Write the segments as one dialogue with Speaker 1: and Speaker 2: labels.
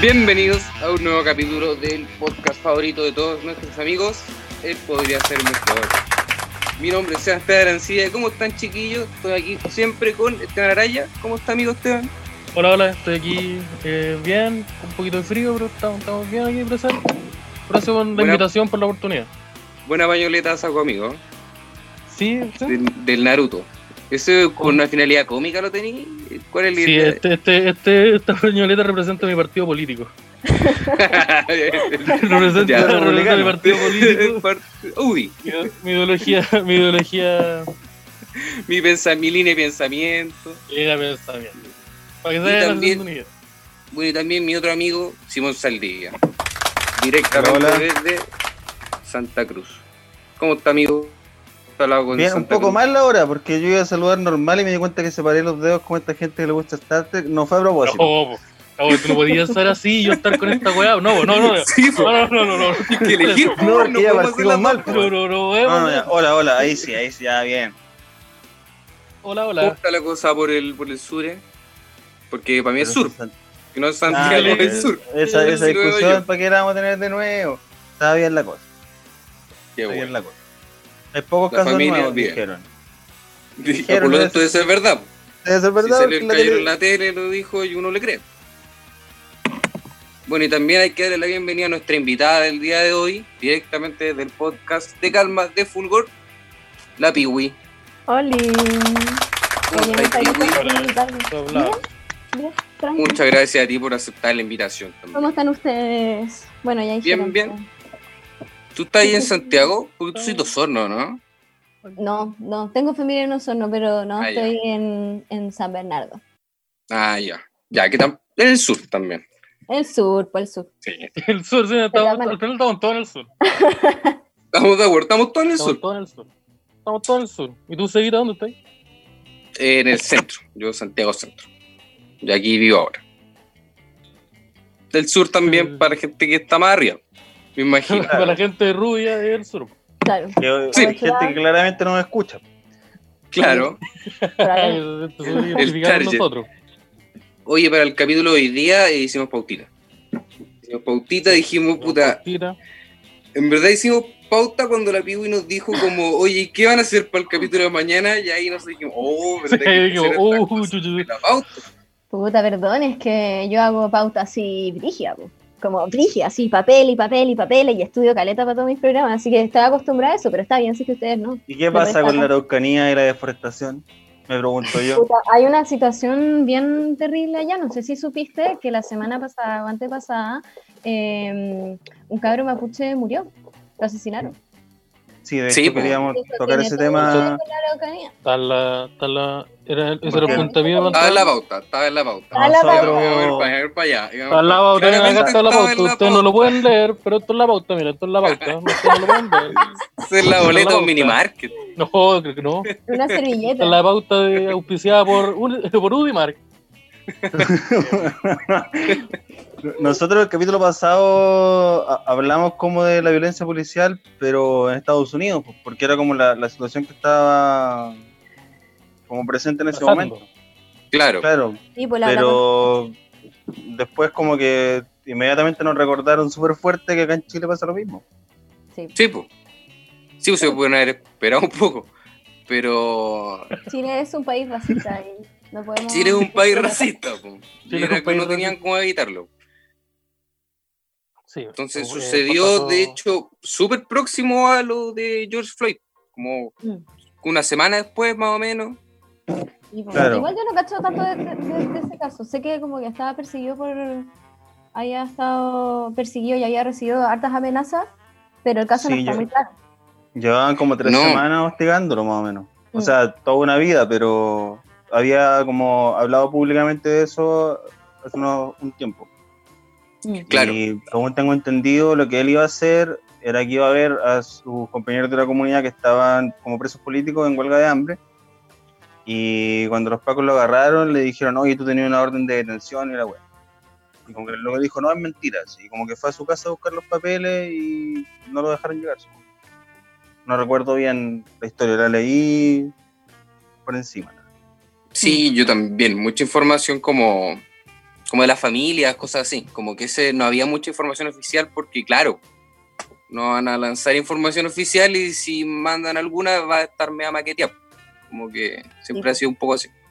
Speaker 1: Bienvenidos a un nuevo capítulo del podcast favorito de todos nuestros amigos, Él Podría Ser Mejor. Mi nombre es Sebastián Arancilla, ¿cómo están chiquillos? Estoy aquí siempre con Esteban Araya, ¿cómo está amigo Esteban?
Speaker 2: Hola, hola, estoy aquí eh, bien, con un poquito de frío, pero estamos, estamos bien aquí presentes. Gracias por la
Speaker 1: Buena-
Speaker 2: invitación, por la oportunidad.
Speaker 1: Buena pañoleta saco amigo,
Speaker 2: Sí, sí.
Speaker 1: del, del Naruto. ¿Eso con una finalidad cómica lo tenéis? ¿Cuál es la
Speaker 2: Sí,
Speaker 1: idea?
Speaker 2: este, este, este, esta pañoleta representa mi partido político. representa,
Speaker 1: Ya.
Speaker 2: representa mi partido político,
Speaker 1: Uy,
Speaker 2: mi- mi ideología, mi ideología
Speaker 1: mi, pensa- mi línea de pensamiento.
Speaker 2: llega pensamiento. Para que se
Speaker 1: Y
Speaker 2: vayan
Speaker 1: también-
Speaker 2: haciendo una idea.
Speaker 1: Bueno, y también mi otro amigo, Simón Saldivia. Directamente
Speaker 3: Hola, hola.
Speaker 1: desde Santa Cruz. ¿Cómo está, amigo? ¿Está al lado con
Speaker 3: Bien, un
Speaker 1: Santa
Speaker 3: poco
Speaker 1: Cruz?
Speaker 3: mal ahora, porque yo iba a saludar normal y me di cuenta que separé los dedos con esta gente que le gusta Star Trek. No fue a propósito.
Speaker 1: Oh,
Speaker 2: No, po. no, tú no podías estar así y yo estar con esta weá. No, no, no. No,
Speaker 1: Sí, po.
Speaker 2: no, no, no. No,
Speaker 1: Hay que elegir. po,
Speaker 3: No, es que ya
Speaker 1: podemos
Speaker 3: partimos
Speaker 1: hacer las
Speaker 3: mal,
Speaker 1: dos.
Speaker 3: po.
Speaker 2: no, no, no,
Speaker 3: No,
Speaker 2: weá,
Speaker 3: no, ya.
Speaker 2: weá.
Speaker 3: Hola, hola, ahí sí, ahí sí, ya bien.
Speaker 2: Hola,
Speaker 1: ¿Cómo
Speaker 2: hola.
Speaker 1: está la cosa por el, por el sur? eh? Porque para mí es sur,
Speaker 3: Pero-
Speaker 1: que no es
Speaker 3: Ah,
Speaker 1: Santiago,
Speaker 2: Dale.
Speaker 1: es sur.
Speaker 3: Esa,
Speaker 1: Sí,
Speaker 3: esa
Speaker 1: sí, lo veo
Speaker 3: discusión,
Speaker 1: yo.
Speaker 3: ¿para qué la vamos a tener de nuevo? Está bien la cosa,
Speaker 1: Qué
Speaker 3: está bien
Speaker 1: bueno.
Speaker 3: la cosa. Hay pocos
Speaker 1: La
Speaker 3: casos
Speaker 1: familia,
Speaker 3: nuevos,
Speaker 1: bien.
Speaker 3: dijeron.
Speaker 1: Por lo tanto, eso es verdad. po.
Speaker 3: Debe ser
Speaker 1: Si
Speaker 3: verdad,
Speaker 1: salió el
Speaker 3: porque la
Speaker 1: caballero en
Speaker 3: tele-
Speaker 1: la tele, lo dijo y uno le cree. Bueno, y también hay que darle la bienvenida a nuestra invitada del día de hoy, directamente del podcast de Calma de Fulgor, la Piwi.
Speaker 4: Oli.
Speaker 1: ¿Cómo
Speaker 4: Oye,
Speaker 1: estáis, Piwi?
Speaker 4: muchas gracias por
Speaker 2: Hola.
Speaker 4: invitarme.
Speaker 2: Hola.
Speaker 4: Bien, bien, tranqui.
Speaker 1: Muchas gracias a ti por aceptar la invitación.
Speaker 4: ¿Cómo
Speaker 1: También.
Speaker 4: están ustedes? Bueno, ya dijeron.
Speaker 1: bien. ¿Tú estás ahí en Santiago? Porque tú soy de Osorno, ¿no?
Speaker 4: No, no, tengo familia en Osorno, pero no,
Speaker 1: Ah, ya.
Speaker 4: estoy en, en San Bernardo.
Speaker 1: Ah, ya. Ya, que tam- en el sur también.
Speaker 4: El sur, por el sur.
Speaker 1: Sí.
Speaker 2: El sur, sí,
Speaker 4: la
Speaker 2: estamos,
Speaker 4: mano.
Speaker 2: al final estamos todos en el sur.
Speaker 1: Estamos de acuerdo, estamos todos en el
Speaker 2: Estamos
Speaker 1: sur.
Speaker 2: todos en el sur. Estamos todos en el sur. ¿Y tú, Seguita, dónde estás?
Speaker 1: Eh, en el centro. Yo, Santiago Centro. Y aquí vivo ahora. Del sur también,
Speaker 2: Mm.
Speaker 1: para gente que está más arriba. Me imagino.
Speaker 2: Para la gente rubia es el sur.
Speaker 4: Claro,
Speaker 3: que-
Speaker 1: Sí.
Speaker 3: Hay gente que claramente no me escucha.
Speaker 1: Claro.
Speaker 4: por acá.
Speaker 2: Ay, se identificaron
Speaker 1: target.
Speaker 2: nosotros.
Speaker 1: Oye, para el capítulo de hoy día eh, hicimos pautita. Hicimos pautita, dijimos, Uh, puta,
Speaker 2: Tira.
Speaker 1: en verdad hicimos pauta cuando la Piwi nos dijo como, oye, ¿qué van a hacer para el capítulo de mañana? Y ahí nos dijimos, oh,
Speaker 2: Sí,
Speaker 1: ¿verdad? que hay que
Speaker 2: digo,
Speaker 1: hacer esta
Speaker 2: uh,
Speaker 1: cosa
Speaker 2: chu, chu,
Speaker 1: de
Speaker 2: chu.
Speaker 1: la pauta?
Speaker 4: Puta, perdón, es que yo hago pauta así brigia, po. como brigia, así papel y papel y papel, y estudio caleta para todos mis programas, así que estaba acostumbrada a eso, pero está bien, si es que ustedes no.
Speaker 3: ¿Y qué
Speaker 4: Pero
Speaker 3: pasa con
Speaker 4: está-
Speaker 3: la araucanía y la deforestación? Me pregunto yo.
Speaker 4: Puta, hay una situación bien terrible allá. No sé si supiste que la semana pasada o antepasada eh, un cabro mapuche murió. Lo asesinaron.
Speaker 3: Sí, de hecho
Speaker 1: Sí, pues.
Speaker 3: queríamos
Speaker 4: Eso
Speaker 3: tocar
Speaker 4: tiene
Speaker 3: ese
Speaker 4: todo que ver
Speaker 3: tema.
Speaker 4: con la Araucanía.
Speaker 2: Está la. Está la era, esa era
Speaker 3: Bacán.
Speaker 2: punta mía.
Speaker 1: Estaba en la pauta, estaba en la
Speaker 2: Ah,
Speaker 1: pauta.
Speaker 4: Está la
Speaker 1: Ya,
Speaker 4: pauta.
Speaker 1: vamos a ver
Speaker 3: Nosotros-
Speaker 1: para- a ver para allá.
Speaker 2: Está la pauta, miren, acá está la
Speaker 1: Claramente
Speaker 2: pauta. Ustedes no lo pueden leer, pero esto es la pauta, mira, esto es la pauta. Ustedes no lo pueden leer.
Speaker 1: Esa es la boleta de un
Speaker 2: pauta.
Speaker 1: minimarket.
Speaker 2: No, creo que no.
Speaker 4: Una
Speaker 2: Esta
Speaker 4: servilleta.
Speaker 2: es la pauta de, auspiciada por, Uni- por Udimark.
Speaker 3: Nosotros el capítulo pasado ha- hablamos como de la violencia policial, pero en Estados Unidos, pues, porque era como la, la situación que estaba como presente en ese
Speaker 2: Pasando.
Speaker 3: momento.
Speaker 1: Claro.
Speaker 3: Claro,
Speaker 4: Sí, pues, la Araucanía.
Speaker 3: pero después como que inmediatamente nos recordaron súper fuerte que acá en Chile pasa lo mismo.
Speaker 4: Sí.
Speaker 1: Sí, pues. Sí, pues se pueden haber esperado un poco. Pero
Speaker 4: Chile es un país racista. y no podemos-
Speaker 1: Chile es un país racista, po. Y
Speaker 2: Chile es
Speaker 1: era
Speaker 2: un
Speaker 1: que
Speaker 2: país
Speaker 1: no tenían
Speaker 2: racista.
Speaker 1: cómo evitarlo.
Speaker 2: Sí,
Speaker 1: Entonces
Speaker 2: eh,
Speaker 1: sucedió,
Speaker 2: pasó-
Speaker 1: de hecho, súper próximo a lo de George Floyd, como
Speaker 4: Mm.
Speaker 1: una semana después más o menos.
Speaker 4: Y, pues,
Speaker 3: Claro.
Speaker 4: Igual yo no cacho tanto de, de- de ese caso. Sé que como que estaba perseguido por. Había estado perseguido y había recibido hartas amenazas, pero el caso no
Speaker 3: Sí,
Speaker 4: está
Speaker 3: yo-
Speaker 4: muy claro.
Speaker 3: Llevaban como tres
Speaker 1: No.
Speaker 3: semanas hostigándolo más o menos. O
Speaker 4: Mm.
Speaker 3: sea, toda una vida, pero había como hablado públicamente de eso hace unos- un tiempo.
Speaker 4: Mm.
Speaker 1: Claro.
Speaker 3: Y según tengo entendido, lo que él iba a hacer era que iba a ver a sus compañeros de la comunidad que estaban como presos políticos en huelga de hambre. Y cuando los pacos lo agarraron, le dijeron, oye, tú tenías una orden de detención y la weá. Y como que el loco dijo, no, es mentira. Y como que fue a su casa a buscar los papeles y no lo dejaron llegar. no recuerdo bien la historia, la leí por encima.
Speaker 4: Mm.
Speaker 1: Sí, yo también. Mucha información como, como de las familias, cosas así. Como que ese, no había mucha información oficial porque, claro, no van a lanzar información oficial y si mandan alguna va a estar media maqueteada. Como que siempre
Speaker 4: Sí.
Speaker 1: ha sido un poco así.
Speaker 4: Claro.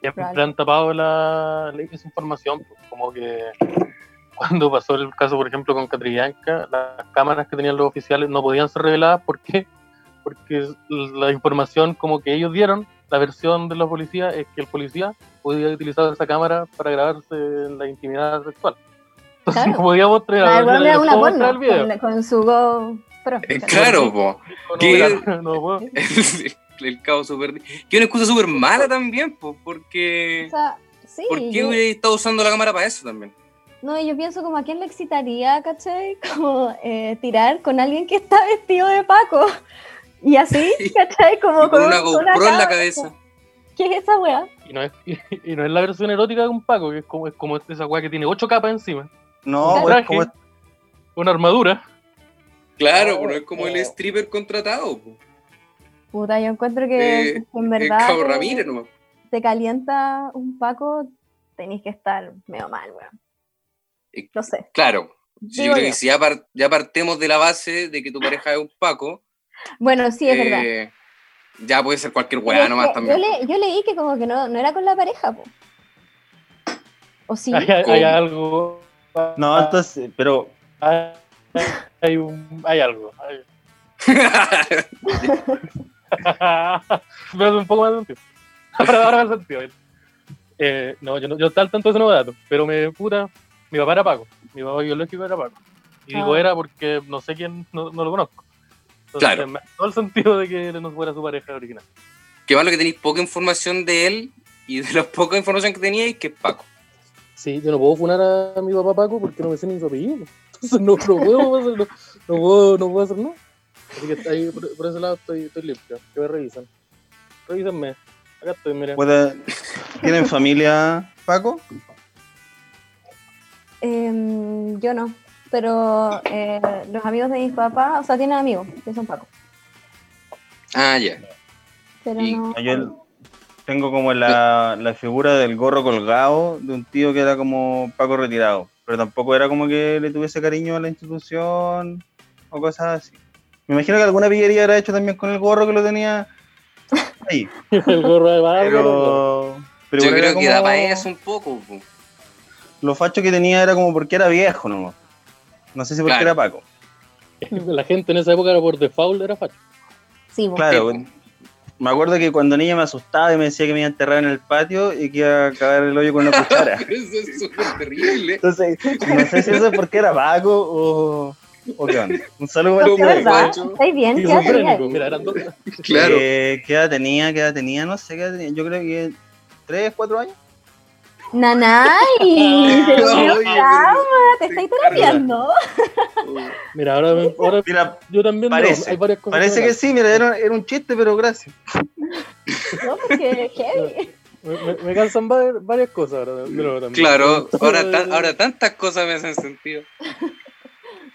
Speaker 2: Siempre pues, han tapado la, la esa información, pues, como que cuando pasó el caso, por ejemplo, con Catrillanca, las cámaras que tenían los oficiales no podían ser reveladas, ¿por qué? Porque la información como que ellos dieron, la versión de los policías es que el policía podía utilizar esa cámara para grabarse en la intimidad sexual. Entonces
Speaker 4: Mm, Claro.
Speaker 2: no podía mostrar,
Speaker 4: La
Speaker 2: no
Speaker 4: weón era Ah, una
Speaker 2: puedo mostrar
Speaker 4: porno
Speaker 2: el video.
Speaker 4: con, con su Go Pro.
Speaker 1: Eh,
Speaker 4: ¿cachai?
Speaker 1: claro, po.
Speaker 2: No
Speaker 1: ¿Qué?
Speaker 2: puedo- no puedo.
Speaker 1: el caos super. Que una excusa súper mala también, po, porque.
Speaker 4: O sea, sí,
Speaker 1: ¿Por qué
Speaker 4: yo-
Speaker 1: hubiera estado usando la cámara para eso también?
Speaker 4: no, yo pienso como a quién le excitaría, ¿cachai? Como eh, tirar con alguien que está vestido de Paco. Y así, ¿cachai? Como
Speaker 1: Y con una
Speaker 4: con
Speaker 1: GoPro en la
Speaker 4: cámara.
Speaker 1: cabeza.
Speaker 4: ¿Qué es esa weá?
Speaker 2: Y no es, y no es la versión erótica de un Paco, que es como, es como esa weá que tiene ocho capas encima,
Speaker 3: No,
Speaker 4: Un
Speaker 3: pues
Speaker 2: traje.
Speaker 3: como
Speaker 2: una armadura.
Speaker 1: Claro,
Speaker 4: Oh,
Speaker 1: pero es como el
Speaker 4: eh.
Speaker 1: stripper contratado, po.
Speaker 4: Puta, yo encuentro que
Speaker 1: Eh,
Speaker 4: en
Speaker 1: El
Speaker 4: verdad
Speaker 1: Cabo
Speaker 4: te-
Speaker 1: Ramírez nomás.
Speaker 4: te calienta un Paco, tenéis que estar medio mal, weón.
Speaker 1: Eh,
Speaker 4: No sé.
Speaker 1: Claro. Yo
Speaker 4: Digo
Speaker 1: creo que
Speaker 4: yo.
Speaker 1: si ya, par- ya partimos de la base de que tu pareja es un Paco,
Speaker 4: Bueno, sí, es verdad.
Speaker 1: eh, ya puede ser cualquier
Speaker 4: Pero es
Speaker 1: weá nomás
Speaker 4: que
Speaker 1: también.
Speaker 4: Yo, le- yo leí que como que no, no era con la pareja, po. ¿O sí?
Speaker 2: Hay, hay
Speaker 1: ¿Cómo?
Speaker 2: algo.
Speaker 3: No, entonces, pero
Speaker 2: Hay, hay un- hay algo. Hay- Me hace un poco más de sentido. Ahora, ahora me hace sentido. Eh, no, yo no yo tal tanto de ese nuevo dato, pero me puta. Mi papá era Paco. Mi papá biológico era Paco. Y digo
Speaker 4: Ah.
Speaker 2: era porque no sé quién, no, no lo conozco.
Speaker 1: Claro.
Speaker 2: me hace todo el sentido de que él no fuera su pareja original.
Speaker 1: Qué malo que tenéis poca información de él y de la poca información que teníais que es Paco.
Speaker 2: Sí, yo no puedo funar a mi papá Paco porque no me sé ni su apellido. Entonces no, no puedo, hacer, no, no puedo, no puedo hacer nada. Así que ahí, por, por ese lado estoy, estoy limpio. Que me revisan. Revísenme. Acá estoy, mira.
Speaker 3: puede- ¿tienen familia, Paco?
Speaker 4: Em, yo no. Pero eh, los amigos de mis papás, o sea, tienen amigos, que son Paco.
Speaker 1: Ah, ya.
Speaker 4: Pero
Speaker 1: Y
Speaker 4: no.
Speaker 3: yo- Tengo como la, la figura del gorro colgado de un tío que era como Paco retirado, pero tampoco era como que le tuviese cariño a la institución o cosas así. Me imagino que alguna pillería era hecho también con el gorro que lo tenía ahí,
Speaker 2: El gorro de barba.
Speaker 3: pero... pero
Speaker 1: Yo
Speaker 3: igual era
Speaker 1: creo que
Speaker 3: como-
Speaker 1: da para eso un poco. po.
Speaker 3: Lo facho que tenía era como porque era viejo nomás. No sé si porque
Speaker 1: Claro.
Speaker 3: era Paco.
Speaker 2: La gente en esa época era por default, era facho.
Speaker 4: Sí, po.
Speaker 3: Claro,
Speaker 1: Sí,
Speaker 3: me acuerdo que cuando niña me asustaba y me decía que me iba a enterrar en el patio y que iba a cagar el hoyo con una cuchara.
Speaker 1: Pero eso es súper terrible.
Speaker 3: Entonces, no sé si eso es porque era vago o, o qué onda. Un saludo
Speaker 1: No,
Speaker 3: para el
Speaker 4: ¿Qué
Speaker 3: tío
Speaker 1: me
Speaker 3: Diego.
Speaker 4: verdad?
Speaker 1: guacho.
Speaker 4: ¿Estáis bien? ¿Qué haces?
Speaker 2: Esquizofrénico. Mira, eran dos.
Speaker 1: Claro.
Speaker 3: Eh, ¿Qué edad tenía? ¿Qué edad tenía? No sé qué edad tenía. Yo creo que tres, cuatro años.
Speaker 4: ¡Nanay!
Speaker 2: No,
Speaker 4: ¡Señor
Speaker 1: oye,
Speaker 4: Kama! ¿Te estáis terapiando?
Speaker 2: Mira, ahora, me- ahora
Speaker 3: Mira,
Speaker 2: yo también. digo,
Speaker 3: Parece.
Speaker 2: hay varias cosas.
Speaker 3: parece
Speaker 2: me
Speaker 3: que sí, mira, era, era un chiste, pero gracias.
Speaker 4: No, porque heavy.
Speaker 2: cansan. Me, me- me cansan var- varias cosas ahora. de nuevo también.
Speaker 1: Claro, ahora, tan-
Speaker 2: Entonces,
Speaker 1: ahora tantas cosas me hacen sentido.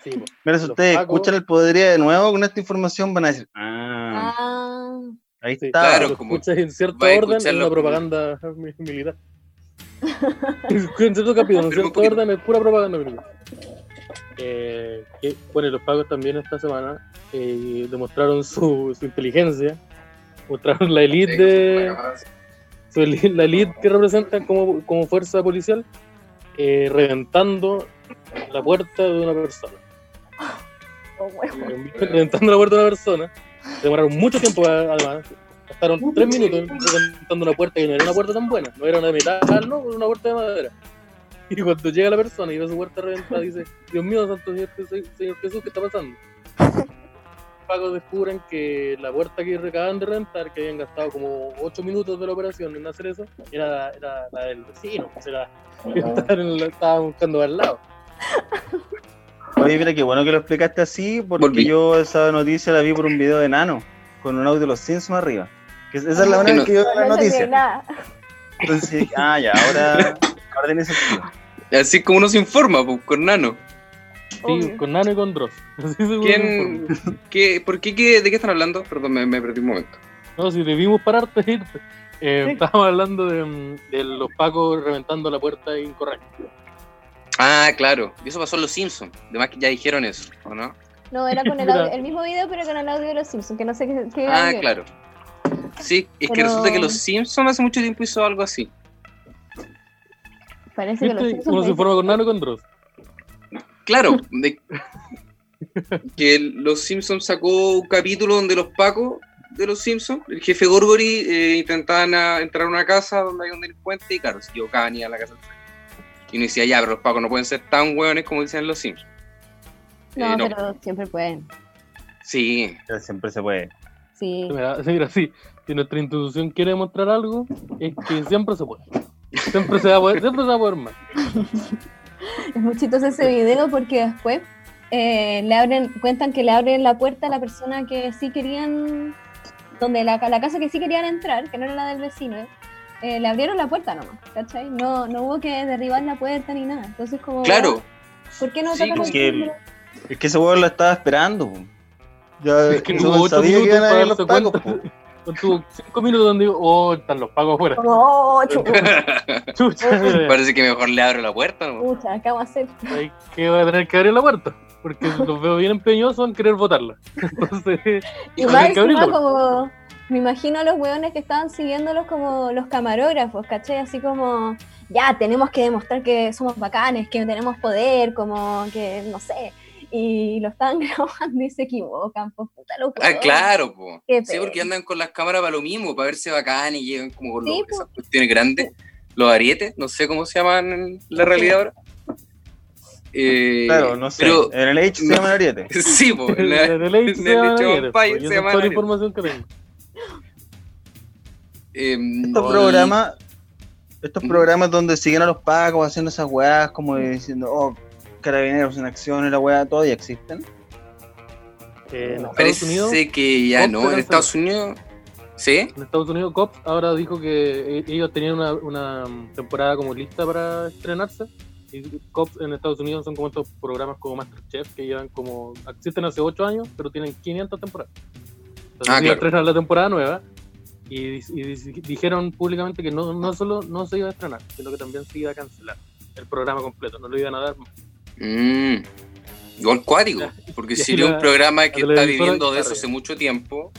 Speaker 2: sí, po.
Speaker 3: Mira, si
Speaker 2: Los
Speaker 3: ustedes
Speaker 2: vagos.
Speaker 3: escuchan el Podría de nuevo con esta información, van a decir, ah,
Speaker 4: Ah,
Speaker 3: ahí
Speaker 2: Sí,
Speaker 3: está.
Speaker 1: claro.
Speaker 2: lo
Speaker 1: como-
Speaker 2: escuchas en cierto
Speaker 1: vais a
Speaker 2: orden es
Speaker 1: escucharlo
Speaker 2: la
Speaker 1: como-
Speaker 2: propaganda mi- militar. en cierto capítulo, en
Speaker 1: Pero un
Speaker 2: cierto
Speaker 1: poquito.
Speaker 2: orden es pura propaganda militar. Eh, que, bueno, y los pagos también esta semana eh, demostraron su, su inteligencia, mostraron la elite de, su eli- la elite que representan como, como fuerza policial eh, reventando la puerta de una persona.
Speaker 4: oh, bueno.
Speaker 2: reventando la puerta de una persona. Demoraron mucho tiempo, a- además. Gastaron tres minutos reventando una puerta que no era una puerta tan buena. No era una de metal, no, era una puerta de madera. Y cuando llega la persona y ve su puerta reventada, dice: Dios mío, santo Señor, Jes- Señor Jesús, ¿qué está pasando? Los pagos descubren que la puerta que acaban de rentar, que habían gastado como 8 minutos de la operación en hacer eso, era, era la del vecino, o sea, que estaban en la- estaban buscando al lado.
Speaker 3: Oye, mira, qué bueno que lo explicaste así, porque
Speaker 1: Volví.
Speaker 3: yo esa noticia la vi por un video de Nano, con un audio de los Simpsons arriba. Que esa es la
Speaker 1: Que
Speaker 3: única
Speaker 1: no-
Speaker 3: que yo veo
Speaker 4: No
Speaker 3: la
Speaker 4: entendí
Speaker 3: noticia.
Speaker 4: nada.
Speaker 3: Entonces, dije, ah, ya, ahora, ahora tiene sentido.
Speaker 1: Así como uno se informa, pues, con nano.
Speaker 2: Sí,
Speaker 4: Obvio.
Speaker 2: con Nano y con Dross. Así se pone
Speaker 1: ¿Quién,
Speaker 2: uniforme.
Speaker 1: qué, ¿Por qué, qué- de qué están hablando? Perdón, me, me perdí un momento.
Speaker 2: No, si debimos pararte. irte. Eh,
Speaker 4: Sí.
Speaker 2: Estábamos hablando de, mm, de los pacos reventando la puerta incorrecta.
Speaker 1: Ah, claro. Y eso pasó en Los Simpsons. Además que ya dijeron eso, ¿o no?
Speaker 4: No, era con el, audio-
Speaker 2: Puta.
Speaker 4: el mismo video, pero con el audio de los Simpsons, que no sé qué. qué
Speaker 1: Ah,
Speaker 4: audio era.
Speaker 1: claro. Sí, es que
Speaker 4: Pero-
Speaker 1: resulta que Los Simpsons hace mucho tiempo hizo algo así.
Speaker 4: Parece que los
Speaker 2: ¿Viste?
Speaker 4: Simpsons.
Speaker 2: Uno se
Speaker 4: me-
Speaker 2: informa con Nano y con Dross.
Speaker 1: Claro, de- que el- Los Simpsons sacó un capítulo donde los pacos de Los Simpsons, el jefe Gorgory, eh, intentaban a- entrar a una casa donde hay un delincuente y, claro, se equivocaban y a la casa. del frente. Y uno decía, ya, pero los pacos no pueden ser tan hueones como dicen Los Simpsons.
Speaker 4: No,
Speaker 1: Eh, no.
Speaker 4: pero siempre pueden.
Speaker 1: Sí,
Speaker 3: Ya Siempre se puede.
Speaker 4: Sí.
Speaker 2: Mira, sí, mira, sí. Si nuestra institución quiere demostrar algo, es que siempre se puede. Siempre se va a poder, siempre se va a poder más.
Speaker 4: Es muy chistoso ese video porque después eh, le abren, cuentan que le abren la puerta a la persona que sí querían, donde la, la casa que sí querían entrar, que no era la del vecino, eh, le abrieron la puerta nomás, ¿cachai? No, no hubo que derribar la puerta ni nada. Entonces como,
Speaker 1: claro.
Speaker 4: ¿por qué no
Speaker 1: Sí,
Speaker 4: tocan el
Speaker 3: porque-
Speaker 4: timbre?
Speaker 3: Es que ese hueón lo estaba esperando. po. Ya
Speaker 2: Es que
Speaker 3: ese
Speaker 2: hubo
Speaker 3: hueón
Speaker 2: ocho
Speaker 3: sabía que
Speaker 2: minutos
Speaker 3: iban a
Speaker 2: para
Speaker 3: haber los
Speaker 2: darse
Speaker 3: tacos.
Speaker 2: cuenta.
Speaker 3: po.
Speaker 2: Tuvo cinco minutos donde digo, oh, están los pagos afuera.
Speaker 4: Como, oh, chucha,
Speaker 2: Chucha, mira,
Speaker 1: Parece que mejor le abro la puerta. ¿no?
Speaker 4: chucha, ¿qué vamos a hacer?
Speaker 2: hay que voy a tener que abrir la puerta. Porque los veo bien empeñosos en querer votarla. Entonces,
Speaker 4: Y
Speaker 2: hay
Speaker 4: más
Speaker 2: que
Speaker 4: encima
Speaker 2: abrirla.
Speaker 4: como, me imagino a los hueones que estaban siguiéndolos como los camarógrafos, ¿cachai? Así como, ya, tenemos que demostrar que somos bacanes, que tenemos poder, como que, no sé. Y lo estaban grabando y se equivocan, pues puta los
Speaker 1: Ah,
Speaker 4: hueones.
Speaker 1: claro, po.
Speaker 4: Qué
Speaker 1: Sí, porque
Speaker 4: pena.
Speaker 1: andan con las cámaras para lo mismo, para verse bacán y llegan como con
Speaker 4: Sí,
Speaker 1: los-
Speaker 4: po.
Speaker 1: esas cuestiones grandes. Los arietes, no sé cómo se llaman en la realidad ahora. Eh,
Speaker 3: Claro, no sé.
Speaker 1: Pero,
Speaker 3: en el H se
Speaker 1: no.
Speaker 3: llama el ariete.
Speaker 1: sí, po,
Speaker 2: el-
Speaker 1: la-
Speaker 2: el delay se
Speaker 1: el
Speaker 2: va a
Speaker 1: dicho vampire
Speaker 2: venir, pues, y
Speaker 1: se
Speaker 2: esa
Speaker 1: llama
Speaker 2: es toda la
Speaker 1: Ariel.
Speaker 2: información que tengo.
Speaker 1: em,
Speaker 3: Estos
Speaker 1: no,
Speaker 3: programas, estos
Speaker 1: Mm.
Speaker 3: programas donde siguen a los pacos haciendo esas weas, como de diciendo, oh, carabineros en acción y la wea, todavía existen.
Speaker 2: Eh, en Estados
Speaker 1: Parece
Speaker 2: Unidos,
Speaker 1: que ya
Speaker 2: Cops
Speaker 1: no, en
Speaker 2: eran
Speaker 1: Estados Unidos. ¿Sí?
Speaker 2: en Estados Unidos, Cops ahora dijo que eh, ellos tenían una, una temporada como lista para estrenarse. Y Cops en Estados Unidos son como estos programas como Masterchef que llevan como. existen hace 8 años, pero tienen 500 temporadas. Entonces,
Speaker 1: Ah,
Speaker 2: ellos
Speaker 1: claro.
Speaker 2: estrenan la temporada nueva y, dis- y dis- dijeron públicamente que no, no solo no se iba a estrenar, sino que también se iba a cancelar el programa completo, no lo iban a dar.
Speaker 1: Mm. Igual cuático,
Speaker 2: Ya,
Speaker 1: porque
Speaker 2: ya
Speaker 1: si ve
Speaker 2: la-
Speaker 1: un programa que
Speaker 2: la
Speaker 1: está
Speaker 2: televisora
Speaker 1: viviendo
Speaker 2: que
Speaker 1: de eso
Speaker 2: carga.
Speaker 1: hace mucho tiempo,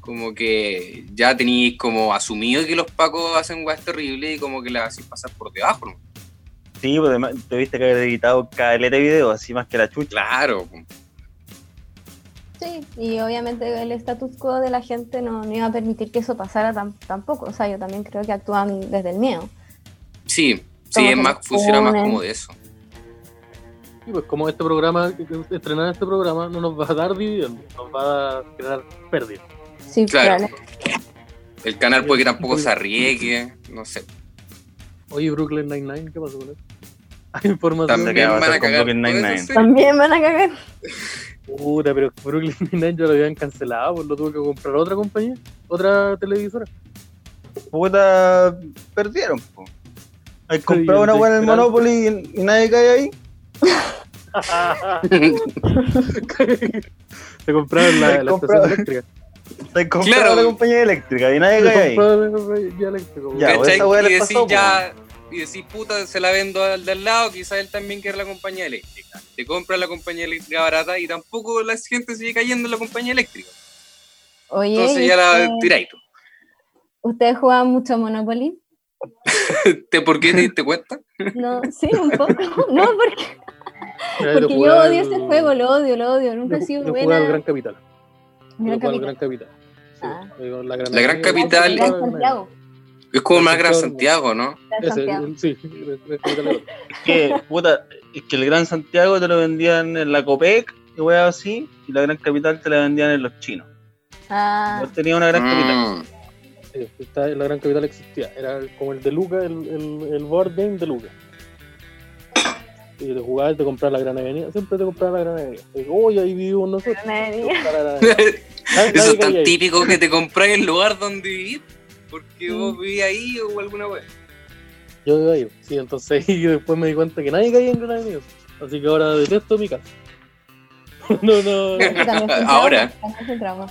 Speaker 1: como que ya tenéis como asumido que los pacos hacen weas terribles y como que las hacéis pasar por debajo. ¿no?
Speaker 3: Sí, pero además tuviste que haber editado caleta de video, así más que la chucha.
Speaker 1: Claro,
Speaker 4: Sí, y obviamente el status quo de la gente no, no iba a permitir que eso pasara tam- tampoco. O sea, yo también creo que actúan desde el miedo.
Speaker 1: sí, sí,
Speaker 4: Como
Speaker 1: es
Speaker 4: que
Speaker 1: más,
Speaker 4: los
Speaker 1: funciona más
Speaker 4: ponen.
Speaker 1: como de eso.
Speaker 2: Y pues, como este programa, estrenar este programa no nos va a dar dividendos, nos va a crear pérdidas.
Speaker 4: Sí,
Speaker 1: Claro.
Speaker 4: probable-
Speaker 1: El canal puede que tampoco se arriesgue, no sé.
Speaker 2: Oye, Brooklyn Nine-Nine, ¿qué pasó con él? Hay información.
Speaker 3: También.
Speaker 1: También
Speaker 3: va a
Speaker 1: van
Speaker 3: ser
Speaker 1: a
Speaker 3: con
Speaker 1: cagar.
Speaker 3: Brooklyn
Speaker 1: todo eso,
Speaker 3: Nine-Nine.
Speaker 1: sí.
Speaker 4: También van a cagar.
Speaker 2: Puta, pero Brooklyn Nine-Nine ya lo habían cancelado, pues lo tuvo que comprar otra compañía, otra televisora.
Speaker 3: Puta, perdieron, po. Hay comprado
Speaker 2: yo
Speaker 3: una
Speaker 2: estoy
Speaker 3: wea en el
Speaker 2: esperando.
Speaker 3: Monopoly y, y nadie cae ahí.
Speaker 2: Se compraron la,
Speaker 3: Se
Speaker 2: la
Speaker 3: compraron.
Speaker 2: estación eléctrica.
Speaker 3: Hay comprado
Speaker 1: Claro.
Speaker 3: la compañía eléctrica y nadie
Speaker 2: Se
Speaker 3: cae ahí.
Speaker 2: compraron el ya eléctrico.
Speaker 3: Ya,
Speaker 2: güey.
Speaker 3: pues,
Speaker 1: ¿Cachai?
Speaker 3: esa weá
Speaker 1: y
Speaker 3: les
Speaker 1: decís
Speaker 3: pasó, po.
Speaker 1: ya, y decís puta, se la vendo al de al lado, quizás él también quiere la compañía eléctrica. Te compra la compañía eléctrica barata y tampoco la gente sigue cayendo en la compañía eléctrica.
Speaker 4: Oye,
Speaker 1: Entonces
Speaker 4: ¿y
Speaker 1: ya la
Speaker 4: ustedes-
Speaker 1: tiráis tú.
Speaker 4: ¿ustedes jugaban mucho Monopoly?
Speaker 1: ¿Te- ¿Por qué te diste cuenta?
Speaker 4: No, sí, un poco. No, porque,
Speaker 2: Ya,
Speaker 4: porque yo
Speaker 2: jugaba
Speaker 4: odio
Speaker 2: el-
Speaker 4: este juego, lo odio, lo odio. Nunca he
Speaker 2: yo-
Speaker 4: sido
Speaker 2: yo
Speaker 4: buena.
Speaker 2: jugaba al Gran Capital. Yo jugaba
Speaker 4: Gran
Speaker 2: al
Speaker 4: Capital.
Speaker 2: Gran Capital. Sí,
Speaker 4: Ah.
Speaker 2: digo, la Gran,
Speaker 1: La Gran
Speaker 2: Avenida,
Speaker 1: Capital-
Speaker 2: yo
Speaker 4: Gran
Speaker 2: jugaba al Gran
Speaker 4: Santiago.
Speaker 1: Es como el más gran
Speaker 2: Claro.
Speaker 1: Santiago, ¿no?
Speaker 4: Gran
Speaker 2: Ese,
Speaker 4: Santiago.
Speaker 2: sí, el Gran Capital.
Speaker 3: que, puta, es que el Gran Santiago te lo vendían en la Copec y weá así, y la Gran Capital te la vendían en los chinos.
Speaker 4: Ah,
Speaker 3: Yo tenía una Gran Capital.
Speaker 1: Mm.
Speaker 2: Sí, este, está- la Gran Capital existía. Era como el de Luca, el, el, el board game de Luca. Y te jugabas, te comprabas la Gran Avenida. Siempre te comprabas la Gran Avenida. Te digo, Oye, ahí vivimos nosotros.
Speaker 4: Gran Avenida.
Speaker 2: Te comprabas la Gran Avenida. Nadie-
Speaker 1: Eso
Speaker 2: nadie
Speaker 1: es tan
Speaker 2: caía ahí.
Speaker 1: típico que te compráis el lugar donde vivís, porque
Speaker 4: Mm.
Speaker 1: vos vivís ahí o alguna wea.
Speaker 2: Yo iba ahí. Sí, entonces y después me di cuenta que nadie caía en Gran Avenida. Así que ahora detesto mi casa. no, no.
Speaker 4: Yo también fui un trauma,
Speaker 1: Ahora.
Speaker 4: también fui un trauma.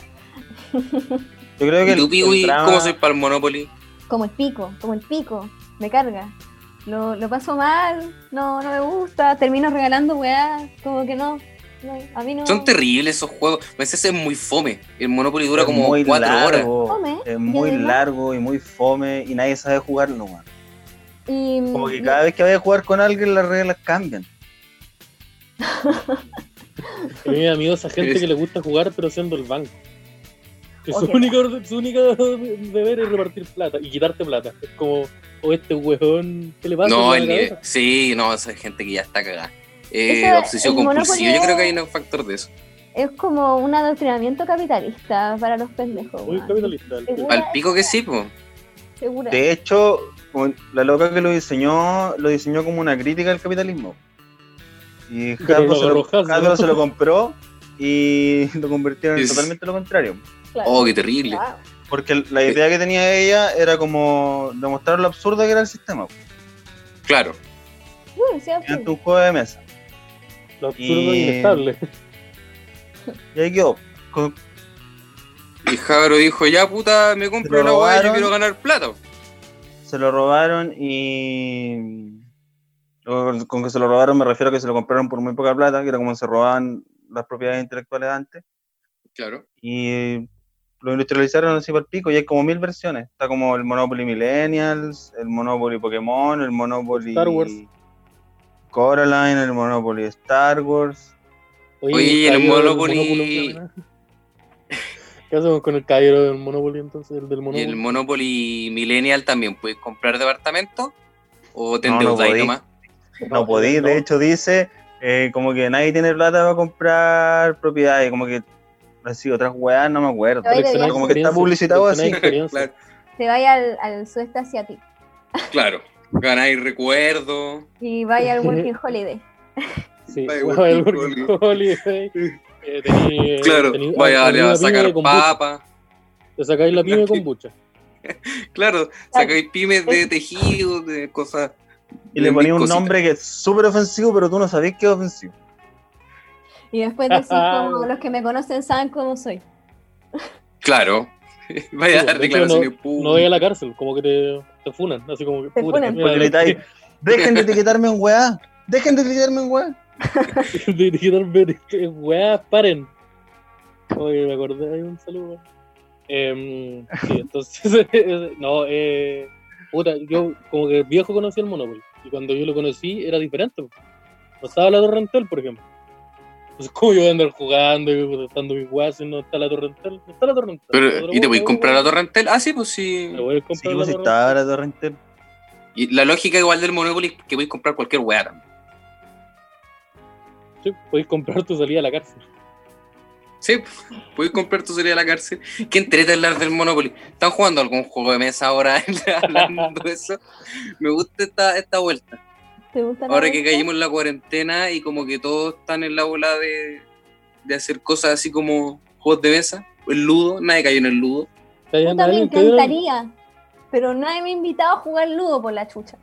Speaker 3: Yo creo que
Speaker 1: ¿Y tú,
Speaker 3: el-
Speaker 1: Piwi,
Speaker 3: el drama-
Speaker 1: cómo soy para el Monopoly?
Speaker 4: Como el pico, como el pico. Me carga. Lo, lo paso mal, no, no me gusta, termino regalando weá, como que no. no, a mí no.
Speaker 1: Son terribles esos juegos. A veces es muy fome. El Monopoly dura
Speaker 3: es
Speaker 1: como
Speaker 3: muy
Speaker 1: cuatro horas.
Speaker 3: largo,
Speaker 4: Fome,
Speaker 3: Es
Speaker 4: y
Speaker 3: muy
Speaker 4: además-
Speaker 3: largo y muy fome y nadie sabe jugarlo, man.
Speaker 4: Y,
Speaker 3: Como que cada vez que vaya a jugar con alguien las reglas cambian.
Speaker 2: A mí me da miedo esa gente que le gusta jugar pero siendo el banco. Que su,
Speaker 4: Oye.
Speaker 2: único, orde- su único deber es repartir plata y quitarte plata. Es como, o este huevón, ¿qué le pasa?
Speaker 1: No,
Speaker 2: en
Speaker 1: el
Speaker 2: la
Speaker 1: nivel.
Speaker 2: cabeza?
Speaker 1: Sí, no, esa gente que ya está cagada. Eh,
Speaker 4: Ese-
Speaker 1: obsesión
Speaker 4: el Monopoly
Speaker 1: compulsiva. Yo
Speaker 4: es-
Speaker 1: creo que hay un factor de eso.
Speaker 4: Es como un adoctrinamiento capitalista para los pendejos.
Speaker 2: Muy
Speaker 4: weón.
Speaker 2: capitalista. el tío.
Speaker 4: Una-
Speaker 1: Al pico que sí, pues.
Speaker 4: Segura.
Speaker 3: De hecho, como la loca que lo diseñó, lo diseñó como una crítica al capitalismo. Y
Speaker 2: Pero
Speaker 3: Hasbro
Speaker 2: lo
Speaker 3: se, lo,
Speaker 2: agarró Hasbro.
Speaker 3: Hasbro se lo compró y lo convirtieron en
Speaker 1: Es-
Speaker 3: totalmente lo contrario.
Speaker 4: claro.
Speaker 1: Oh, qué terrible.
Speaker 4: Wow.
Speaker 3: Porque la idea que tenía ella era como demostrar lo absurda que era el sistema. po.
Speaker 1: Claro.
Speaker 4: Uy, sí,
Speaker 3: Era
Speaker 4: absurdo.
Speaker 3: un juego de mesa.
Speaker 2: Lo absurdo e
Speaker 3: Y-
Speaker 2: inestable.
Speaker 3: Y ahí quedó. Co-
Speaker 1: Y Jabro dijo, ya puta, me compro
Speaker 3: Lo
Speaker 1: una weá, yo
Speaker 3: robaron.
Speaker 1: quiero ganar plata.
Speaker 3: Se lo robaron y. o Con que se lo robaron me refiero a que se lo compraron por muy poca plata, que era como se robaban las propiedades intelectuales antes.
Speaker 1: Claro.
Speaker 3: y lo industrializaron así por pico y hay como mil versiones. Está como el Monopoly Millennials, el Monopoly Pokémon, el Monopoly
Speaker 2: Star Wars.
Speaker 3: Coraline, el Monopoly Star Wars.
Speaker 1: Oye, el
Speaker 2: caballero del
Speaker 1: Monopoly-
Speaker 2: ¿Qué hacemos con el caballero del Monopoly entonces? El del
Speaker 1: Y el
Speaker 2: Monopoly.
Speaker 1: Monopoly Millennial también, ¿puedes comprar departamento? ¿O te
Speaker 3: No, no
Speaker 1: endeudáis
Speaker 3: podí.
Speaker 1: nomás?
Speaker 3: No, podí, de hecho dice eh, como que nadie tiene plata para comprar propiedades, como que así otras weas, no me acuerdo.
Speaker 4: Ay, de
Speaker 3: Pero como que está publicitado así.
Speaker 1: Claro,
Speaker 4: Te vaya al, al sudeste asiático
Speaker 1: claro. ganáis recuerdo.
Speaker 4: y vaya al Working Holiday.
Speaker 2: Sí,
Speaker 1: Vaya,
Speaker 2: bueno, el
Speaker 1: Working
Speaker 2: Working Holiday. Eh, tení-
Speaker 1: Claro,
Speaker 2: tení-
Speaker 1: vaya
Speaker 2: tení
Speaker 1: le va
Speaker 2: una
Speaker 1: a
Speaker 2: pyme
Speaker 1: sacar
Speaker 2: de kombucha.
Speaker 1: papa.
Speaker 2: Te sacáis la pyme con bucha.
Speaker 1: Claro, sacáis pymes de tejido, de cosas.
Speaker 3: Y le
Speaker 1: de
Speaker 3: ponía un
Speaker 1: cositas.
Speaker 3: nombre que es súper ofensivo, pero tú no sabías que es ofensivo.
Speaker 4: Y después decís, como los que me conocen saben cómo soy.
Speaker 1: Claro. Vaya a
Speaker 2: Sí,
Speaker 1: dar
Speaker 2: de hecho,
Speaker 1: declaraciones
Speaker 2: No vayas a
Speaker 1: públicas.
Speaker 2: la cárcel, como que te, te funan, así como que
Speaker 4: Te
Speaker 2: puta,
Speaker 4: funan.
Speaker 2: mira,
Speaker 3: Porque gritáis, dejen de etiquetarme en weá, dejen de etiquetarme en weá.
Speaker 2: de tirarme de- de- weá, eh, paren. Oye, me acordé, hay un saludo. Em, sí, entonces, no, eh, puta, yo como que viejo conocí el Monopoly. Y cuando yo lo conocí era diferente. po. No estaba la Torrentel, por ejemplo. Entonces, ¿cómo yo voy a andar jugando y gastando mis weá si no está la Torrentel? No está la Torrentel.
Speaker 1: Pero, ¿Y te voy a comprar la torrentel? Ah, sí, pues sí.
Speaker 2: Me voy a
Speaker 3: Sí,
Speaker 2: comprar la
Speaker 3: pues
Speaker 2: Torrentel.
Speaker 3: estaba la torrente.
Speaker 1: Y la lógica igual del Monopoly es que voy a comprar cualquier weá también.
Speaker 2: Sí, podéis comprar tu salida a la cárcel.
Speaker 1: Sí, puedes comprar tu serie a la cárcel. ¿Qué entrete hablar del Monopoly? ¿Están jugando algún juego de mesa ahora hablando de eso? Me gusta esta, esta vuelta.
Speaker 4: ¿Te gusta la
Speaker 1: Ahora que
Speaker 4: música?
Speaker 1: caímos en la cuarentena y como que todos están en la bola de, de hacer cosas así como juegos de mesa. El ludo, nadie cayó en el ludo.
Speaker 4: Puta, me encantaría. Pero nadie me ha invitado a jugar ludo por la chucha.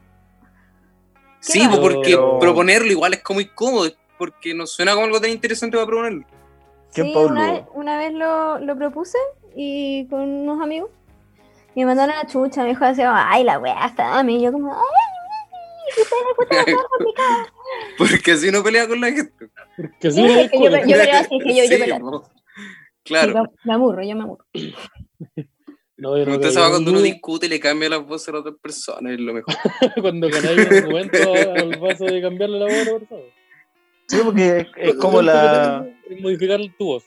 Speaker 1: Sí,
Speaker 4: raro.
Speaker 1: porque
Speaker 3: Pero-
Speaker 1: proponerlo igual es como incómodo, porque no suena como algo tan interesante para proponerlo.
Speaker 3: ¿Quién
Speaker 4: sí,
Speaker 3: Pablo?
Speaker 4: una, vez- una vez lo, lo propuse y con unos amigos. Y me mandaron a la chucha, me dijo así, ay, la weá está dame. Y yo como, ay, ay, ustedes les gusta jugar con mi cara".
Speaker 1: porque así uno pelea con la gente.
Speaker 2: Que
Speaker 4: Sí,
Speaker 2: sí,
Speaker 4: es que yo me- yo-
Speaker 2: yo,
Speaker 4: peleo así, que yo- yo
Speaker 1: Sí,
Speaker 4: peleo.
Speaker 1: po.
Speaker 4: Sí,
Speaker 1: Claro.
Speaker 4: me- Me amurro, yo me amurro.
Speaker 2: no, yo no
Speaker 1: Usted
Speaker 2: creo.
Speaker 1: sabe cuando uno
Speaker 2: Yo-
Speaker 1: discute y le cambia las voces a la otra persona, es lo mejor.
Speaker 2: cuando ganáis un argumento al paso de cambiarle la voz a la persona.
Speaker 3: Sí, porque es, es como la,
Speaker 2: Es modificar tu voz.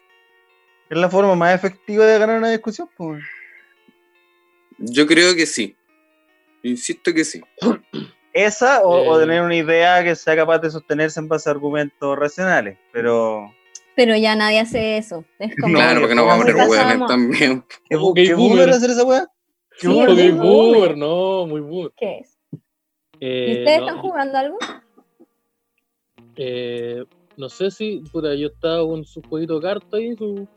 Speaker 3: es la forma más efectiva de ganar una discusión. Pues.
Speaker 1: Yo creo que sí. Insisto que sí.
Speaker 3: Esa o, o
Speaker 2: Eh.
Speaker 3: tener una idea que sea capaz de sostenerse en base a argumentos racionales. Pero
Speaker 4: Pero ya nadie hace eso. Es como,
Speaker 1: claro, porque no vamos a
Speaker 4: ¿cómo
Speaker 1: poner
Speaker 4: se
Speaker 1: hueones
Speaker 4: llama?
Speaker 1: también.
Speaker 3: ¿qué, bu-
Speaker 2: Ok,
Speaker 3: qué
Speaker 2: boomer.
Speaker 3: boomer hacer esa weá?
Speaker 2: Qué
Speaker 4: Sí,
Speaker 2: bueno,
Speaker 4: es
Speaker 2: qué
Speaker 4: muy
Speaker 2: boomer,
Speaker 4: boomer.
Speaker 2: no, muy boomer.
Speaker 4: ¿Qué es?
Speaker 2: Eh,
Speaker 4: ¿Y ustedes
Speaker 2: no,
Speaker 4: están jugando algo?
Speaker 2: eh, no sé si, puta, yo estaba con su jueguito de carta ahí, su.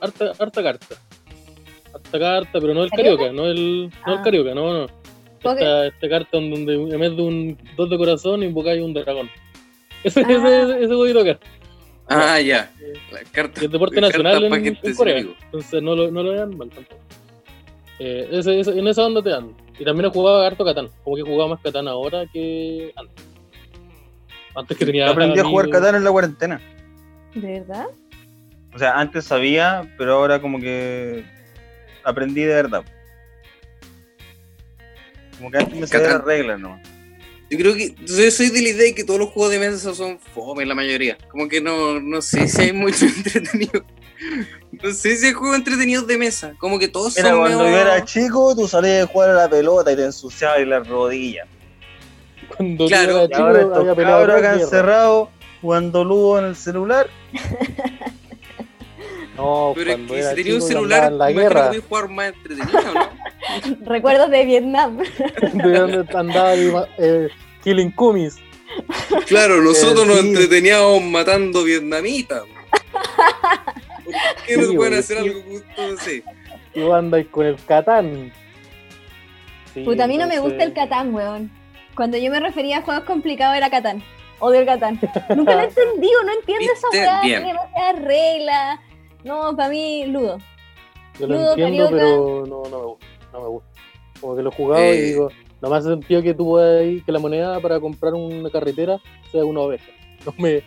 Speaker 2: Harta, harta carta. Harta carta, pero no el
Speaker 4: ¿Carioca?
Speaker 2: carioca, no el, no el
Speaker 4: Ah.
Speaker 2: carioca, no, no. Esta, esta carta en donde en vez de un dos de corazón invocáis un dragón. Ese,
Speaker 4: Ah.
Speaker 2: ese, ese voy a tocar.
Speaker 1: Ah, ya. La carta.
Speaker 2: Y el deporte
Speaker 1: la
Speaker 2: nacional
Speaker 1: carta
Speaker 2: en,
Speaker 1: pa'
Speaker 2: en
Speaker 1: gente
Speaker 2: Corea.
Speaker 1: ciego.
Speaker 2: Entonces no lo, no lo vean mal tampoco. Eh, ese- ese- en esa onda te dan. Y también he jugado harto Catán. Como que jugaba más Catán ahora que antes. Antes que tenía.
Speaker 3: Yo aprendí a jugar
Speaker 2: amigos.
Speaker 3: Catán en la cuarentena.
Speaker 4: ¿De verdad?
Speaker 3: O sea, antes sabía, pero ahora como que aprendí de verdad. Como que antes me sabía
Speaker 1: Catán.
Speaker 3: las reglas, ¿no?
Speaker 1: Yo creo que. Yo soy de la idea de que todos los juegos de mesa son fome, la mayoría. Como que no, no sé si hay mucho entretenido. No sé si hay juegos entretenidos de mesa. Como que todos
Speaker 3: Mira,
Speaker 1: son.
Speaker 3: cuando
Speaker 1: medio-
Speaker 3: yo era chico, tú salías a jugar a la pelota y te ensuciabas las rodillas.
Speaker 2: Cuando tú
Speaker 1: Claro.
Speaker 2: eras
Speaker 3: Y ahora
Speaker 2: chico, había
Speaker 3: estos
Speaker 2: peleado
Speaker 3: cabros acá
Speaker 2: dos mierdas.
Speaker 3: encerrados jugando ludo en el celular.
Speaker 2: No,
Speaker 1: Pero es
Speaker 2: cuando
Speaker 1: que
Speaker 2: era
Speaker 1: si tenía un
Speaker 2: chico y
Speaker 1: celular,
Speaker 2: andaba en la
Speaker 1: imagino que
Speaker 2: guerra,
Speaker 1: podía jugar más entretenido, ¿no?
Speaker 4: Recuerdos de Vietnam.
Speaker 2: de donde andaba ahí, eh, Killing Kumis.
Speaker 1: Claro, nosotros nos
Speaker 2: sí.
Speaker 1: entreteníamos matando vietnamitas. bro. ¿Por qué
Speaker 2: Sí,
Speaker 1: no pueden
Speaker 2: güey,
Speaker 1: hacer
Speaker 2: sí.
Speaker 1: algo justo? No sé.
Speaker 2: Y vos andáis con el Catán. Sí,
Speaker 4: Puta, a mí no me gusta el
Speaker 2: entonces-
Speaker 4: Catán, weón. Cuando yo me refería a juegos complicados era Catán. Odio el Catán. Nunca lo he entendido, no entiendo esa
Speaker 1: Viste,
Speaker 4: weá.
Speaker 1: bien.
Speaker 4: Tiene demasiadas reglas. No, para mí, Ludo.
Speaker 2: Yo lo
Speaker 4: Ludo,
Speaker 2: entiendo,
Speaker 4: Carioca.
Speaker 2: pero no, no me gusta. No me gusta. Como que lo he jugado
Speaker 1: Eh.
Speaker 2: y digo, no me hace sentido que tú puedas ir- que la moneda para comprar una carretera sea una oveja. No me.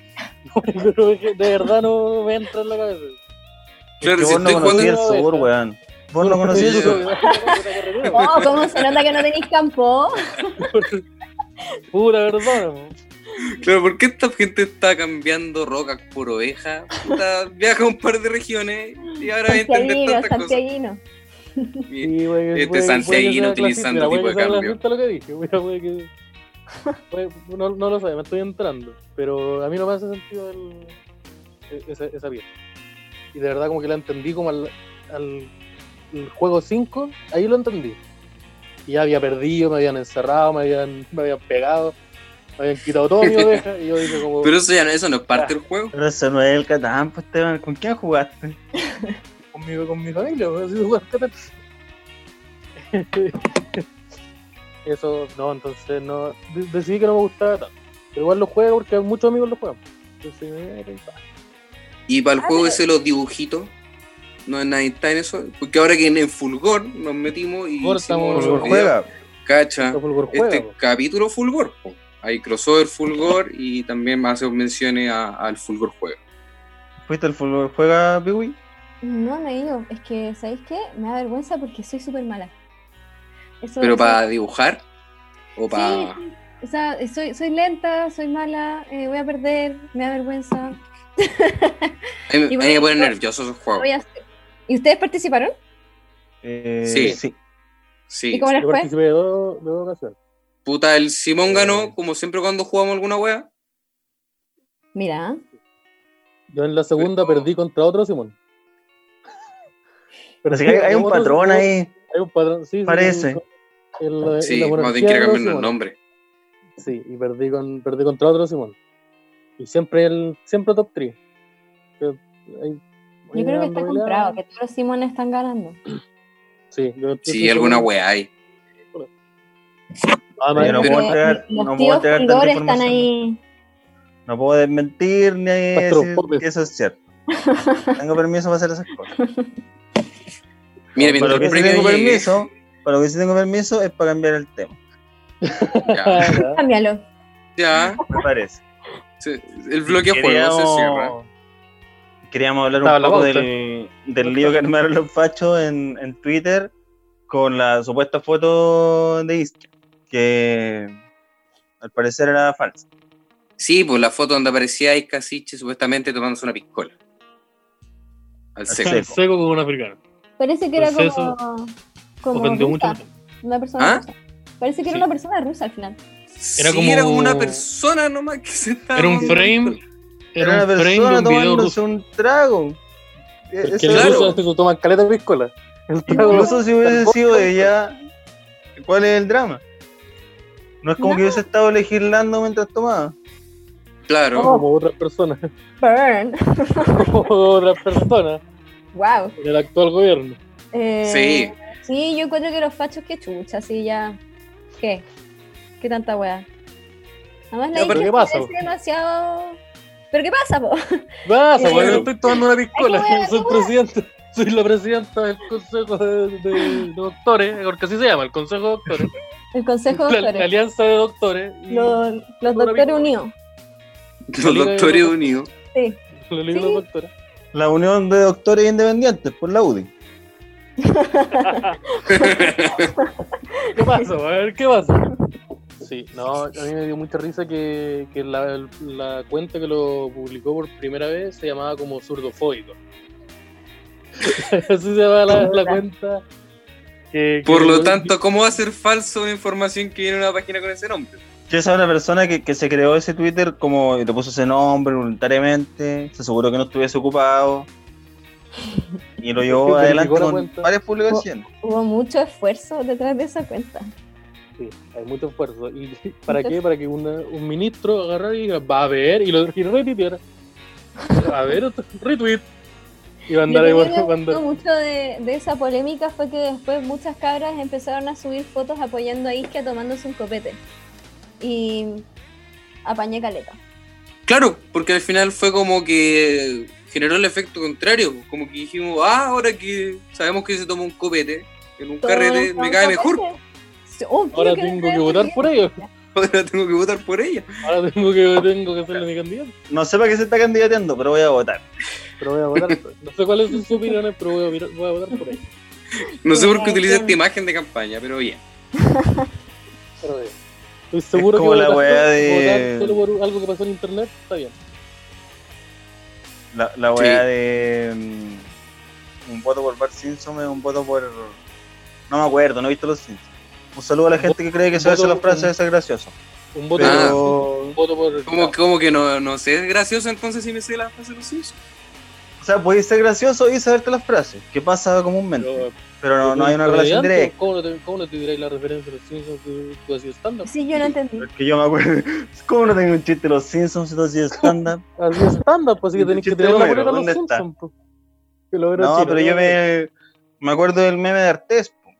Speaker 2: no me- no me- de verdad no me entra en la cabeza.
Speaker 1: Claro,
Speaker 3: que
Speaker 1: si
Speaker 3: vos no
Speaker 1: estoy jugando.
Speaker 3: conocías el
Speaker 2: jugando-
Speaker 3: sur, weón. Vos no conocías el
Speaker 1: yo-
Speaker 3: sur.
Speaker 4: Oh, ¿cómo se nota que no tenéis campo?
Speaker 2: Pura verdad. po.
Speaker 1: Claro, ¿por qué esta gente está cambiando rocas por oveja? Puta, viaja un par de regiones y ahora va a entender
Speaker 4: Santiaguino,
Speaker 1: tantas cosas.
Speaker 4: Santiaguino.
Speaker 1: Mira,
Speaker 2: Sí, güey,
Speaker 1: Este
Speaker 2: puede- puede
Speaker 1: Santiaguino
Speaker 2: que sea
Speaker 1: utilizando tipo
Speaker 2: clasista,
Speaker 1: de
Speaker 2: puede que sea
Speaker 1: cambio.
Speaker 2: clasista lo que dije, güey, puede que- puede- no, no lo sé, me estoy entrando. Pero a mí no me hace sentido el- e- esa, esa pieza. Y de verdad, como que la entendí como al, al- el juego 5, ahí lo entendí. Y ya había perdido, me habían encerrado, me habían, me habían pegado, me habían quitado todo mi oveja. Y yo dije, como.
Speaker 1: Pero eso ya no, eso no es parte del juego.
Speaker 3: Pero eso no es el Catán, pues Esteban. ¿Con quién jugaste?
Speaker 2: conmigo con mi familia, pues, así de jugar Catán. Eso, no, entonces no. de- Decidí que no me gustaba tanto. Pero igual lo juego porque muchos amigos lo juegan. Entonces, eh, pa.
Speaker 1: Y para el
Speaker 4: Ah,
Speaker 1: juego
Speaker 4: pero-
Speaker 1: ese los dibujitos. No es nadie está en eso. Porque ahora que en en Fulgor nos metimos y
Speaker 2: Fulgor estamos-
Speaker 1: hicimos
Speaker 3: Por
Speaker 1: los
Speaker 2: Fulgor
Speaker 1: videos.
Speaker 3: juega. Ah,
Speaker 1: Cacha.
Speaker 2: Lo Fulgor juega,
Speaker 1: este
Speaker 2: po.
Speaker 1: capítulo Fulgor. po. Hay crossover Fulgor y también hace menciones a- al Fulgor Juego.
Speaker 3: ¿Fuiste al fútbol juega, Piwi?
Speaker 4: No, no he ido. Es que, ¿sabéis qué? Me da vergüenza porque soy súper mala. Eso-
Speaker 1: Pero
Speaker 4: eso-
Speaker 1: para dibujar o
Speaker 4: Sí,
Speaker 1: para.
Speaker 4: sí. O sea, soy, soy lenta, soy mala, eh, voy a perder, me da vergüenza.
Speaker 1: A mí- a mí
Speaker 4: bueno,
Speaker 1: me ponen
Speaker 4: yo-
Speaker 1: nerviosos esos juegos.
Speaker 4: Voy a hacer- ¿Y ustedes participaron?
Speaker 3: Eh,
Speaker 1: Sí.
Speaker 3: sí.
Speaker 1: Sí.
Speaker 4: ¿Y cómo les
Speaker 2: Yo
Speaker 4: fue?
Speaker 2: participé de dos, de dos ocasiones.
Speaker 1: Puta, el
Speaker 2: Eh,
Speaker 1: Simón ganó, como siempre cuando jugamos alguna wea.
Speaker 4: Mira,
Speaker 2: Yo en la segunda
Speaker 1: Pero-
Speaker 2: perdí contra otro Simón. Pero
Speaker 3: Así que hay, hay un patrón ahí.
Speaker 2: Hay un patrón, sí. sí,
Speaker 3: Parece.
Speaker 2: en la- en
Speaker 1: Sí,
Speaker 2: eh, la
Speaker 1: vamos a tener
Speaker 2: monarquía
Speaker 1: que
Speaker 2: de los
Speaker 1: cambiarnos el
Speaker 2: Simón.
Speaker 1: nombre.
Speaker 2: Sí, y perdí, con, perdí contra otro Simón. Y siempre el siempre top 3. Yo
Speaker 4: yo creo que está comprado, que todos los Simones están ganando.
Speaker 2: Sí, yo,
Speaker 1: Sí, alguna wea hay.
Speaker 2: Ah,
Speaker 3: Yo no
Speaker 2: madre,
Speaker 4: Porque
Speaker 3: puedo entregar-
Speaker 4: los
Speaker 3: no puedo
Speaker 4: tíos
Speaker 3: entregar tanta
Speaker 4: Fulgor están
Speaker 3: información.
Speaker 4: ahí.
Speaker 3: No puedo desmentir ni decir
Speaker 2: Pastrofobia.
Speaker 3: que eso es cierto. Tengo permiso para hacer esas cosas.
Speaker 1: Mira,
Speaker 3: para
Speaker 1: mientras
Speaker 3: lo que
Speaker 1: el
Speaker 3: sí
Speaker 1: premio
Speaker 3: tengo
Speaker 1: llegue,
Speaker 3: permiso, para lo que sí tengo permiso es para cambiar el tema.
Speaker 1: ya,
Speaker 4: Cámbialo.
Speaker 1: ya.
Speaker 3: Me parece.
Speaker 1: Se- el bloque juego se cierra.
Speaker 3: Queríamos hablar un
Speaker 2: Estaba la
Speaker 3: poco
Speaker 2: pauta.
Speaker 3: del, del lío que armaron los fachos en, en Twitter con la supuesta foto de Iskia, que al parecer era falsa.
Speaker 1: Sí, pues la foto donde aparecía Ica Siche supuestamente tomándose una piscola. Al
Speaker 3: Al
Speaker 1: seco.
Speaker 3: seco.
Speaker 2: seco como un africano.
Speaker 4: Parece que era
Speaker 2: Pues
Speaker 4: como, como
Speaker 2: Ofendió mucho.
Speaker 4: rusa, una persona
Speaker 1: ¿Ah?
Speaker 4: rusa. Parece que
Speaker 2: Sí.
Speaker 4: era una persona rusa al final.
Speaker 1: Era,
Speaker 2: Era
Speaker 1: sí,
Speaker 2: como-
Speaker 1: era como una persona nomás que se estaba.
Speaker 2: Era un
Speaker 1: dando-
Speaker 2: frame. Era un
Speaker 3: Era, una
Speaker 2: frame de
Speaker 3: persona
Speaker 2: un video
Speaker 3: tomándose
Speaker 2: ruso.
Speaker 3: un trago. E-
Speaker 2: Porque
Speaker 3: eso
Speaker 1: el
Speaker 3: era-
Speaker 1: Claro. ruso-
Speaker 2: se toman caleta de piscola. El trago
Speaker 3: Incluso si hubiese
Speaker 2: tampoco-
Speaker 3: sido ella, ¿cuál es el drama? No es como que
Speaker 4: No.
Speaker 3: hubiese estado legislando mientras tomaba.
Speaker 1: Claro.
Speaker 2: como otras personas.
Speaker 4: Burn.
Speaker 2: Como otras personas
Speaker 4: Wow. Eh,
Speaker 2: en el actual gobierno.
Speaker 1: Sí.
Speaker 4: Sí, yo encuentro que los fachos que chucha, sí, ya. ¿Qué? ¿Qué tanta weá? Además,
Speaker 2: Ya,
Speaker 4: la
Speaker 2: pero
Speaker 4: isla
Speaker 2: ¿qué pasa,
Speaker 4: parece
Speaker 2: po?
Speaker 4: demasiado. ¿Pero qué pasa, po?
Speaker 2: Vas,
Speaker 1: Claro.
Speaker 2: bueno, estoy tomando una piscola.
Speaker 4: Ay, qué buena,
Speaker 2: Soy
Speaker 4: qué
Speaker 2: presidenta, soy la presidenta del Consejo de, de- de Doctores, porque así se llama, el Consejo de Doctores.
Speaker 4: El consejo de
Speaker 2: La, la
Speaker 4: doctores.
Speaker 2: Alianza de Doctores. y
Speaker 4: Los, los doctores
Speaker 2: piscola.
Speaker 4: unidos.
Speaker 1: Los doctores unidos.
Speaker 4: Sí.
Speaker 2: la Liga de
Speaker 4: Sí.
Speaker 2: Doctores.
Speaker 3: La Unión de Doctores Independientes, por la UDI.
Speaker 2: ¿Qué pasa? A ver, ¿qué pasa? Sí, no, a mí me dio mucha risa que, que la, la cuenta que lo publicó por primera vez se llamaba como zurdofoico. Así se llama la, la cuenta. que- que-
Speaker 1: Por lo tanto, ¿cómo va a ser falso una información que viene en una página con ese nombre?
Speaker 3: Yo esa es una persona que, que se creó ese Twitter como y le puso ese nombre voluntariamente, se aseguró que no estuviese ocupado y lo llevó
Speaker 2: Publicó la
Speaker 3: adelante con
Speaker 2: cuenta.
Speaker 3: varias publicaciones.
Speaker 4: Hubo mucho esfuerzo detrás de esa cuenta.
Speaker 2: Sí, hay mucho esfuerzo. ¿Y para qué? Para que una- un ministro agarrara y diga, va a ver, y lo y retuiteara. A ver, otro retweet. Y va a andar ahí,
Speaker 4: Lo que
Speaker 2: bueno,
Speaker 4: me
Speaker 2: va a andar-
Speaker 4: gustó mucho de, de esa polémica fue que después muchas cabras empezaron a subir fotos apoyando a Isquia tomándose un copete. Y apañé caleta.
Speaker 1: Claro, porque al final fue como que generó el efecto contrario. pues, Como que dijimos, ah, ahora que sabemos que se tomó un copete en un carrete, me cae mejor.
Speaker 4: oh,
Speaker 2: Ahora tengo que votar por ellos.
Speaker 1: Ahora tengo que votar por ella.
Speaker 2: Ahora tengo que, tengo que hacerle mi candidato.
Speaker 3: No sé para qué se está candidateando, pero voy a votar.
Speaker 2: Pero voy a votar. No sé cuáles son sus opiniones, pero voy a, vir- voy a votar por ellos.
Speaker 1: No sé por qué
Speaker 4: Bien,
Speaker 1: utiliza
Speaker 4: bien.
Speaker 1: esta imagen de campaña, pero bien.
Speaker 2: Pero, eh, estoy seguro
Speaker 3: como
Speaker 2: que
Speaker 3: la
Speaker 2: votar
Speaker 3: weá
Speaker 2: solo-
Speaker 3: de-
Speaker 2: votar solo por algo que pasó en internet está bien.
Speaker 3: La, la
Speaker 1: Sí.
Speaker 3: weá de mm, un voto por Bart Simpson es un voto por. No me acuerdo, no he visto los Simpsons. Un saludo a la gente que cree que
Speaker 2: voto-
Speaker 3: saberse las frases es gracioso.
Speaker 2: Un voto, Ah. por,
Speaker 3: Pero.
Speaker 2: un voto por.
Speaker 1: Como, como que no, no sé, es gracioso entonces si me sé la frase de los Simpsons.
Speaker 3: O sea, puedes ser gracioso y saberte las frases, que pasa comúnmente.
Speaker 2: Pero-
Speaker 3: Pero no,
Speaker 2: pero
Speaker 3: no hay una
Speaker 2: de
Speaker 3: relación
Speaker 2: antes,
Speaker 3: directa.
Speaker 2: ¿Cómo no te, cómo no te dirás la referencia de los Simpsons que tú hacías stand-up?
Speaker 4: Sí, yo no entendí.
Speaker 3: Que yo me acuerdo. ¿Cómo no tengo un chiste de los Simpsons si no hacía stand-up?
Speaker 2: Así es estándar, pues así que tenés que
Speaker 3: Chiste
Speaker 2: tener la
Speaker 3: número,
Speaker 2: bolera de los
Speaker 3: ¿dónde está?
Speaker 2: Simpsons. pues. Que lo verás
Speaker 3: No,
Speaker 2: chino,
Speaker 3: pero yo me, me acuerdo del meme de Artés, po,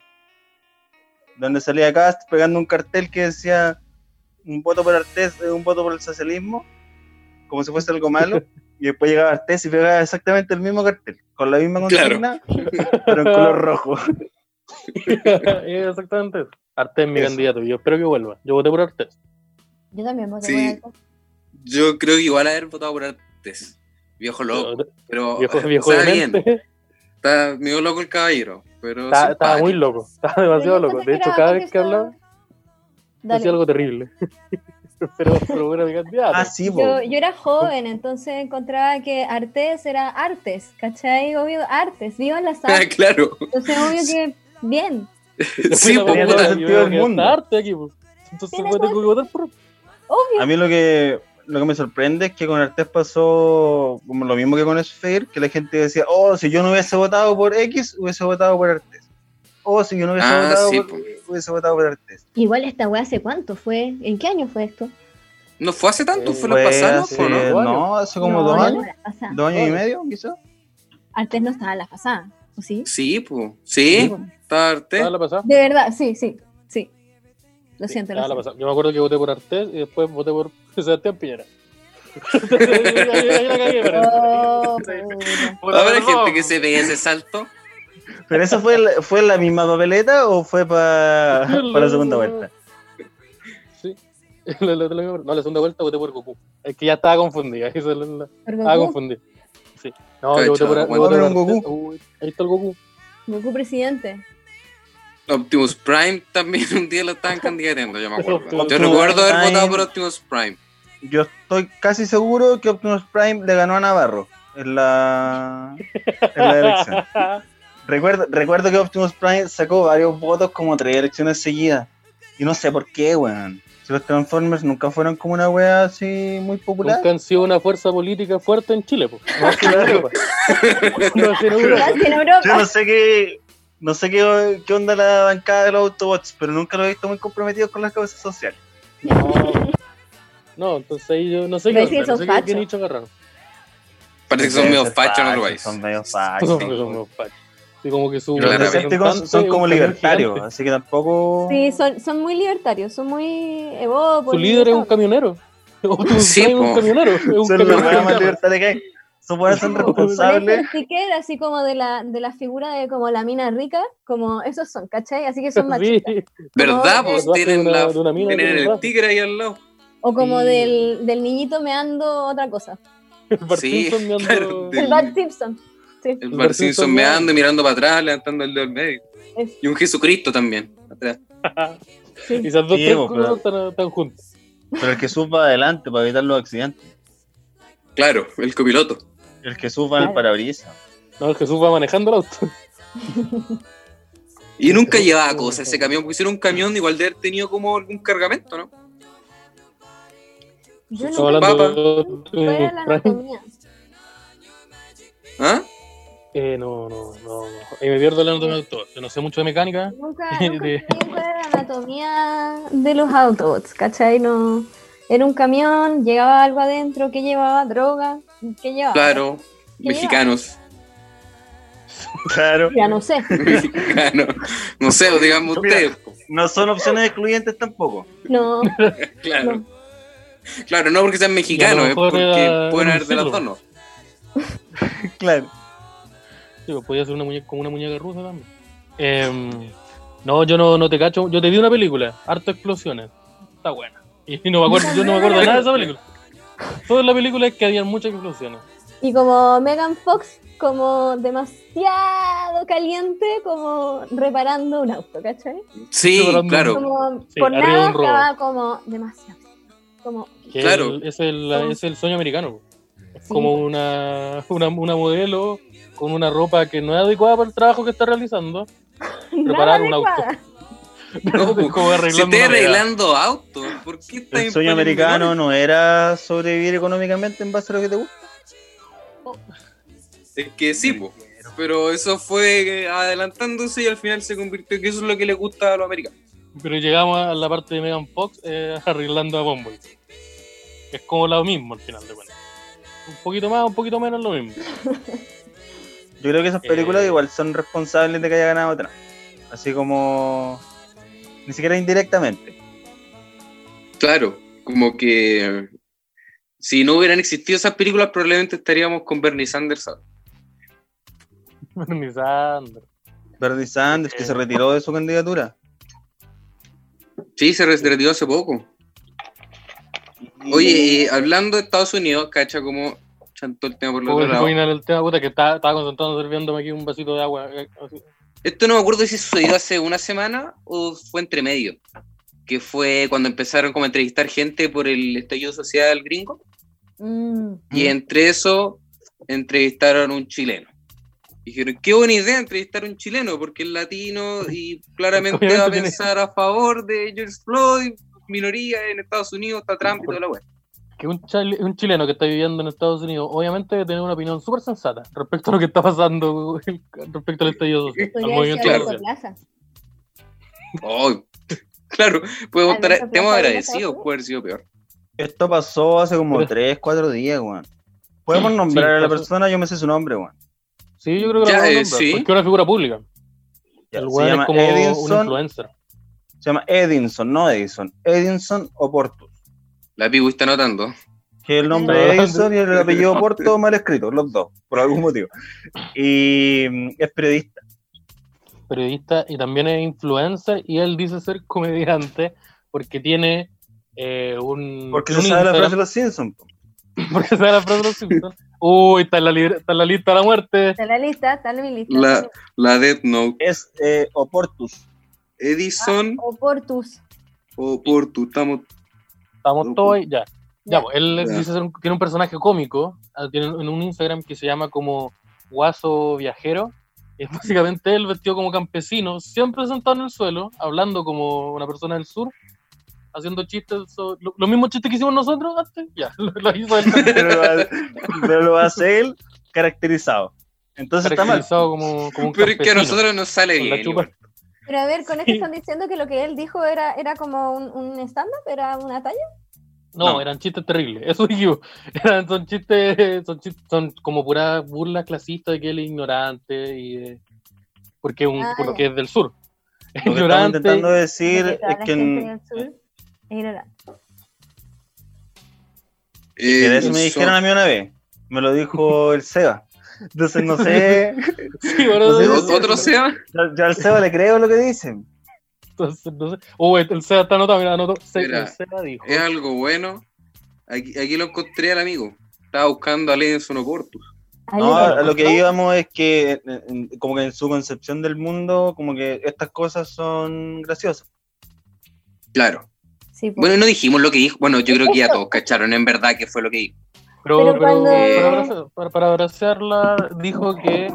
Speaker 3: donde salía Cast pegando un cartel que decía un voto por Artés, eh, un voto por el socialismo, como si fuese algo malo, y después llegaba Artés y pegaba exactamente el mismo cartel, con la misma
Speaker 1: Claro.
Speaker 3: consigna, pero en color rojo.
Speaker 2: Exactamente. Artés mi
Speaker 3: Eso.
Speaker 2: candidato, yo espero que vuelva. Yo voté por Artés.
Speaker 4: Yo también voté
Speaker 1: Sí.
Speaker 4: por algo.
Speaker 1: Yo creo que igual haber votado por Artes. Viejo loco. Pero
Speaker 2: Viejo,
Speaker 1: eh,
Speaker 2: viejo
Speaker 1: está
Speaker 2: demente.
Speaker 1: bien. Está medio loco el caballero. Pero
Speaker 2: Estaba- Estaba
Speaker 1: simpático.
Speaker 2: muy loco, estaba
Speaker 4: Pero
Speaker 2: demasiado
Speaker 4: yo
Speaker 2: loco.
Speaker 4: pensé
Speaker 2: De hecho,
Speaker 4: era
Speaker 2: cada
Speaker 4: porque
Speaker 2: vez que hablaba,
Speaker 4: estaba- Dale.
Speaker 2: decía algo terrible. pero, pero era mi candidato.
Speaker 3: Ah, sí, po.
Speaker 4: Yo, yo era joven, entonces encontraba que artes era artes, ¿cachai? Obvio, artes, vivan las
Speaker 1: Ah,
Speaker 4: artes.
Speaker 1: claro.
Speaker 4: Entonces, obvio que bien.
Speaker 2: Después
Speaker 1: sí,
Speaker 2: la
Speaker 1: pues,
Speaker 2: voy a
Speaker 3: todo
Speaker 2: votar,
Speaker 1: puta.
Speaker 3: sentido
Speaker 2: yo
Speaker 3: del
Speaker 2: voy a
Speaker 3: mundo.
Speaker 2: votar arte aquí, pues. Entonces
Speaker 4: Tienes
Speaker 2: pues, tengo que votar por
Speaker 4: Obvio.
Speaker 3: A mí lo que, lo que me sorprende es que con Artés pasó como lo mismo que con Sphere, que la gente decía, oh, si yo no hubiese votado por X, hubiese votado por Artés. O si yo no hubiese
Speaker 1: Ah,
Speaker 3: votado
Speaker 1: sí,
Speaker 3: por-
Speaker 1: po.
Speaker 3: hubiese votado por Artés.
Speaker 4: Igual esta weá hace cuánto fue, ¿en qué año fue esto?
Speaker 1: No fue hace tanto,
Speaker 2: Eh,
Speaker 1: fue lo pasado,
Speaker 3: hace-
Speaker 1: po, ¿no?
Speaker 2: ¿no?
Speaker 3: No, hace como
Speaker 4: No,
Speaker 3: dos
Speaker 4: ya
Speaker 3: años,
Speaker 4: no era pasada.
Speaker 3: dos años y
Speaker 2: Dos.
Speaker 3: medio, quizás.
Speaker 4: Artes no estaba en la pasada, ¿o sí?
Speaker 1: Sí, pues. Sí, estaba Artes.
Speaker 2: Estaba la pasada.
Speaker 4: De verdad, sí, sí, sí. Lo
Speaker 2: Sí,
Speaker 4: siento,
Speaker 2: estaba la
Speaker 4: lo siento.
Speaker 2: pasada. Yo me acuerdo que voté por Artés y después voté por Sebastián Piñera. Ahí- ahí la cagué, pero-
Speaker 4: Oh, puta.
Speaker 1: Habrá gente que se ve ese salto.
Speaker 3: ¿Pero eso fue, la- fue la misma papeleta o fue pa- para
Speaker 2: Sí,
Speaker 3: la segunda vuelta?
Speaker 2: Sí. La- la- la misma- no, la segunda vuelta voté por Goku. Es que ya estaba confundida. ahí se la- la-
Speaker 4: Por
Speaker 2: Estaba
Speaker 4: Goku,
Speaker 2: confundida. Sí. No, yo voté por,
Speaker 1: Cachado,
Speaker 2: yo voté por
Speaker 3: bueno.
Speaker 2: Artés.
Speaker 3: Goku.
Speaker 2: Uy, Ahí está el Goku.
Speaker 4: Goku presidente.
Speaker 1: Optimus Prime también un día lo estaban candidateando, yo me acuerdo.
Speaker 2: Optimus
Speaker 1: Yo recuerdo haber
Speaker 3: Prime.
Speaker 1: votado por Optimus Prime.
Speaker 3: Yo estoy casi seguro que Optimus Prime le ganó a Navarro en la, en la elección. Recuerdo, recuerdo que Optimus Prime sacó varios votos como tres elecciones seguidas. Y no sé por qué, weón. Si los Transformers nunca fueron como una wea así muy popular.
Speaker 2: Nunca han sido una fuerza política fuerte en Chile. po. No así en Europa. No así en Europa.
Speaker 4: Gracias, en Europa.
Speaker 3: Yo no sé qué, no sé qué, qué onda la bancada de los Autobots, pero nunca lo he visto muy comprometidos con las causas sociales.
Speaker 2: No. No, entonces ahí yo no sé
Speaker 4: Me
Speaker 2: qué,
Speaker 4: dicen
Speaker 2: onda, no
Speaker 4: son
Speaker 2: sé qué, qué
Speaker 4: fachos.
Speaker 2: nicho agarraron.
Speaker 1: Parece que son
Speaker 3: Deben
Speaker 1: medio
Speaker 3: ser
Speaker 1: fachos en
Speaker 3: fachos,
Speaker 1: Uruguay.
Speaker 3: Son medio
Speaker 2: Son-
Speaker 3: fachos.
Speaker 2: son- son fachos. Así como que su
Speaker 3: Y Los
Speaker 1: Claramente.
Speaker 3: escépticos
Speaker 2: representante
Speaker 3: son
Speaker 2: es
Speaker 3: como
Speaker 2: un camión
Speaker 3: libertarios,
Speaker 2: gigante.
Speaker 3: así que tampoco.
Speaker 4: Sí, son, son muy libertarios, son muy evópolis,
Speaker 2: Su líder es un
Speaker 4: son-
Speaker 2: camionero. O tú
Speaker 1: Sí,
Speaker 2: sabes, un
Speaker 1: po.
Speaker 2: camionero. Es un
Speaker 3: son los
Speaker 2: camionero.
Speaker 3: weones más libertarios que hay. Son weones son
Speaker 2: Son
Speaker 3: responsables.
Speaker 4: Parece sticker así como de la, de la figura de como la mina rica, como esos son, ¿cachai? Así que son
Speaker 2: Sí,
Speaker 4: machistas.
Speaker 1: ¿Verdad?
Speaker 4: No,
Speaker 1: Pues
Speaker 2: de- de
Speaker 1: tienen,
Speaker 2: una-
Speaker 1: la,
Speaker 2: de una mina
Speaker 1: tienen
Speaker 2: que
Speaker 1: el
Speaker 2: trabaja.
Speaker 1: tigre ahí al lado.
Speaker 4: O como
Speaker 2: Sí.
Speaker 4: del, del niñito meando otra cosa.
Speaker 2: el Bart
Speaker 1: Sí,
Speaker 2: Simpson meando-
Speaker 1: claro, de-
Speaker 4: El Bart Simpson. Sí,
Speaker 1: El
Speaker 2: El
Speaker 1: Bart
Speaker 2: Simpson
Speaker 1: Simpson
Speaker 2: mirando.
Speaker 1: meando, mirando para atrás, levantando el dedo al medio.
Speaker 4: Es-
Speaker 1: Y un Jesucristo también. Atrás.
Speaker 2: Y esas dos
Speaker 3: Sí,
Speaker 2: tres
Speaker 3: po,
Speaker 2: cosas
Speaker 3: pero-
Speaker 2: están, están juntas.
Speaker 3: Pero el que suba adelante para evitar los accidentes.
Speaker 1: Claro, el copiloto.
Speaker 3: El que suba en el
Speaker 4: Claro.
Speaker 3: parabrisas.
Speaker 2: No, el Jesús va manejando el auto.
Speaker 1: Y nunca llevaba cosas ese camión, porque si era un camión, igual de haber tenido como algún cargamento, ¿no?
Speaker 4: Yo
Speaker 2: Estamos
Speaker 4: no
Speaker 2: hablando
Speaker 1: Papa.
Speaker 2: de-
Speaker 4: fue la anatomía.
Speaker 1: ¿Ah?
Speaker 2: Eh, no, no, no. no. Eh, me pierdo hablando de auto. Yo no sé mucho de mecánica.
Speaker 4: Nunca,
Speaker 2: De-
Speaker 4: nunca entendí cuál era la anatomía de los Autobots, ¿cachai? No, era un camión, llegaba algo adentro, ¿qué llevaba? ¿Droga? ¿Qué llevaba?
Speaker 1: Claro,
Speaker 4: ¿Qué
Speaker 1: mexicanos.
Speaker 3: Claro.
Speaker 4: Ya no sé,
Speaker 1: mexicanos. No sé, digamos
Speaker 3: Mira.
Speaker 1: ustedes.
Speaker 3: No son opciones excluyentes tampoco.
Speaker 4: no,
Speaker 1: Claro. Claro, no porque sean mexicanos,
Speaker 2: Y a lo
Speaker 1: es
Speaker 2: mejor
Speaker 1: porque
Speaker 2: era
Speaker 1: pueden
Speaker 2: un
Speaker 1: haber de la
Speaker 2: ciclo.
Speaker 1: zona.
Speaker 3: Claro.
Speaker 2: Sí, pues, podía ser una muñeca, como una muñeca rusa también. Em, no, yo no, no te cacho. Yo te vi una película, harto explosiones. Está buena. Y no me acuerdo, yo no me acuerdo de nada de esa película. Todo en la película es que habían muchas explosiones.
Speaker 4: Y como Megan Fox, como demasiado caliente, como reparando un auto, ¿cachai?
Speaker 1: Sí,
Speaker 2: Estoy hablando-
Speaker 1: claro.
Speaker 4: Como
Speaker 2: Sí,
Speaker 4: por
Speaker 2: arriba de
Speaker 4: nada
Speaker 2: un robo.
Speaker 4: estaba como demasiado. Como,
Speaker 2: Que
Speaker 1: Claro.
Speaker 2: el- es, el, es el sueño americano. Es como una, una, una modelo con una ropa que no es adecuada para el trabajo que está realizando.
Speaker 4: nada
Speaker 2: Preparar un auto.
Speaker 4: adecuada.
Speaker 1: No, pues,
Speaker 2: como
Speaker 1: Si
Speaker 2: arreglando
Speaker 1: estoy
Speaker 2: una weá.
Speaker 1: arreglando autos, ¿por qué estás
Speaker 3: El sueño americano no era sobrevivir económicamente en base a lo que te gusta.
Speaker 1: Es que sí, po. Pero eso fue adelantándose y al final se convirtió en que eso es lo que le gusta a los americanos.
Speaker 2: Pero llegamos a la parte de Megan Fox eh, arreglando a Bumble. Que es como lo mismo al final de cuentas. Un poquito más, un poquito menos lo mismo.
Speaker 3: Yo creo que esas películas
Speaker 2: Eh.
Speaker 3: igual son responsables de que haya ganado otra. Así como. Ni siquiera indirectamente.
Speaker 1: Claro, como que eh, si no hubieran existido esas películas, probablemente estaríamos con Bernie Sanders. ahora.
Speaker 2: Bernie Sanders.
Speaker 3: Bernie Sanders, que
Speaker 2: Eh.
Speaker 3: se retiró de su candidatura.
Speaker 1: Sí, se retiró hace poco.
Speaker 3: Y-
Speaker 1: Oye, y hablando de Estados Unidos, cacha como chantó el tema por el
Speaker 2: Voy
Speaker 1: otro
Speaker 2: a
Speaker 1: lado.
Speaker 2: terminar el tema, puta, que estaba, estaba concentrado sirviéndome aquí un vasito de agua. eh, así.
Speaker 1: Esto no me acuerdo si sucedió hace una semana o fue entre medio, que fue cuando empezaron como a entrevistar gente por el estallido social gringo.
Speaker 4: Mm,
Speaker 1: Y entre eso entrevistaron a un chileno. Dijeron, qué buena idea entrevistar a un chileno, porque es latino y claramente va a
Speaker 2: Obviamente tiene-
Speaker 1: pensar a favor de George Floyd, minoría en Estados Unidos, está Trump y toda la wea.
Speaker 2: Que un, chali- un chileno que está viviendo en Estados Unidos, obviamente debe tener una opinión súper sensata respecto a lo que está pasando, respecto al estallido social, al
Speaker 4: podría haber
Speaker 2: movimiento
Speaker 4: sido
Speaker 1: claro.
Speaker 4: Alberto
Speaker 2: social.
Speaker 4: Plaza.
Speaker 1: Oh, claro, podemos estar,
Speaker 4: Alberto
Speaker 1: estemos
Speaker 4: Plaza,
Speaker 1: agradecidos por haber sido peor.
Speaker 3: Esto pasó hace como
Speaker 2: Pero-
Speaker 3: 3, 4 días, weón. Podemos nombrar
Speaker 2: Sí,
Speaker 3: a la
Speaker 2: pasó.
Speaker 3: persona, yo me sé su nombre, weón.
Speaker 2: Sí, yo creo que
Speaker 1: Ya,
Speaker 2: lo vamos a
Speaker 1: eh,
Speaker 2: nombrar,
Speaker 1: sí.
Speaker 2: porque es una figura pública. el
Speaker 3: Ya, Se
Speaker 2: weón
Speaker 3: llama
Speaker 2: es como un
Speaker 3: Edinson,
Speaker 2: influencer.
Speaker 3: se llama Edinson, no Edison. Edinson Oportus.
Speaker 1: La Pibu está notando.
Speaker 3: Que el nombre
Speaker 2: Ah.
Speaker 3: de Edison y el apellido Oporto mal escrito, los dos, por algún motivo. Y mm, es periodista.
Speaker 2: periodista y también es influencer y él dice ser comediante porque tiene eh, un
Speaker 3: Porque
Speaker 2: un
Speaker 3: se sabe la frase
Speaker 2: Instagram-
Speaker 3: de los Simpsons. po.
Speaker 2: porque se sabe la frase de los Simpsons. Uy, está en la, libre- está en la lista de la muerte.
Speaker 4: Está en la lista, está en mi lista.
Speaker 1: La- La Death Note,
Speaker 3: Es eh, Oportus.
Speaker 1: Edison
Speaker 2: Ah.
Speaker 4: Oportus.
Speaker 1: o Portu, estamos...
Speaker 2: Estamos
Speaker 1: Ujú.
Speaker 2: todos ahí, ya. Ya,
Speaker 4: Ya.
Speaker 2: pues, él
Speaker 1: Ya.
Speaker 2: dice ser un- tiene un personaje cómico ah, tiene en un Instagram que se llama como Guaso Viajero. Es básicamente él vestido como campesino, siempre sentado en el suelo, hablando como una persona del sur, haciendo chistes, so- lo- los mismos chistes que hicimos nosotros antes, ya, lo, lo hizo él.
Speaker 3: Pero lo, hace- pero lo hace él caracterizado. Entonces está mal.
Speaker 2: caracterizado como, como un
Speaker 1: Pero es que a
Speaker 2: campesino.
Speaker 1: nosotros nos sale
Speaker 2: Con la
Speaker 1: bien.
Speaker 2: chupa.
Speaker 1: igual.
Speaker 4: Pero a ver, con esto están diciendo que lo que él dijo era, era como un, un stand-up, era una talla.
Speaker 2: No,
Speaker 3: No.
Speaker 2: eran chistes terribles, eso digo. Eran, son chistes, son chistes, son como puras burlas clasistas de que él es ignorante y de, porque, es un,
Speaker 4: Ah,
Speaker 2: porque
Speaker 4: ya.
Speaker 2: es del sur. Es
Speaker 3: Lo que estamos
Speaker 2: ignorante.
Speaker 3: intentando decir
Speaker 4: Porque toda
Speaker 3: es
Speaker 4: la
Speaker 3: que,
Speaker 4: gente
Speaker 3: en-
Speaker 4: del sur es ignorante.
Speaker 3: que de
Speaker 1: Eh,
Speaker 3: eso me
Speaker 1: son-
Speaker 3: dijeron a mí una vez. Me lo dijo el Seba. Entonces no sé,
Speaker 2: Sí, bueno,
Speaker 3: No sé,
Speaker 2: no-
Speaker 1: ¿Ot- ¿Otro sea?
Speaker 3: yo, yo al Seba le creo lo que dicen.
Speaker 2: entonces, no sé. Oh, el el SEA está anotado, mira, anotó. Se-
Speaker 1: Mira.
Speaker 2: El SEA dijo.
Speaker 1: Es algo bueno. Aquí, aquí lo encontré al amigo. Estaba buscando a Lenson Oportus.
Speaker 4: Ahí
Speaker 3: No,
Speaker 4: está.
Speaker 3: a lo que íbamos es que eh, eh, como que en su concepción del mundo, como que estas cosas son graciosas.
Speaker 1: Claro.
Speaker 4: Sí, pues.
Speaker 1: Bueno, no dijimos lo que dijo. Bueno, yo creo que ya todos cacharon en verdad que fue lo que dijo.
Speaker 2: Pero,
Speaker 4: Pero
Speaker 2: pero eh,
Speaker 4: cuando-
Speaker 2: para, abrazar- para- para abrazarla, dijo que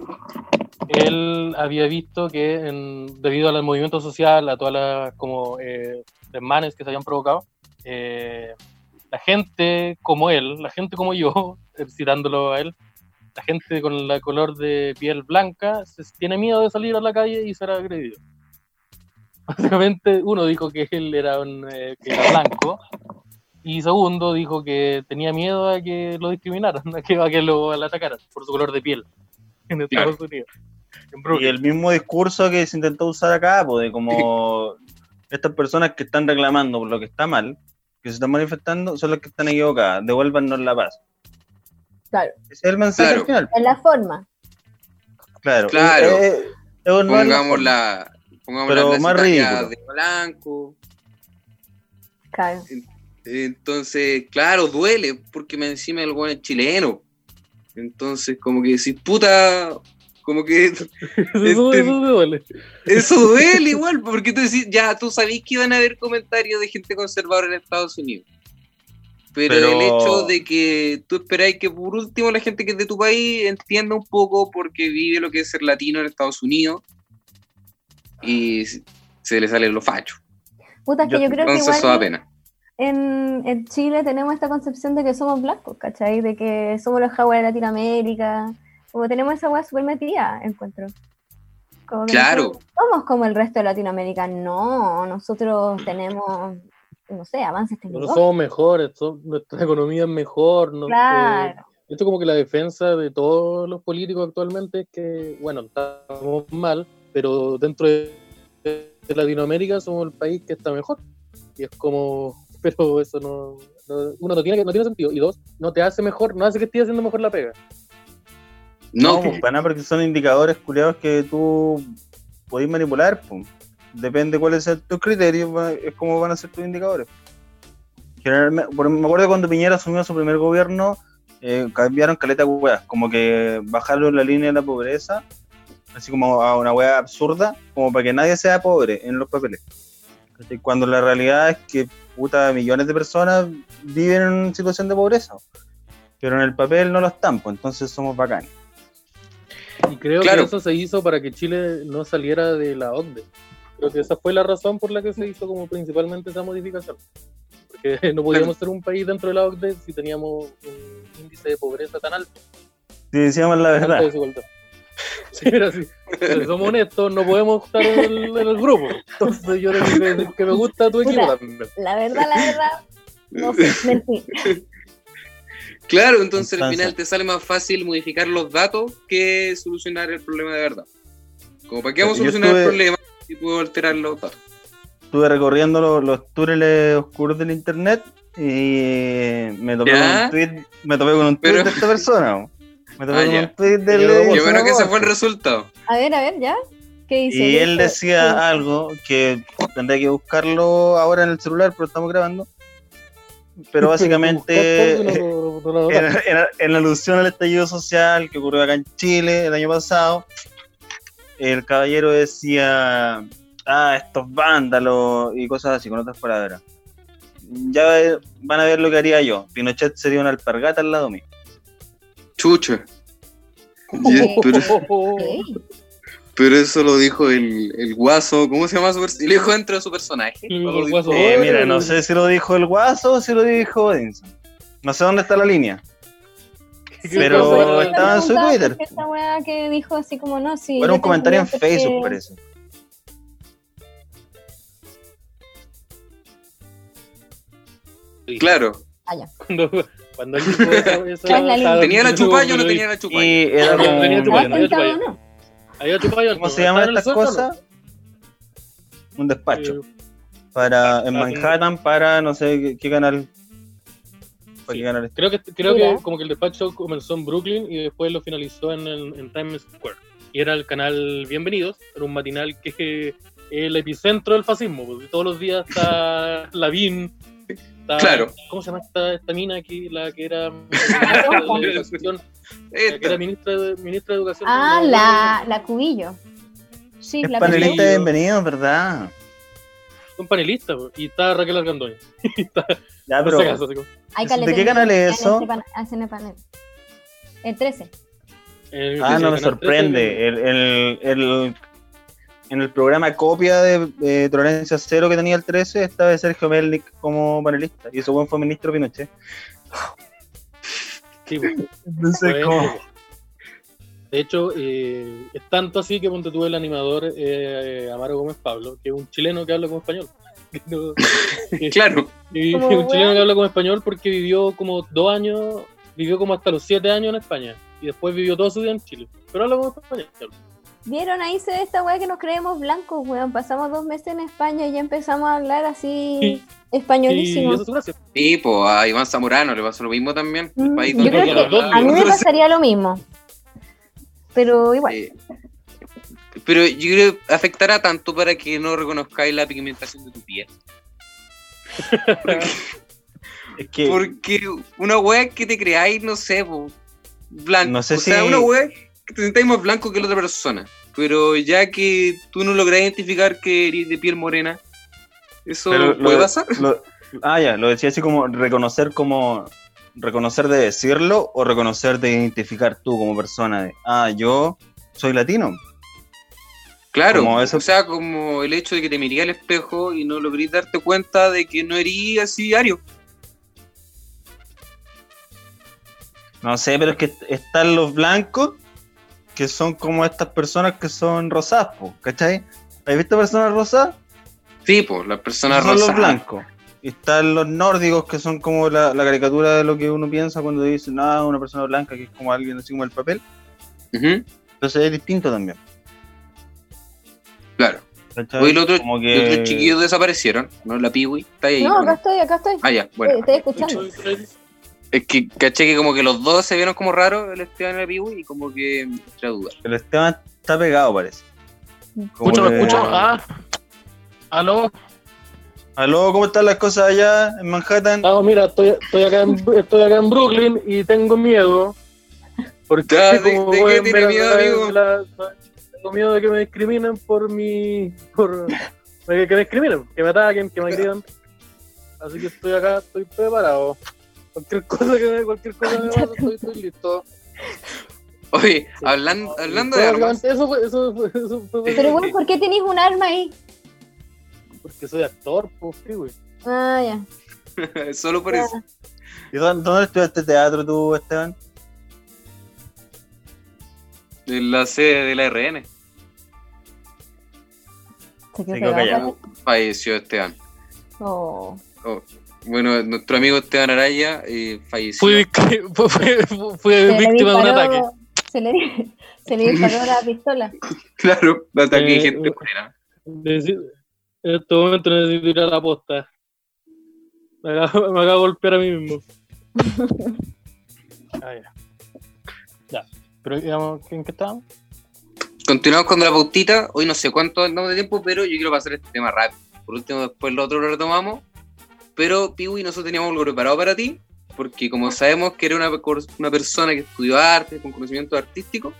Speaker 2: él había visto que en- debido al movimiento social, a todas las como eh, desmanes que se habían provocado, eh, la gente como él, la gente como yo, eh, citándolo a él, la gente con la color de piel blanca se, tiene miedo de salir a la calle y ser agredido. Básicamente, uno dijo que él era, un, eh, que era blanco y segundo dijo que tenía miedo a que lo discriminaran, a que, a que lo a la atacaran por su color de piel en Estados Unidos. En
Speaker 3: Y
Speaker 2: Brooklyn.
Speaker 3: el mismo discurso que se intentó usar acá, pues, de como estas personas que están reclamando por lo que está mal, que se están manifestando, son las que están equivocadas. Devuélvanos la paz.
Speaker 4: Claro.
Speaker 3: Ese es el
Speaker 1: Claro.
Speaker 3: mensaje al final.
Speaker 4: Es la forma.
Speaker 3: Claro.
Speaker 1: Claro.
Speaker 3: Eh, eh, es un mal-
Speaker 1: Pongamos la. Pongamos
Speaker 3: Pero
Speaker 1: la
Speaker 3: más
Speaker 1: placitaria
Speaker 3: ridículo.
Speaker 1: de blanco.
Speaker 4: Claro.
Speaker 1: Entonces, claro, duele, porque me encima el weón es chileno. Entonces, como que decís, puta, como que
Speaker 2: Eso-
Speaker 1: este-
Speaker 2: eso me duele.
Speaker 1: eso duele igual, porque tú decís, ya, tú sabís que iban a haber comentarios de gente conservadora en Estados Unidos. Pero,
Speaker 3: Pero-
Speaker 1: el hecho de que tú esperáis que por último la gente que es de tu país entienda un poco porque vive lo que es ser latino en Estados Unidos y se le salen los fachos.
Speaker 4: Puta, es que
Speaker 3: Yo-
Speaker 4: yo, creo que
Speaker 1: Entonces,
Speaker 4: igual
Speaker 1: eso da pena.
Speaker 4: en, en Chile tenemos esta concepción de que somos blancos, ¿cachai? De que somos los jaguares de Latinoamérica. Como tenemos esa hueá súper metida, encuentro. Como que
Speaker 1: Claro.
Speaker 4: nosotros no Somos como el resto de Latinoamérica. No, nosotros tenemos, no sé, avances
Speaker 2: Nosotros
Speaker 4: tecnológicos.
Speaker 2: somos mejores, son- nuestra economía es mejor. No,
Speaker 4: Claro.
Speaker 2: eh, esto como que la defensa de todos los políticos actualmente es que, bueno, estamos mal, pero dentro de, de Latinoamérica somos el país que está mejor. Y es como, pero eso no, no- uno no tiene, no tiene sentido. Y dos, no te hace mejor, no hace que estés haciendo mejor la pega.
Speaker 1: No,
Speaker 3: No, pues, para nada, porque son indicadores culiados que tú podés manipular, pues. Depende cuáles sean tus criterios, va- es como van a ser tus indicadores. Generalmente, por- me acuerdo cuando Piñera asumió su primer gobierno, eh, cambiaron caleta de weas, como que bajaron la línea de la pobreza, así como a una wea absurda, como para que nadie sea pobre en los papeles. ¿Cachai? Cuando la realidad es que puta, millones de personas viven en situación de pobreza, pero en el papel no lo están, pues entonces somos bacanes.
Speaker 2: Y creo
Speaker 1: Claro.
Speaker 2: que eso se hizo para que Chile no saliera de la OCDE. Creo que esa fue la razón por la que se hizo como principalmente esa modificación. Porque no podíamos ser un país dentro de la OCDE si teníamos un índice de pobreza tan alto,
Speaker 3: Si decíamos la
Speaker 2: tanta
Speaker 3: verdad.
Speaker 2: desigualdad. Sí, era así. Pero si somos honestos, no podemos estar en el, en el grupo. Entonces yo tengo que decir que me gusta tu equipo
Speaker 4: Puta.
Speaker 2: también.
Speaker 4: La verdad, la verdad, no sé, mentí.
Speaker 1: Claro, entonces, al
Speaker 3: Entonces-
Speaker 1: final te sale más fácil modificar los datos que solucionar el problema de verdad. Como para qué vamos a
Speaker 3: Yo
Speaker 1: solucionar el
Speaker 3: estuve-
Speaker 1: problema si puedo alterar los datos.
Speaker 3: Estuve recorriendo los, los túneles oscuros del internet y me topé
Speaker 1: ¿Ya?
Speaker 3: con un tweet, me topé con un tweet
Speaker 1: Pero-
Speaker 3: de esta persona. Me topé
Speaker 1: Ah,
Speaker 3: con
Speaker 1: ya.
Speaker 3: un tweet del
Speaker 2: Yo-
Speaker 1: Qué
Speaker 2: Pues,
Speaker 1: bueno que ese
Speaker 3: senador.
Speaker 1: fue el resultado.
Speaker 4: A ver, a ver, ¿ya? ¿Qué hice?
Speaker 3: Y
Speaker 4: ¿Qué
Speaker 3: él
Speaker 4: hice? Sí.
Speaker 3: decía algo que tendré que buscarlo ahora en el celular, pero estamos grabando.
Speaker 2: Buscar
Speaker 3: Pero básicamente
Speaker 2: todo, no, no, no, no.
Speaker 3: en, en- en alusión al estallido social que ocurrió acá en Chile el año pasado, el caballero decía, ah, estos vándalos y cosas así, con otras palabras. Ya ve- van a ver lo que haría yo. Pinochet sería una alpargata al lado mío.
Speaker 1: Chucha. Yes, pero,
Speaker 4: Ok.
Speaker 1: pero eso lo dijo el, el guaso. ¿Cómo se llama su personaje? Le dijo dentro de su personaje.
Speaker 2: El
Speaker 1: No lo dijo
Speaker 2: guaso.
Speaker 1: él.
Speaker 3: Eh, mira, no sé si lo dijo el Guaso o si lo dijo Edinson. No sé dónde está la línea. Pero
Speaker 4: Yo
Speaker 3: estaba en su
Speaker 4: preguntaba
Speaker 3: Twitter.
Speaker 4: porque Esa weá que dijo así como no, sí.
Speaker 3: Era
Speaker 4: yo
Speaker 3: un comentario en
Speaker 4: tengo que-
Speaker 3: Facebook, parece.
Speaker 1: Claro.
Speaker 2: Cuando, cuando él dijo esa- esa-
Speaker 4: ¿Cuál es la línea?
Speaker 1: ¿Tenía la chupa? Yo no tenía la chupa.
Speaker 3: Y era
Speaker 2: No,
Speaker 3: como-
Speaker 2: tenía tu
Speaker 4: ¿Te das
Speaker 2: Bueno,
Speaker 4: cuenta
Speaker 2: yo
Speaker 4: o no?
Speaker 2: Había otro payo
Speaker 3: ¿Cómo
Speaker 2: alto,
Speaker 3: se llaman
Speaker 2: ¿estaba en el
Speaker 3: estas
Speaker 2: suelo?
Speaker 3: cosas? Un despacho.
Speaker 2: Eh,
Speaker 3: Para, en
Speaker 2: ah,
Speaker 3: Manhattan, para no sé qué, qué canal. ¿Para
Speaker 2: Sí.
Speaker 3: qué canal es?
Speaker 2: creo que, creo
Speaker 4: Mira.
Speaker 2: que como que el despacho comenzó en Brooklyn y después lo finalizó en, el- en Times Square. Y era el canal Bienvenidos, era un matinal que es el epicentro del fascismo. porque todos los días está Lavín. está-
Speaker 1: Claro.
Speaker 2: ¿Cómo se llama esta, esta mina aquí? La que era.
Speaker 1: Roja.
Speaker 2: de educación, la que
Speaker 1: Esta.
Speaker 2: era ministra de, ministra de Educación.
Speaker 4: Ah,
Speaker 2: No,
Speaker 4: la, la cubillo. Sí,
Speaker 3: Es
Speaker 4: la
Speaker 3: panelista de
Speaker 2: Cubillo.
Speaker 3: bienvenidos, ¿verdad?
Speaker 2: Un panelista, po, y está Raquel Argandoña.
Speaker 3: Ya,
Speaker 2: Por
Speaker 3: Ah, pero. ah,
Speaker 2: si acaso, así como,
Speaker 4: Hay
Speaker 3: ¿De
Speaker 4: caleta
Speaker 3: qué canal es
Speaker 4: en
Speaker 3: eso?
Speaker 4: ese pan- Hacen el panel. El 13.
Speaker 2: eh,
Speaker 3: Ah,
Speaker 2: sí,
Speaker 3: no me
Speaker 2: Canal 13,
Speaker 3: sorprende. El, el, el- en el programa copia de, de Tolerancia Cero que tenía el 13 estaba Sergio Melnik como panelista. Y ese buen fue ministro Pinochet.
Speaker 2: sí, po.
Speaker 3: Entonces,
Speaker 2: Bueno,
Speaker 3: como-
Speaker 2: De hecho, eh, es tanto así que ponte tú el animador eh, Amaro Gómez Pablo, que es un chileno que habla como español. No,
Speaker 1: Claro,
Speaker 2: y
Speaker 4: Como,
Speaker 2: un chileno
Speaker 4: weón.
Speaker 2: que habla como español porque vivió como dos años, vivió como hasta los siete años en España y después vivió toda su vida en Chile. Pero habla como español.
Speaker 4: ¿Vieron? Ahí se ve esta weá que nos creemos blancos, weón. Pasamos dos meses en España y ya empezamos a hablar así
Speaker 2: Y
Speaker 4: españolísimo.
Speaker 2: eso es su gracia.
Speaker 1: sí, pues a Iván Zamorano le pasó lo mismo también. El
Speaker 4: Mm,
Speaker 1: país
Speaker 4: yo
Speaker 1: donde
Speaker 4: creo
Speaker 1: nosotros
Speaker 2: que
Speaker 1: hablábamos.
Speaker 4: A mí me
Speaker 1: Nosotros
Speaker 4: pasaría lo mismo. Pero igual.
Speaker 1: Eh, pero yo creo que afectará tanto para que no reconozcáis la pigmentación de tu piel.
Speaker 3: es que
Speaker 1: Porque una wea que te creáis, no sé, po, blanco.
Speaker 3: No sé
Speaker 1: o sea,
Speaker 3: si-
Speaker 1: una wea que te sintáis más blanco que la otra persona. Pero ya que tú no lográs identificar que eres de piel morena, eso
Speaker 3: Pero lo
Speaker 1: puede
Speaker 3: de-
Speaker 1: pasar.
Speaker 3: lo- ah, ya, lo decía así como reconocer como reconocer de decirlo o reconocer de identificar tú como persona de, ah, yo soy latino.
Speaker 1: Claro,
Speaker 3: como eso-
Speaker 1: o sea, como el hecho de que te mirí al espejo y no logré darte cuenta de que no erí así diario.
Speaker 3: No sé, pero es que están los blancos que son como estas personas que son rosadas, po, ¿cachai? ¿Has visto personas rosadas?
Speaker 1: Sí, pues, las personas
Speaker 3: son
Speaker 1: rosadas.
Speaker 3: los blancos. Y están los nórdicos que son como la, la caricatura de lo que uno piensa cuando dice, nada, una persona blanca que es como alguien así como el papel.
Speaker 1: Ujú,
Speaker 3: Entonces es distinto también.
Speaker 1: claro.
Speaker 3: ¿cachai?
Speaker 1: Oye, el otro-
Speaker 3: Como
Speaker 1: Los otros chiquillos desaparecieron, ¿no? La piwi, está ahí.
Speaker 4: No,
Speaker 1: ¿o no?
Speaker 4: acá estoy, acá estoy.
Speaker 1: Ah, ya,
Speaker 4: Te-
Speaker 1: bueno.
Speaker 4: Estoy
Speaker 2: De hecho,
Speaker 4: escuchando.
Speaker 2: es-
Speaker 1: Es que caché que como que los dos se vieron como raros, el Esteban y la Piwi, y como que entré a dudar.
Speaker 3: El Esteban está pegado, parece. Como
Speaker 2: Escucho,
Speaker 3: que-
Speaker 2: me escucho. Ah, aló.
Speaker 3: Aló, ¿cómo están las cosas allá en Manhattan?
Speaker 2: Ah, mira, estoy, estoy, acá en, estoy acá en Brooklyn y tengo miedo. Porque
Speaker 1: Ya,
Speaker 2: así
Speaker 1: ¿de-
Speaker 2: como
Speaker 1: de qué
Speaker 2: pueden
Speaker 1: tiene
Speaker 2: ver
Speaker 1: miedo,
Speaker 2: acá,
Speaker 1: amigo?
Speaker 2: la- la- tengo miedo de que me discriminen por mi... Por, de que me discriminen, que me ataquen, que me agredan. Así que estoy acá, estoy preparado. Cualquier cosa que me, cualquier cosa que me pase, estoy, estoy listo.
Speaker 1: Oye, hablando, hablando
Speaker 2: Y
Speaker 1: de
Speaker 2: todo
Speaker 1: armas,
Speaker 2: Eso fue... Eso fue, eso fue
Speaker 4: Pero bueno, ¿por qué tenéis un arma ahí?
Speaker 2: porque soy actor, pues, sí, güey.
Speaker 4: Ah, ya.
Speaker 1: solo por eso.
Speaker 3: ¿Y dónde, dónde estudiaste teatro tú, Esteban?
Speaker 1: En la sede de la RN
Speaker 3: Se quedó
Speaker 4: Se pegado,
Speaker 3: callado.
Speaker 4: parece.
Speaker 1: falleció Esteban.
Speaker 4: Oh.
Speaker 1: Oh, Bueno, nuestro amigo Esteban Araya eh, falleció.
Speaker 2: Fui, discri- fue- fue- fue
Speaker 4: Se le
Speaker 2: Eh, víctima de un
Speaker 4: disparó-
Speaker 2: ataque.
Speaker 4: Se le, se le disparó la pistola.
Speaker 1: Claro, lo ataque de
Speaker 2: Eh,
Speaker 1: gente
Speaker 2: eh.
Speaker 1: morena.
Speaker 2: Necesito- en este momento necesito ir a la posta. Me acabo, me acabo de golpear a mí mismo. Ah, ya. Ya. Pero digamos, ¿en qué estábamos?
Speaker 1: Continuamos con la pautita. Hoy no sé cuánto andamos de tiempo, pero yo quiero pasar este tema rápido. Por último, después lo otro lo retomamos. Pero, Piwi, nosotros teníamos algo preparado para ti, porque como sabemos que eres una, cor- una persona que estudió arte, con conocimiento artístico,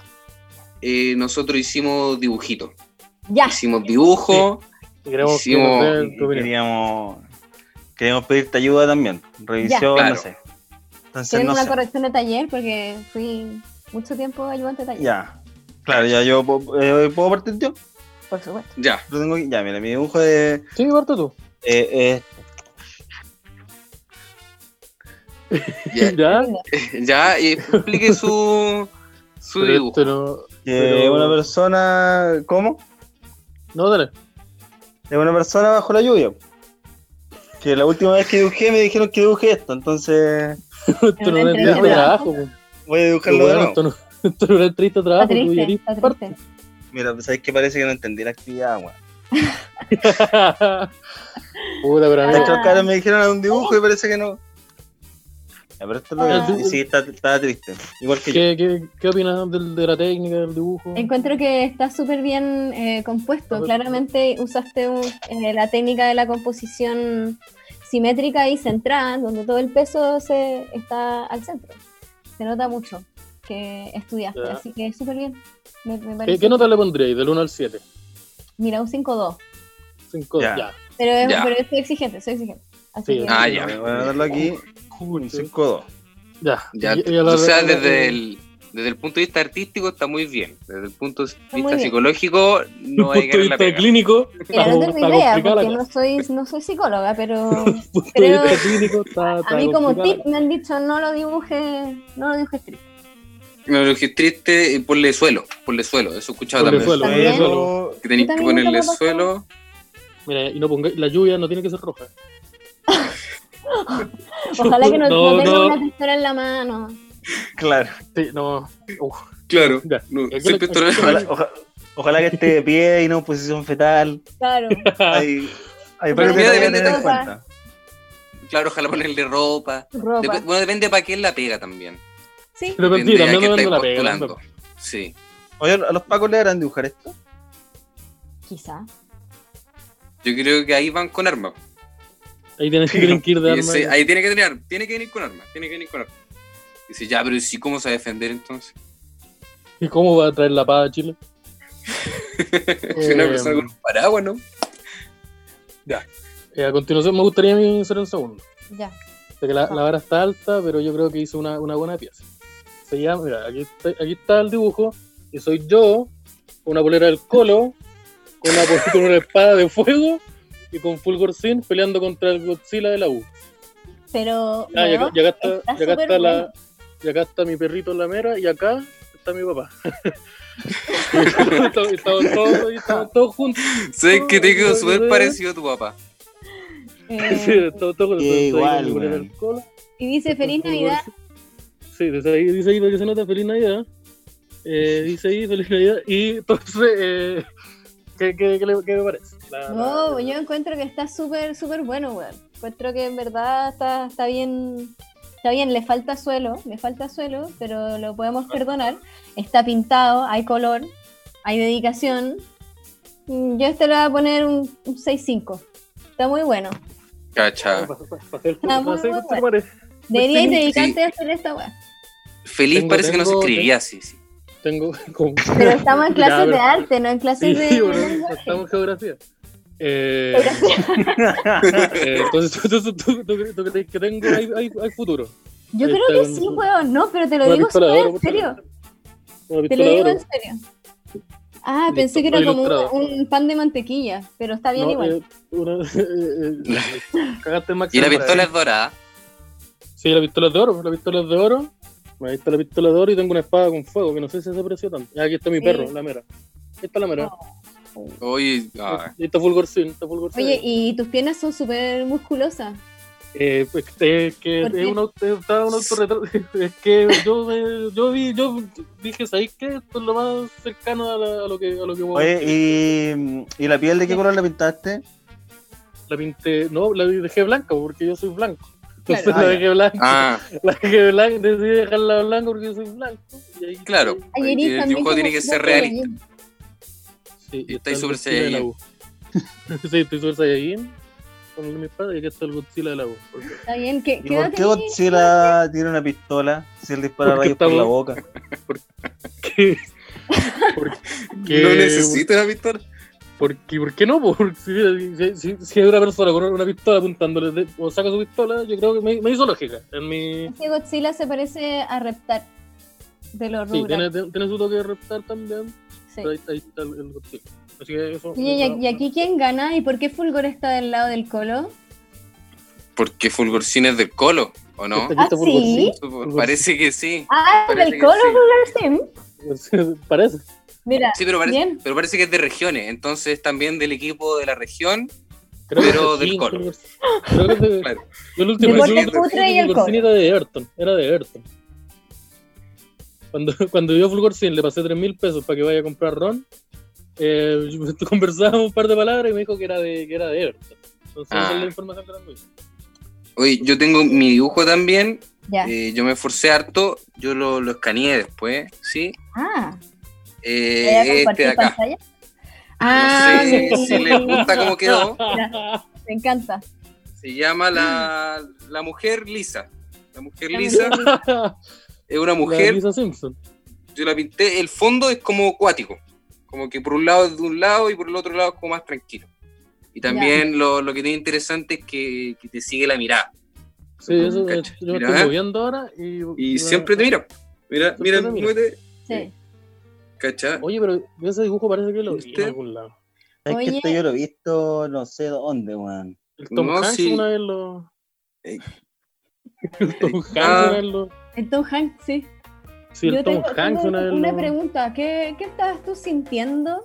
Speaker 1: eh, nosotros hicimos dibujitos.
Speaker 4: Ya.
Speaker 1: Hicimos dibujo.
Speaker 2: Si queremos que
Speaker 1: Hicimos-
Speaker 2: nos
Speaker 3: Y-
Speaker 2: den
Speaker 3: y
Speaker 2: tu opinión.
Speaker 3: Queríamos, queríamos pedirte ayuda también. Revisión,
Speaker 1: Ya. Claro.
Speaker 3: no sé. Entonces,
Speaker 4: Tengo
Speaker 3: no
Speaker 4: una
Speaker 3: sé.
Speaker 4: corrección de taller porque fui mucho tiempo ayudante de taller.
Speaker 3: Ya. Claro, ya yo puedo- eh, puedo partir yo.
Speaker 4: Por supuesto.
Speaker 1: Ya,
Speaker 3: Lo tengo aquí. Ya, mira, mi dibujo de.
Speaker 2: Sí, parte tú.
Speaker 3: eh, eh,
Speaker 1: ya,
Speaker 2: Ya.
Speaker 1: ya, eh, explique su, su
Speaker 2: Pero
Speaker 1: dibujo.
Speaker 2: esto no.
Speaker 3: que
Speaker 2: Pero-
Speaker 3: una persona. ¿Cómo?
Speaker 2: No, dale.
Speaker 3: De una persona bajo la lluvia. Que la última vez que dibujé me dijeron que dibujé esto, entonces
Speaker 2: Esto no
Speaker 4: una
Speaker 2: es
Speaker 4: entrevista
Speaker 2: entrevista
Speaker 4: de
Speaker 2: de trabajo. po.
Speaker 3: voy a dibujarlo
Speaker 2: Pero bueno,
Speaker 3: de nuevo.
Speaker 2: Esto no esto no es una entrevista de trabajo.
Speaker 4: Está
Speaker 2: tú
Speaker 4: triste,
Speaker 2: eres
Speaker 4: está
Speaker 2: parte.
Speaker 4: triste.
Speaker 3: Mira, pues, ¿sabes qué? Parece que no entendí la actividad, weón.
Speaker 2: Puta, pero a mí-
Speaker 3: Es que los caras me dijeron un dibujo y parece que no. Ya, pero esto es lo que-
Speaker 2: Ah.
Speaker 3: y Sí, está, está triste. Igual que yo.
Speaker 2: ¿Qué, qué, qué opinas del- de la técnica, del dibujo?
Speaker 4: Encuentro que está súper bien eh, compuesto. Claramente usaste un- eh, la técnica de la composición simétrica y centrada, donde todo el peso se está al centro. Se nota mucho que estudiaste,
Speaker 2: Ya.
Speaker 4: así que súper bien. Me, me
Speaker 2: ¿Qué,
Speaker 4: parece.
Speaker 2: qué nota le pondríais? Del 1 al 7.
Speaker 4: Mira, un 5-2.
Speaker 2: Cinco,
Speaker 3: Ya.
Speaker 2: ya.
Speaker 4: Pero, es-
Speaker 1: Ya.
Speaker 4: pero soy exigente, soy exigente. Así
Speaker 2: Sí.
Speaker 4: que-
Speaker 1: Ah, ya.
Speaker 3: Voy a darlo aquí. Un 5-2.
Speaker 2: Ya.
Speaker 1: Ya,
Speaker 2: Y- y a la-
Speaker 1: o sea,
Speaker 2: a la-
Speaker 1: desde el, desde el punto de vista artístico está muy bien. Desde el punto de
Speaker 4: muy
Speaker 1: vista
Speaker 4: bien.
Speaker 1: psicológico no hay que
Speaker 2: punto de
Speaker 1: ganar la
Speaker 2: vista
Speaker 1: pega.
Speaker 2: clínico,
Speaker 4: Mira, no
Speaker 2: está-
Speaker 4: tengo
Speaker 2: está
Speaker 4: idea,
Speaker 2: complicada la cosa.
Speaker 4: porque no soy, no soy psicóloga, pero
Speaker 2: Punto de
Speaker 4: creo-
Speaker 2: vista clínico está-
Speaker 4: a
Speaker 2: está
Speaker 4: mí como
Speaker 2: complicada la
Speaker 4: tip me han dicho no lo dibuje, no lo dibujes triste.
Speaker 1: Me parece triste y ponle suelo, ponle suelo, eso he escuchado
Speaker 2: Ponle
Speaker 1: también.
Speaker 2: suelo,
Speaker 4: ponle
Speaker 3: Suelo.
Speaker 1: Que tenéis que
Speaker 4: Yo también nunca me
Speaker 1: ponerle
Speaker 4: ha pasado.
Speaker 1: suelo.
Speaker 2: Mira, y no ponga, la lluvia no tiene que ser roja.
Speaker 4: Ojalá que no,
Speaker 2: No,
Speaker 4: no tenga
Speaker 2: no.
Speaker 4: una pistola en la mano.
Speaker 3: Claro.
Speaker 2: Sí, no. Uf,
Speaker 1: Claro.
Speaker 2: ya.
Speaker 1: No,
Speaker 2: Yo
Speaker 1: siempre
Speaker 2: creo-
Speaker 1: esto no es-
Speaker 3: Ojalá, oja- ojalá que esté de pie y no en posición fetal.
Speaker 4: Claro.
Speaker 1: Ah.
Speaker 3: Hay, hay
Speaker 4: Pero
Speaker 3: varios
Speaker 1: mira,
Speaker 3: detalles a
Speaker 1: depende
Speaker 3: tener en
Speaker 4: de-
Speaker 3: cuenta.
Speaker 1: Claro, ojalá ponerle ropa.
Speaker 4: Ropa.
Speaker 1: Dep- bueno, depende para quién la pega también.
Speaker 4: Sí.
Speaker 2: Pero
Speaker 1: Depende
Speaker 2: mentira,
Speaker 1: a
Speaker 2: también
Speaker 1: quién
Speaker 2: me
Speaker 1: estáis
Speaker 2: la pega.
Speaker 1: postulando. Sí.
Speaker 3: Oye, ¿a los pacos le harán dibujar esto?
Speaker 4: Quizá.
Speaker 1: Yo creo que ahí van con armas.
Speaker 2: Ahí tienen, tienen que ir de
Speaker 1: Y
Speaker 2: arma.
Speaker 1: ese- ahí tiene que tener, tiene que venir con armas, tiene que venir con armas. Dice, ya, pero ¿y si cómo se va a defender entonces?
Speaker 2: ¿Y cómo va a traer la paz a Chile?
Speaker 1: Si una persona con un paraguas, ¿no?
Speaker 2: Eh, a continuación me gustaría a mí ser un segundo.
Speaker 4: Ya.
Speaker 2: Porque la,
Speaker 4: Ah.
Speaker 2: la vara está alta, pero yo creo que hizo una, una buena pieza. Se llama, mira, aquí está, aquí está el dibujo, y soy yo, con una polera del colo, con una, pol- con una espada de fuego, y con Fulgor Sin peleando contra el Godzilla de la U.
Speaker 4: Pero.
Speaker 2: Ah, y acá,
Speaker 4: weón,
Speaker 2: y acá está,
Speaker 4: está
Speaker 2: y acá
Speaker 4: súper
Speaker 2: está la-
Speaker 4: bueno.
Speaker 2: y acá está mi perrito en la mera, y acá está mi papá. estamos, estamos todos, estamos todos juntos.
Speaker 1: Sabes que te quedó súper parecido a tu papá.
Speaker 4: eh,
Speaker 2: Sí, estamos todos juntos.
Speaker 3: Qué
Speaker 2: Estoy con
Speaker 3: igual,
Speaker 2: mi polera
Speaker 3: weón.
Speaker 2: del colo,
Speaker 4: y dice Feliz
Speaker 2: Con
Speaker 4: Navidad.
Speaker 2: Fulgor Sin. Sí, dice ahí, dice ahí lo que se nota, Feliz Navidad. Eh, dice ahí, Feliz Navidad. Y entonces, eh, ¿qué, qué, qué, le- qué me parece? La- la-
Speaker 4: No, Oh, yo encuentro que está súper, súper bueno, weón. Encuentro que en verdad está, está bien. Está bien, le falta suelo, le falta suelo, pero lo
Speaker 2: Ah.
Speaker 4: podemos perdonar. Está pintado, hay color, hay dedicación. Mm, Yo este le voy a poner un, un 6-5. Está muy bueno.
Speaker 1: Cacha.
Speaker 2: pa- pa- pa- hacer-
Speaker 4: Ah, muy,
Speaker 2: hacer-
Speaker 4: muy
Speaker 2: hacer- hacer-
Speaker 4: Deberíais
Speaker 2: Sí.
Speaker 4: dedicarte a hacer esta weá.
Speaker 1: Feliz
Speaker 2: Tengo-
Speaker 1: parece que no se
Speaker 2: tengo-
Speaker 1: escribía así, sí.
Speaker 2: Tengo como.
Speaker 4: Pero estamos en
Speaker 2: Ya,
Speaker 4: clases de
Speaker 2: pero-
Speaker 4: arte, no en
Speaker 2: Sí,
Speaker 4: clases de.
Speaker 2: bueno, estamos en geografía. Eh, eh, entonces, ¿tú, tú, tú, tú- tú crees que tengo, hay, hay, hay futuro.
Speaker 4: Yo
Speaker 2: Ahí
Speaker 4: creo
Speaker 2: está con-
Speaker 4: que sí, weón, no, pero te lo
Speaker 2: Una
Speaker 4: digo
Speaker 2: pistola de
Speaker 4: súper
Speaker 2: oro,
Speaker 4: en
Speaker 2: por favor.
Speaker 4: serio.
Speaker 2: Una
Speaker 4: Te lo
Speaker 2: pistola de
Speaker 4: digo
Speaker 2: oro.
Speaker 4: en serio. Ah,
Speaker 2: Listo,
Speaker 4: pensé que era
Speaker 2: soy
Speaker 4: como un,
Speaker 2: ilustrado.
Speaker 4: un pan de mantequilla, pero está bien
Speaker 2: No,
Speaker 4: igual.
Speaker 2: eh, una- eh, eh, cagaste el
Speaker 1: Y
Speaker 2: máximo
Speaker 1: la
Speaker 2: para
Speaker 1: pistola es dorada.
Speaker 2: Sí, la pistola es de oro, la pistola es de oro. Me visto la pistola de oro y tengo una espada con fuego, que no sé si se apreció tanto. Ah, Aquí está mi
Speaker 4: Sí.
Speaker 2: perro, la mera. Aquí está la mera.
Speaker 1: Oye, ah,
Speaker 2: Ahí está Fulgorcín, está Fulgorcín.
Speaker 4: Oye, y tus piernas son súper musculosas.
Speaker 2: Eh, pues, eh, que
Speaker 4: ¿Por
Speaker 2: es
Speaker 4: qué?
Speaker 2: un, auto, está un autorretrato. Es que yo, me- yo vi, yo dije, ¿sabéis qué? Esto es lo más cercano a, la- a lo que a lo que voy a
Speaker 3: Oye,
Speaker 2: hacer".
Speaker 3: ¿y, ¿y la piel de qué color la pintaste?
Speaker 2: La pinté, no, la dejé blanca porque yo soy blanco. Entonces
Speaker 4: Claro.
Speaker 2: la
Speaker 3: Ah, ya.
Speaker 2: dejé blanca.
Speaker 1: ah,
Speaker 2: La dejé blanca, decidí dejarla blanca porque yo soy blanco. Y ahí-
Speaker 1: claro.
Speaker 4: Ayer
Speaker 1: El
Speaker 4: también
Speaker 1: dibujo
Speaker 4: como-
Speaker 1: tiene que ser
Speaker 4: yo
Speaker 1: realista.
Speaker 4: creo
Speaker 2: Sí,
Speaker 1: Y
Speaker 2: está
Speaker 1: estáis
Speaker 2: el
Speaker 1: Super
Speaker 2: Godzilla de la U. sí, estoy Super Saiyajin con mi espada y aquí está el Godzilla de la U. Porque,
Speaker 4: que Está bien, ¿qué,
Speaker 3: ¿Y
Speaker 4: qué edad
Speaker 3: por qué
Speaker 4: tenés?
Speaker 3: Godzilla tiene una pistola si él dispara
Speaker 2: Porque
Speaker 3: rayos por
Speaker 2: estamos-
Speaker 3: la boca?
Speaker 2: porque, porque,
Speaker 1: No necesito la pistola.
Speaker 2: porque- ¿Por qué no? Porque si, mira, si- si- si hay una persona con una pistola apuntándole de- o saca su pistola, yo creo que me, me hizo lógica. En mi,
Speaker 4: Este Godzilla se parece a Reptar de los
Speaker 2: sí,
Speaker 4: Rugrats.
Speaker 2: tiene, tiene su toque de reptar también,
Speaker 4: sí.
Speaker 2: pero ahí, ahí está el, el Godzilla. Así que eso.
Speaker 4: Oye, ¿y, y aquí quién gana? ¿Y por qué Fulgor está del lado del colo?
Speaker 1: Porque Fulgorcín es del colo, ¿o no?
Speaker 2: Aquí está
Speaker 4: Ah,
Speaker 2: Este, Fulgor,
Speaker 4: ¿sí?
Speaker 1: Supo- Parece que sí.
Speaker 4: Ah,
Speaker 1: Parece
Speaker 4: del
Speaker 1: que
Speaker 4: colo,
Speaker 1: sí.
Speaker 4: Fulgor Sim.
Speaker 2: Parece.
Speaker 4: Mira,
Speaker 1: Sí, pero parece,
Speaker 4: Bien.
Speaker 1: pero parece que es de regiones, entonces también del equipo de la región.
Speaker 2: Creo que
Speaker 1: Pero
Speaker 2: es de
Speaker 1: del
Speaker 2: King,
Speaker 1: Colo.
Speaker 2: Fulgor- Creo que es de-
Speaker 1: Claro.
Speaker 2: Yo el último
Speaker 1: Del
Speaker 2: yo el
Speaker 1: Deportes
Speaker 2: último
Speaker 4: Putre
Speaker 2: que vi
Speaker 4: y el
Speaker 2: de Fulgorcín era de Everton, era de Everton. Cuando, cuando yo a Fulgorcín le pasé 3 mil pesos para que vaya a comprar ron, eh, conversamos un par de palabras y me dijo que era de, que era de Everton. Entonces,
Speaker 1: Ah.
Speaker 2: esa es la información que tengo yo.
Speaker 1: Oye, yo tengo mi dibujo también.
Speaker 4: Ya.
Speaker 1: eh, yo me esforcé harto. Yo lo, lo escaneé después, ¿sí?
Speaker 4: Ah,
Speaker 1: Eh,
Speaker 4: ¿voy a
Speaker 1: este de
Speaker 4: compartir
Speaker 1: acá.
Speaker 4: pantalla? Ah,
Speaker 1: no sé si les gusta cómo quedó.
Speaker 4: mira, me encanta.
Speaker 1: Se llama la, la mujer lisa. La mujer
Speaker 4: La
Speaker 1: lisa
Speaker 4: mujer
Speaker 1: es una
Speaker 2: La
Speaker 1: mujer
Speaker 2: Lisa Simpson.
Speaker 1: yo la pinté, el fondo es como acuático, como que por un lado es de un lado y por el otro lado es como más tranquilo. Y también lo, lo que tiene interesante es que, que te sigue la mirada.
Speaker 2: Sí, eso eh,
Speaker 1: Mm, Cacha,
Speaker 2: yo me
Speaker 1: mira,
Speaker 2: estoy
Speaker 1: ¿eh?
Speaker 2: moviendo ahora y.
Speaker 1: Y siempre te
Speaker 4: pues.
Speaker 1: mira. Mira,
Speaker 2: Siempre
Speaker 1: mira,
Speaker 2: te mira.
Speaker 1: muévete,
Speaker 4: Sí.
Speaker 1: ¿cachá?
Speaker 2: Oye, pero ese dibujo parece que lo vi
Speaker 1: ¿Viste?
Speaker 2: en algún lado.
Speaker 3: Es que
Speaker 4: Oye.
Speaker 3: esto yo lo he visto no sé dónde, weón.
Speaker 2: El Tom
Speaker 1: No,
Speaker 2: Hanks
Speaker 1: sí.
Speaker 2: una vez lo.
Speaker 1: Ey.
Speaker 2: El Tom Hanks
Speaker 1: Ah.
Speaker 2: una vez lo.
Speaker 4: El Tom Hanks, sí.
Speaker 2: Sí, el
Speaker 4: Yo
Speaker 2: Tom
Speaker 4: tengo-
Speaker 2: Hanks
Speaker 4: tengo
Speaker 2: una vez
Speaker 4: una
Speaker 2: lo-
Speaker 4: pregunta. ¿Qué, ¿Qué estabas tú sintiendo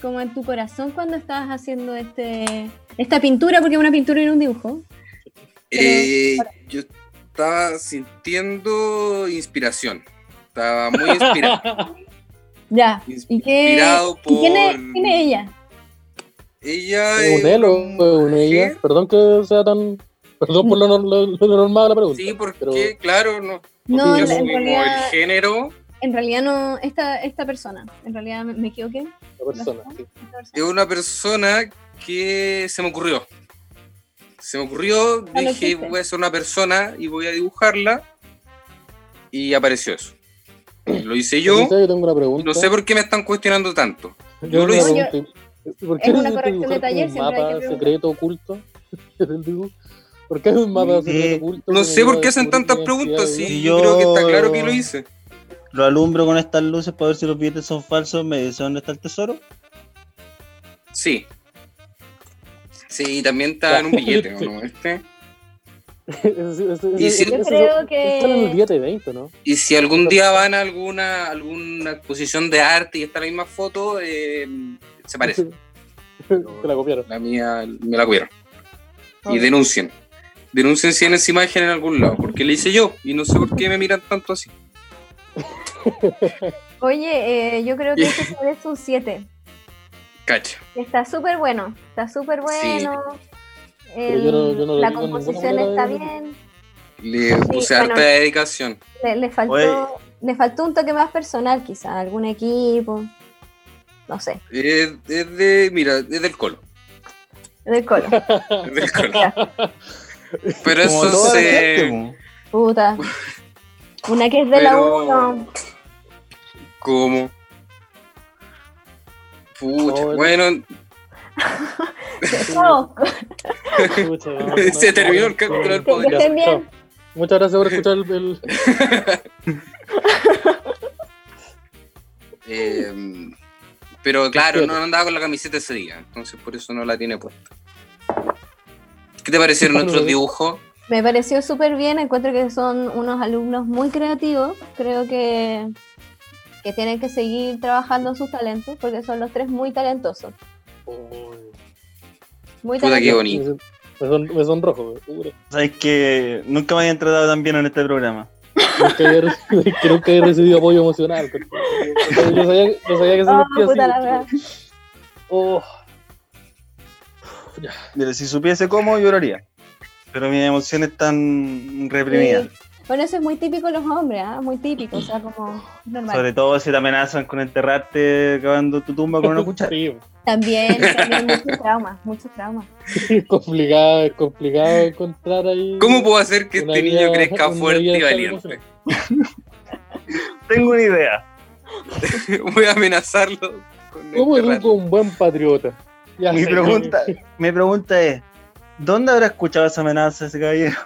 Speaker 4: como en tu corazón cuando estabas haciendo este esta pintura? Porque es una pintura y no un dibujo.
Speaker 1: Eh, yo estaba sintiendo inspiración. Estaba muy inspirado.
Speaker 4: Ya. ¿Y qué,
Speaker 1: inspirado
Speaker 4: ¿y
Speaker 1: por
Speaker 4: quién, es, quién es ella?
Speaker 1: Ella
Speaker 2: Es
Speaker 1: es
Speaker 2: un él o
Speaker 1: una
Speaker 2: o una ella.
Speaker 1: mujer.
Speaker 2: Perdón que sea tan. Perdón por lo, no- lo- lo normal de la pregunta.
Speaker 1: Sí, porque
Speaker 2: pero-
Speaker 1: claro, no
Speaker 4: No,
Speaker 2: Yo
Speaker 4: en,
Speaker 2: soy
Speaker 4: en
Speaker 1: como el
Speaker 4: realidad,
Speaker 1: género
Speaker 4: en realidad no, esta, esta persona. En realidad me, me equivoqué.
Speaker 2: La persona. sí.
Speaker 4: Esta persona.
Speaker 1: es una persona que se me ocurrió. Se me ocurrió,
Speaker 4: Ah, lo
Speaker 1: dije,
Speaker 4: hiciste.
Speaker 1: voy a hacer una persona y voy a dibujarla. Y apareció eso. Lo hice yo.
Speaker 2: Ahorita Yo tengo una pregunta.
Speaker 1: No sé por qué me están cuestionando tanto.
Speaker 2: Yo
Speaker 1: Yo lo
Speaker 2: lo
Speaker 1: hice.
Speaker 2: ¿Por
Speaker 4: Es
Speaker 2: qué
Speaker 4: una
Speaker 2: necesitas
Speaker 4: corrección de
Speaker 2: dibujar como
Speaker 4: taller,
Speaker 2: un
Speaker 4: siempre hay que
Speaker 2: mapa
Speaker 4: preguntar.
Speaker 2: secreto oculto del dibujo? ¿Por qué hay un mapa
Speaker 3: Sí.
Speaker 2: secreto oculto?
Speaker 1: No
Speaker 2: que
Speaker 1: sé
Speaker 2: me
Speaker 1: por
Speaker 2: ayuda
Speaker 1: qué
Speaker 2: a
Speaker 1: hacen
Speaker 2: descubrir
Speaker 1: tantas
Speaker 2: mi
Speaker 1: preguntas.
Speaker 2: identidad?
Speaker 1: Sí,
Speaker 3: Yo-
Speaker 1: creo que está claro que lo hice.
Speaker 3: Lo alumbro con estas luces para ver si los billetes son falsos. Me dice dónde está el tesoro.
Speaker 1: Sí. Sí, y también está en un billete, ¿no? Este.
Speaker 2: Ese- ese-
Speaker 1: Y
Speaker 2: ese-
Speaker 1: si-
Speaker 2: ese-
Speaker 1: Yo
Speaker 2: ese-
Speaker 4: creo
Speaker 2: ese-
Speaker 4: que-
Speaker 2: está en el billete de 20, ¿no?
Speaker 1: Y si algún día van a alguna, alguna exposición de arte y está la misma foto, eh, se parece.
Speaker 2: Te la copiaron.
Speaker 1: La mía me la cubrieron.
Speaker 4: Ok.
Speaker 1: Y denuncien. Denuncien si en esa imagen en algún lado, porque le hice yo y no sé por qué me miran tanto así.
Speaker 4: Oye, eh, yo creo que este es un 7.
Speaker 1: Cacha.
Speaker 4: Está súper bueno. Está súper
Speaker 1: Sí.
Speaker 4: bueno.
Speaker 2: Pero
Speaker 4: El-
Speaker 2: yo no- yo no lo
Speaker 4: la
Speaker 2: digo en ninguna
Speaker 4: composición
Speaker 2: manera
Speaker 4: está
Speaker 2: de-
Speaker 4: bien.
Speaker 1: Le puse
Speaker 4: bueno.
Speaker 1: harta dedicación.
Speaker 4: Le, le faltó,
Speaker 3: Oye.
Speaker 4: le faltó un toque más personal, quizá, algún equipo. No sé,
Speaker 1: Es, es de, mira, es del colo.
Speaker 4: del colo.
Speaker 1: es del colo.
Speaker 4: Ya.
Speaker 1: Pero
Speaker 3: Como
Speaker 1: eso
Speaker 3: toda la gente,
Speaker 1: se.
Speaker 3: po.
Speaker 4: Puta. Una que es de
Speaker 1: Pero-
Speaker 4: la 1.
Speaker 1: ¿Cómo? Pucha,
Speaker 2: No, es-
Speaker 1: bueno,
Speaker 4: Chao.
Speaker 2: Escucha, no, no,
Speaker 1: Se
Speaker 2: no,
Speaker 1: terminó
Speaker 2: no,
Speaker 1: el capítulo
Speaker 2: no,
Speaker 1: del
Speaker 2: no,
Speaker 4: Que
Speaker 1: podcast.
Speaker 4: estén bien.
Speaker 2: chao. Muchas gracias por escuchar el, el-
Speaker 1: eh, pero claro, no andaba con la camiseta ese día, entonces por eso no la tiene puesta. ¿Qué te parecieron
Speaker 2: Bueno,
Speaker 1: nuestros
Speaker 2: lo-
Speaker 1: dibujos?
Speaker 4: Me pareció súper bien. Encuentro que son unos alumnos muy creativos. Creo que, que tienen que seguir trabajando sus talentos porque son los tres muy talentosos. Muy
Speaker 1: Puta, qué
Speaker 4: talentosos.
Speaker 1: bonito.
Speaker 2: Me, pues, son, me sonrojo, seguro.
Speaker 3: Sabes que nunca me hayan tratado tan bien en este programa.
Speaker 2: Nunca había, recibido- que nunca había recibido apoyo emocional. porque- porque Yo sabía, yo sabía que se
Speaker 4: Oh,
Speaker 2: sentía
Speaker 4: puta
Speaker 2: así.
Speaker 4: la verdad.
Speaker 2: Oh,
Speaker 3: Mira, si supiese cómo, lloraría. Pero mis emociones están reprimidas.
Speaker 4: Bueno, eso es muy típico de los hombres, ¿ah? muy típico. O sea, como es normal.
Speaker 3: Sobre todo si te amenazan con enterrarte cavando tu tumba con una cuchara.
Speaker 2: sí,
Speaker 4: También, también muchos traumas, muchos traumas.
Speaker 2: es complicado, es complicado encontrar ahí.
Speaker 1: ¿Cómo puedo hacer que
Speaker 2: una
Speaker 1: este
Speaker 2: vida-
Speaker 1: niño crezca
Speaker 2: una
Speaker 1: fuerte
Speaker 2: vida
Speaker 1: y
Speaker 2: tan
Speaker 1: valiente?
Speaker 2: emocional?
Speaker 3: Tengo una idea.
Speaker 1: Voy a amenazarlo con este
Speaker 2: ¿Cómo
Speaker 1: enterrar.
Speaker 2: educo a un buen patriota? Ya,
Speaker 3: Mi pregunta, mi pregunta es, ¿dónde habrá escuchado esa amenaza ese caballero?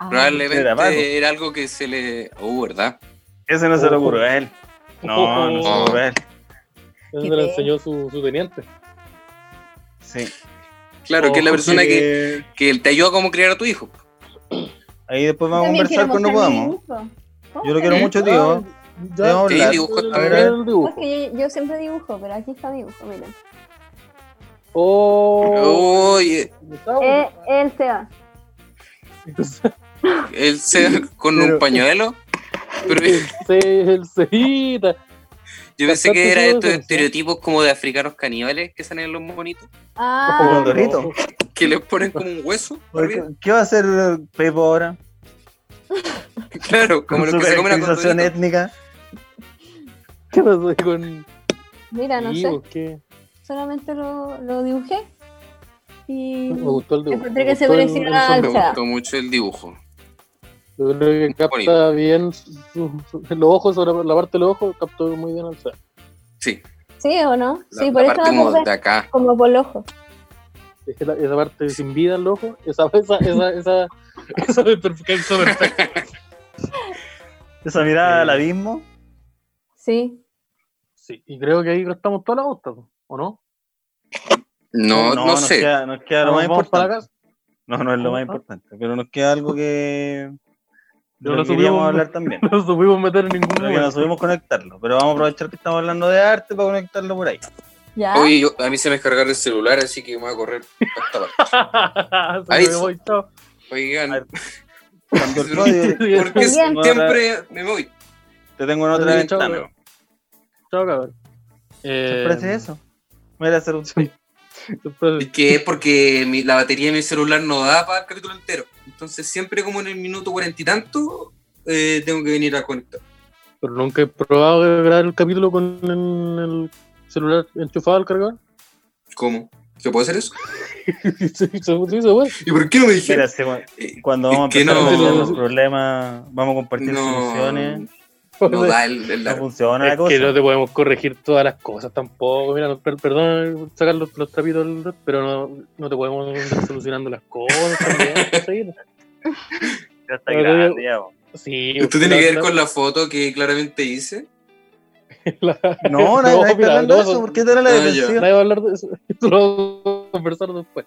Speaker 4: Ah,
Speaker 1: Probablemente
Speaker 3: Era vago.
Speaker 1: era algo que se le. Oh, ¿verdad?
Speaker 3: Ese no se lo ocurrió a él. No, no se lo ocurrió a él.
Speaker 2: Eso se lo enseñó su, su teniente.
Speaker 3: Sí.
Speaker 1: Claro, que es la
Speaker 3: Ojo
Speaker 1: persona que, que te ayuda a cómo criar a tu hijo.
Speaker 3: Ahí después vamos a
Speaker 4: También
Speaker 3: conversar
Speaker 4: quiero
Speaker 3: cuando
Speaker 4: mostrar mi
Speaker 3: podamos.
Speaker 4: dibujo. ¿Cómo
Speaker 3: Yo lo
Speaker 4: que
Speaker 1: ¿Eh?
Speaker 3: quiero
Speaker 4: no?
Speaker 3: mucho, tío.
Speaker 2: Ya,
Speaker 3: Debo
Speaker 1: Sí,
Speaker 3: hablar.
Speaker 1: dibujo
Speaker 2: el-
Speaker 1: está
Speaker 2: el-
Speaker 3: bien.
Speaker 2: el
Speaker 4: No, es
Speaker 2: dibujo.
Speaker 4: que yo, yo siempre dibujo, pero aquí está dibujo, miren.
Speaker 2: Oh,
Speaker 1: Oye,
Speaker 2: Gustavo,
Speaker 4: Eh, el Seba.
Speaker 1: él se con un
Speaker 2: Pero-
Speaker 1: pañuelo. Pero
Speaker 2: el ce- el ceita.
Speaker 1: Yo pensé
Speaker 2: Bastante
Speaker 1: que era
Speaker 2: todo
Speaker 1: estos
Speaker 2: eso.
Speaker 1: estereotipos como de africanos caníbales que salen en los monitos,
Speaker 3: Ojo con
Speaker 4: Ah,
Speaker 3: Dorito.
Speaker 1: que les ponen como un hueso. arriba.
Speaker 3: ¿Qué va a hacer eh, Pepo ahora?
Speaker 1: Claro, como
Speaker 3: Con
Speaker 1: los
Speaker 3: su
Speaker 1: que se comen a
Speaker 3: caracterización
Speaker 1: condorito.
Speaker 3: étnica.
Speaker 2: ¿Qué pasó ahí con.?
Speaker 4: mira, no
Speaker 2: Sí,
Speaker 4: sé.
Speaker 2: pues, ¿qué?
Speaker 4: Solamente lo, lo dibujé. Y.
Speaker 2: Me gustó el dibujo.
Speaker 4: Mm. Encontré que
Speaker 2: me
Speaker 4: se
Speaker 2: gustó el-
Speaker 4: parecía
Speaker 2: el
Speaker 4: al
Speaker 1: Me
Speaker 2: sonido.
Speaker 4: Chavo.
Speaker 1: gustó mucho el dibujo.
Speaker 2: Yo creo que capta
Speaker 1: Bonito.
Speaker 2: bien su- su- los ojos, sobre la parte de los ojos, captó muy bien al Seba.
Speaker 1: Sí,
Speaker 4: ¿Sí o no?
Speaker 1: la,
Speaker 4: sí,
Speaker 1: la
Speaker 4: por eso
Speaker 1: parte
Speaker 4: me
Speaker 1: como
Speaker 4: acordé
Speaker 1: de acá.
Speaker 4: como por el ojo.
Speaker 2: Es que la- Esa parte sin vida al ojo, esa, esa, esa, esa, esa me perfecto.
Speaker 3: Esa mirada
Speaker 2: Sí.
Speaker 3: al abismo.
Speaker 4: Sí.
Speaker 2: Sí, y creo que ahí gastamos toda la bosta, po, ¿o no?
Speaker 1: No, no,
Speaker 3: Nos
Speaker 1: sé.
Speaker 3: queda, nos queda lo
Speaker 2: Vamos-
Speaker 3: más
Speaker 2: vamos para la
Speaker 3: importante.
Speaker 2: casa.
Speaker 3: No, no es lo
Speaker 2: ¿Cómo
Speaker 3: más
Speaker 2: está?
Speaker 3: importante. Pero nos queda algo que.
Speaker 2: No
Speaker 3: de
Speaker 2: lo
Speaker 3: lo que queríamos
Speaker 2: subimos.
Speaker 3: hablar también.
Speaker 2: No supimos meter en ningún
Speaker 3: Pero que
Speaker 2: lugar.
Speaker 3: nos subimos conectarlo. Pero vamos a aprovechar que estamos hablando de arte para conectarlo por ahí.
Speaker 4: ¿Ya?
Speaker 1: Oye, yo- a mí se me descargaron el celular, así que me voy a correr hasta abajo.
Speaker 2: Se
Speaker 1: Ahí
Speaker 2: me
Speaker 1: sí.
Speaker 2: voy, chao.
Speaker 3: A ver,
Speaker 1: Oigan,
Speaker 3: Cuando el
Speaker 1: Sí.
Speaker 3: código-
Speaker 1: ¿por qué
Speaker 4: Bien.
Speaker 1: siempre me voy?
Speaker 3: Te tengo en otra
Speaker 2: Sí,
Speaker 3: ventana.
Speaker 2: chao, Chao, cabrón. Eh,
Speaker 3: ¿Te parece eso? Me voy a hacer un.
Speaker 2: se parece-
Speaker 1: Es que es porque mi- la batería de mi celular no da para el capítulo entero. Entonces, siempre como en el minuto cuarenta y tanto, eh, tengo que venir a conectar.
Speaker 2: Pero nunca he probado de grabar el capítulo con el celular enchufado al cargador.
Speaker 1: ¿Cómo? ¿Se puede hacer eso?
Speaker 2: sí, se- sí, se puede.
Speaker 1: ¿Y por qué no me dijeron?
Speaker 3: Mira, se-
Speaker 1: Eh,
Speaker 3: cuando vamos a
Speaker 1: Es que
Speaker 3: empezar a
Speaker 2: no.
Speaker 3: resolver los problemas, vamos a compartir soluciones.
Speaker 1: no, no da el, el
Speaker 3: No
Speaker 1: largo.
Speaker 3: funciona la
Speaker 2: Es que
Speaker 3: cosa.
Speaker 2: no te podemos corregir todas las cosas tampoco. Mira, no, per- perdón sacar los, los trapitos, del- pero no, no te podemos andar solucionando las cosas también. ¿sí?
Speaker 3: Ya está
Speaker 2: no te-
Speaker 3: grande, ya, vos.
Speaker 2: Sí, pues,
Speaker 1: Esto tiene que ver con la foto que claramente hice.
Speaker 2: la.
Speaker 3: No, nadie nadie está
Speaker 2: mira,
Speaker 3: hablando de
Speaker 2: no,
Speaker 3: eso. ¿Por qué te da la
Speaker 1: no, Ah, ya.
Speaker 3: defensiva?
Speaker 2: Nadie va a hablar de eso. Esto lo vamos a conversar después.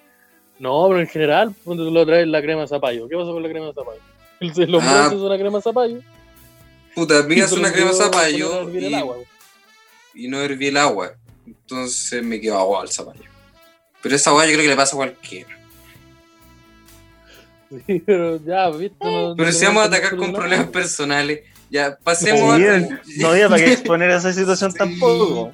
Speaker 2: No, pero en general, cuando tú lo traes la crema de zapallo. ¿Qué pasó con la crema de zapallo? El se lo
Speaker 1: Ah.
Speaker 2: es una crema de zapallo.
Speaker 1: Puta, mira, es
Speaker 2: y se
Speaker 1: una
Speaker 2: lo
Speaker 1: crema
Speaker 2: olvidó poner a
Speaker 1: zapallo
Speaker 2: hervir el
Speaker 1: y,
Speaker 2: agua.
Speaker 1: y no herví el agua. Entonces me quedó agua al zapallo. Pero esa agua yo creo que le pasa a cualquiera.
Speaker 2: Sí, pero ya, viste. no-
Speaker 1: Pero
Speaker 2: no
Speaker 1: si
Speaker 2: te
Speaker 1: vamos a
Speaker 2: metas
Speaker 1: atacar
Speaker 2: en
Speaker 1: con
Speaker 2: nada.
Speaker 1: problemas personales, ya
Speaker 3: Sí,
Speaker 1: pasemos a.
Speaker 3: No había para qué exponer esa situación
Speaker 1: Sí.
Speaker 3: tampoco.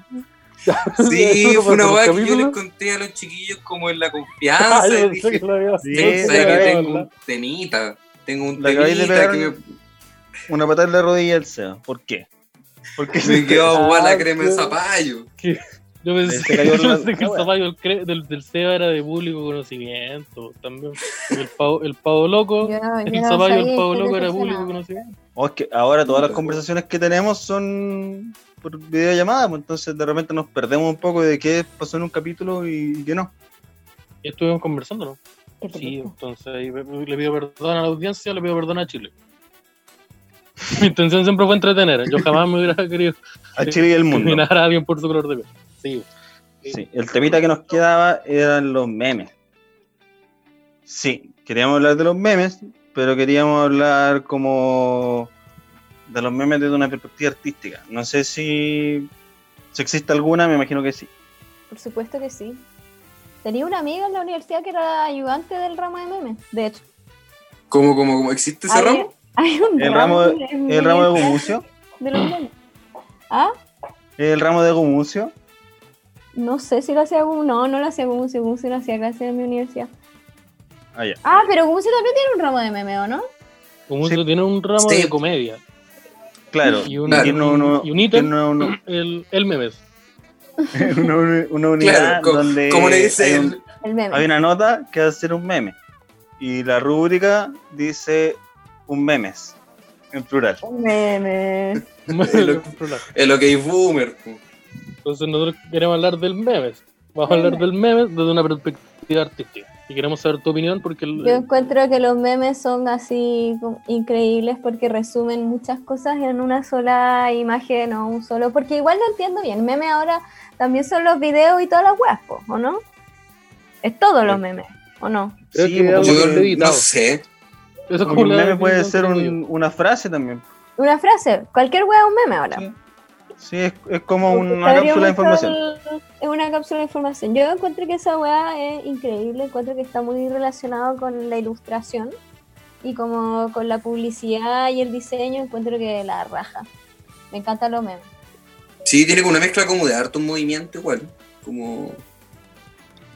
Speaker 1: Sí,
Speaker 2: Eso
Speaker 1: fue una
Speaker 2: pasó
Speaker 1: weá que
Speaker 2: en los
Speaker 1: yo les
Speaker 2: capítulos.
Speaker 1: conté a los chiquillos como en la
Speaker 2: Ah,
Speaker 1: confianza.
Speaker 2: yo
Speaker 1: y
Speaker 2: pensé
Speaker 1: dije,
Speaker 2: que lo había-
Speaker 3: Sí,
Speaker 1: "Sabes
Speaker 2: pensé
Speaker 3: la
Speaker 2: que lo
Speaker 1: que
Speaker 2: había
Speaker 1: tengo
Speaker 2: hablado.
Speaker 1: un temita. Tengo un
Speaker 3: La acabáis de
Speaker 1: temita que
Speaker 3: pegar.
Speaker 1: me,
Speaker 3: Una patada en la rodilla al Seba. ¿Por qué? Porque
Speaker 1: me quedó agua
Speaker 2: Ah,
Speaker 1: la crema de
Speaker 2: qué-
Speaker 1: zapallo.
Speaker 2: Yo
Speaker 3: Se
Speaker 2: pensé,
Speaker 3: cayó
Speaker 2: yo
Speaker 3: la-
Speaker 2: pensé que
Speaker 3: la
Speaker 2: el
Speaker 3: wea.
Speaker 2: zapallo del cre- del, del Seba era de público conocimiento. También el pavo, el pavo loco,
Speaker 4: Yo no- yo
Speaker 2: el
Speaker 4: no
Speaker 2: zapallo
Speaker 4: sabía
Speaker 2: del pavo
Speaker 4: que
Speaker 2: loco
Speaker 4: te
Speaker 2: era de
Speaker 4: funcionaba.
Speaker 2: público conocimiento.
Speaker 3: O es que ahora todas las conversaciones que tenemos son por videollamada, pues, entonces de repente nos perdemos un poco de qué pasó en un capítulo y, y qué no.
Speaker 2: Y estuvimos conversando, ¿no?
Speaker 4: Qué
Speaker 2: Sí,
Speaker 4: triste.
Speaker 2: entonces ahí me- me- le pido perdón a la audiencia, le pido perdón a Chile. Mi intención siempre fue entretener. Yo jamás me hubiera querido
Speaker 3: A Chile y el mundo.
Speaker 2: discriminar a alguien por su color de piel. Sí,
Speaker 3: Sí, el temita que nos quedaba eran los memes. Sí, queríamos hablar de los memes, pero queríamos hablar como de los memes desde una perspectiva artística. No sé si, si existe alguna, me imagino que sí.
Speaker 4: Por supuesto que sí. Tenía una amiga en la universidad que era ayudante del ramo de memes. De hecho,
Speaker 1: ¿Cómo, cómo, cómo? ¿Existe ese
Speaker 4: hay,
Speaker 1: ramo?
Speaker 4: hay un
Speaker 3: El
Speaker 4: ramo,
Speaker 3: ramo-
Speaker 4: en mi
Speaker 3: El ramo de
Speaker 4: universidad
Speaker 3: Gumucio,
Speaker 4: de los memes. Ah,
Speaker 3: el ramo de Gumucio,
Speaker 4: no sé si lo hacía Gumucio. No, no lo hacía Gumucio. Gumucio lo hacía gracias a mi universidad.
Speaker 3: allá.
Speaker 4: Ah, pero Gumucio también tiene un ramo de memes, ¿o no?
Speaker 2: como
Speaker 3: Sí.
Speaker 2: eso tiene un ramo
Speaker 1: Sí.
Speaker 2: de comedia.
Speaker 3: Claro.
Speaker 2: Y un- y
Speaker 3: tiene
Speaker 2: un ítem.
Speaker 3: tiene uno-
Speaker 2: El, el memes.
Speaker 3: una, uni- una unidad
Speaker 1: Claro, co-
Speaker 3: donde
Speaker 1: como le dice
Speaker 3: Eh, hay,
Speaker 1: el-
Speaker 3: un-
Speaker 4: El meme.
Speaker 3: hay una nota que va a ser un meme y la rúbrica dice un memes en plural
Speaker 4: Un meme.
Speaker 2: Entonces
Speaker 1: el OK Boomer. po.
Speaker 2: nosotros queremos hablar del memes. Vamos a hablar del memes desde una perspectiva artística. Y queremos saber tu opinión porque el,
Speaker 4: Yo encuentro que los memes son así como increíbles porque resumen muchas cosas en una sola imagen o un solo. Porque igual no entiendo bien. Meme ahora también son los videos y todas las weas, po, ¿o no? Es todos los memes, ¿o no?
Speaker 2: Creo que
Speaker 3: porque
Speaker 2: algo
Speaker 1: Yo
Speaker 2: que-
Speaker 1: no sé.
Speaker 2: eso es
Speaker 3: porque
Speaker 2: como
Speaker 3: un
Speaker 2: la
Speaker 3: meme puede
Speaker 2: definición
Speaker 3: ser
Speaker 2: que
Speaker 3: un-
Speaker 2: tengo yo.
Speaker 3: una frase también
Speaker 4: Una frase, cualquier wea es un meme ahora.
Speaker 3: Sí, sí es, es como
Speaker 4: Porque
Speaker 3: una cápsula
Speaker 4: cabría
Speaker 3: de
Speaker 4: mucho
Speaker 3: información
Speaker 4: el- Es una cápsula de información. Yo encuentro que esa weá es increíble, encuentro que está muy relacionado con la ilustración y como con la publicidad y el diseño, encuentro que la raja. Me encantan los memes.
Speaker 1: Sí, tiene como una mezcla como de hartos movimientos igual. Como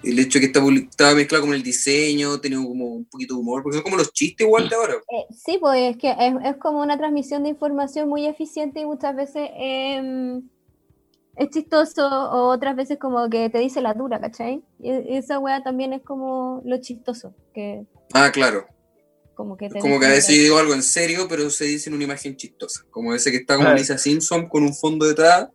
Speaker 1: el hecho de que está public- estaba mezclado con el diseño, tenía como un poquito de humor, porque son como los chistes igual de ahora.
Speaker 4: Eh, sí, pues es que es, es como una transmisión de información muy eficiente y muchas veces eh, es chistoso o otras veces como que te dice la dura, ¿cachai? Y y esa weá también es como lo chistoso, que
Speaker 1: Ah, claro.
Speaker 4: como que te
Speaker 1: Como que a
Speaker 4: dice-
Speaker 1: veces yo digo algo en serio, pero se dice en una imagen chistosa. Como ese que está
Speaker 2: Ah.
Speaker 1: como
Speaker 3: Claro.
Speaker 1: Lisa Simpson con un fondo detrás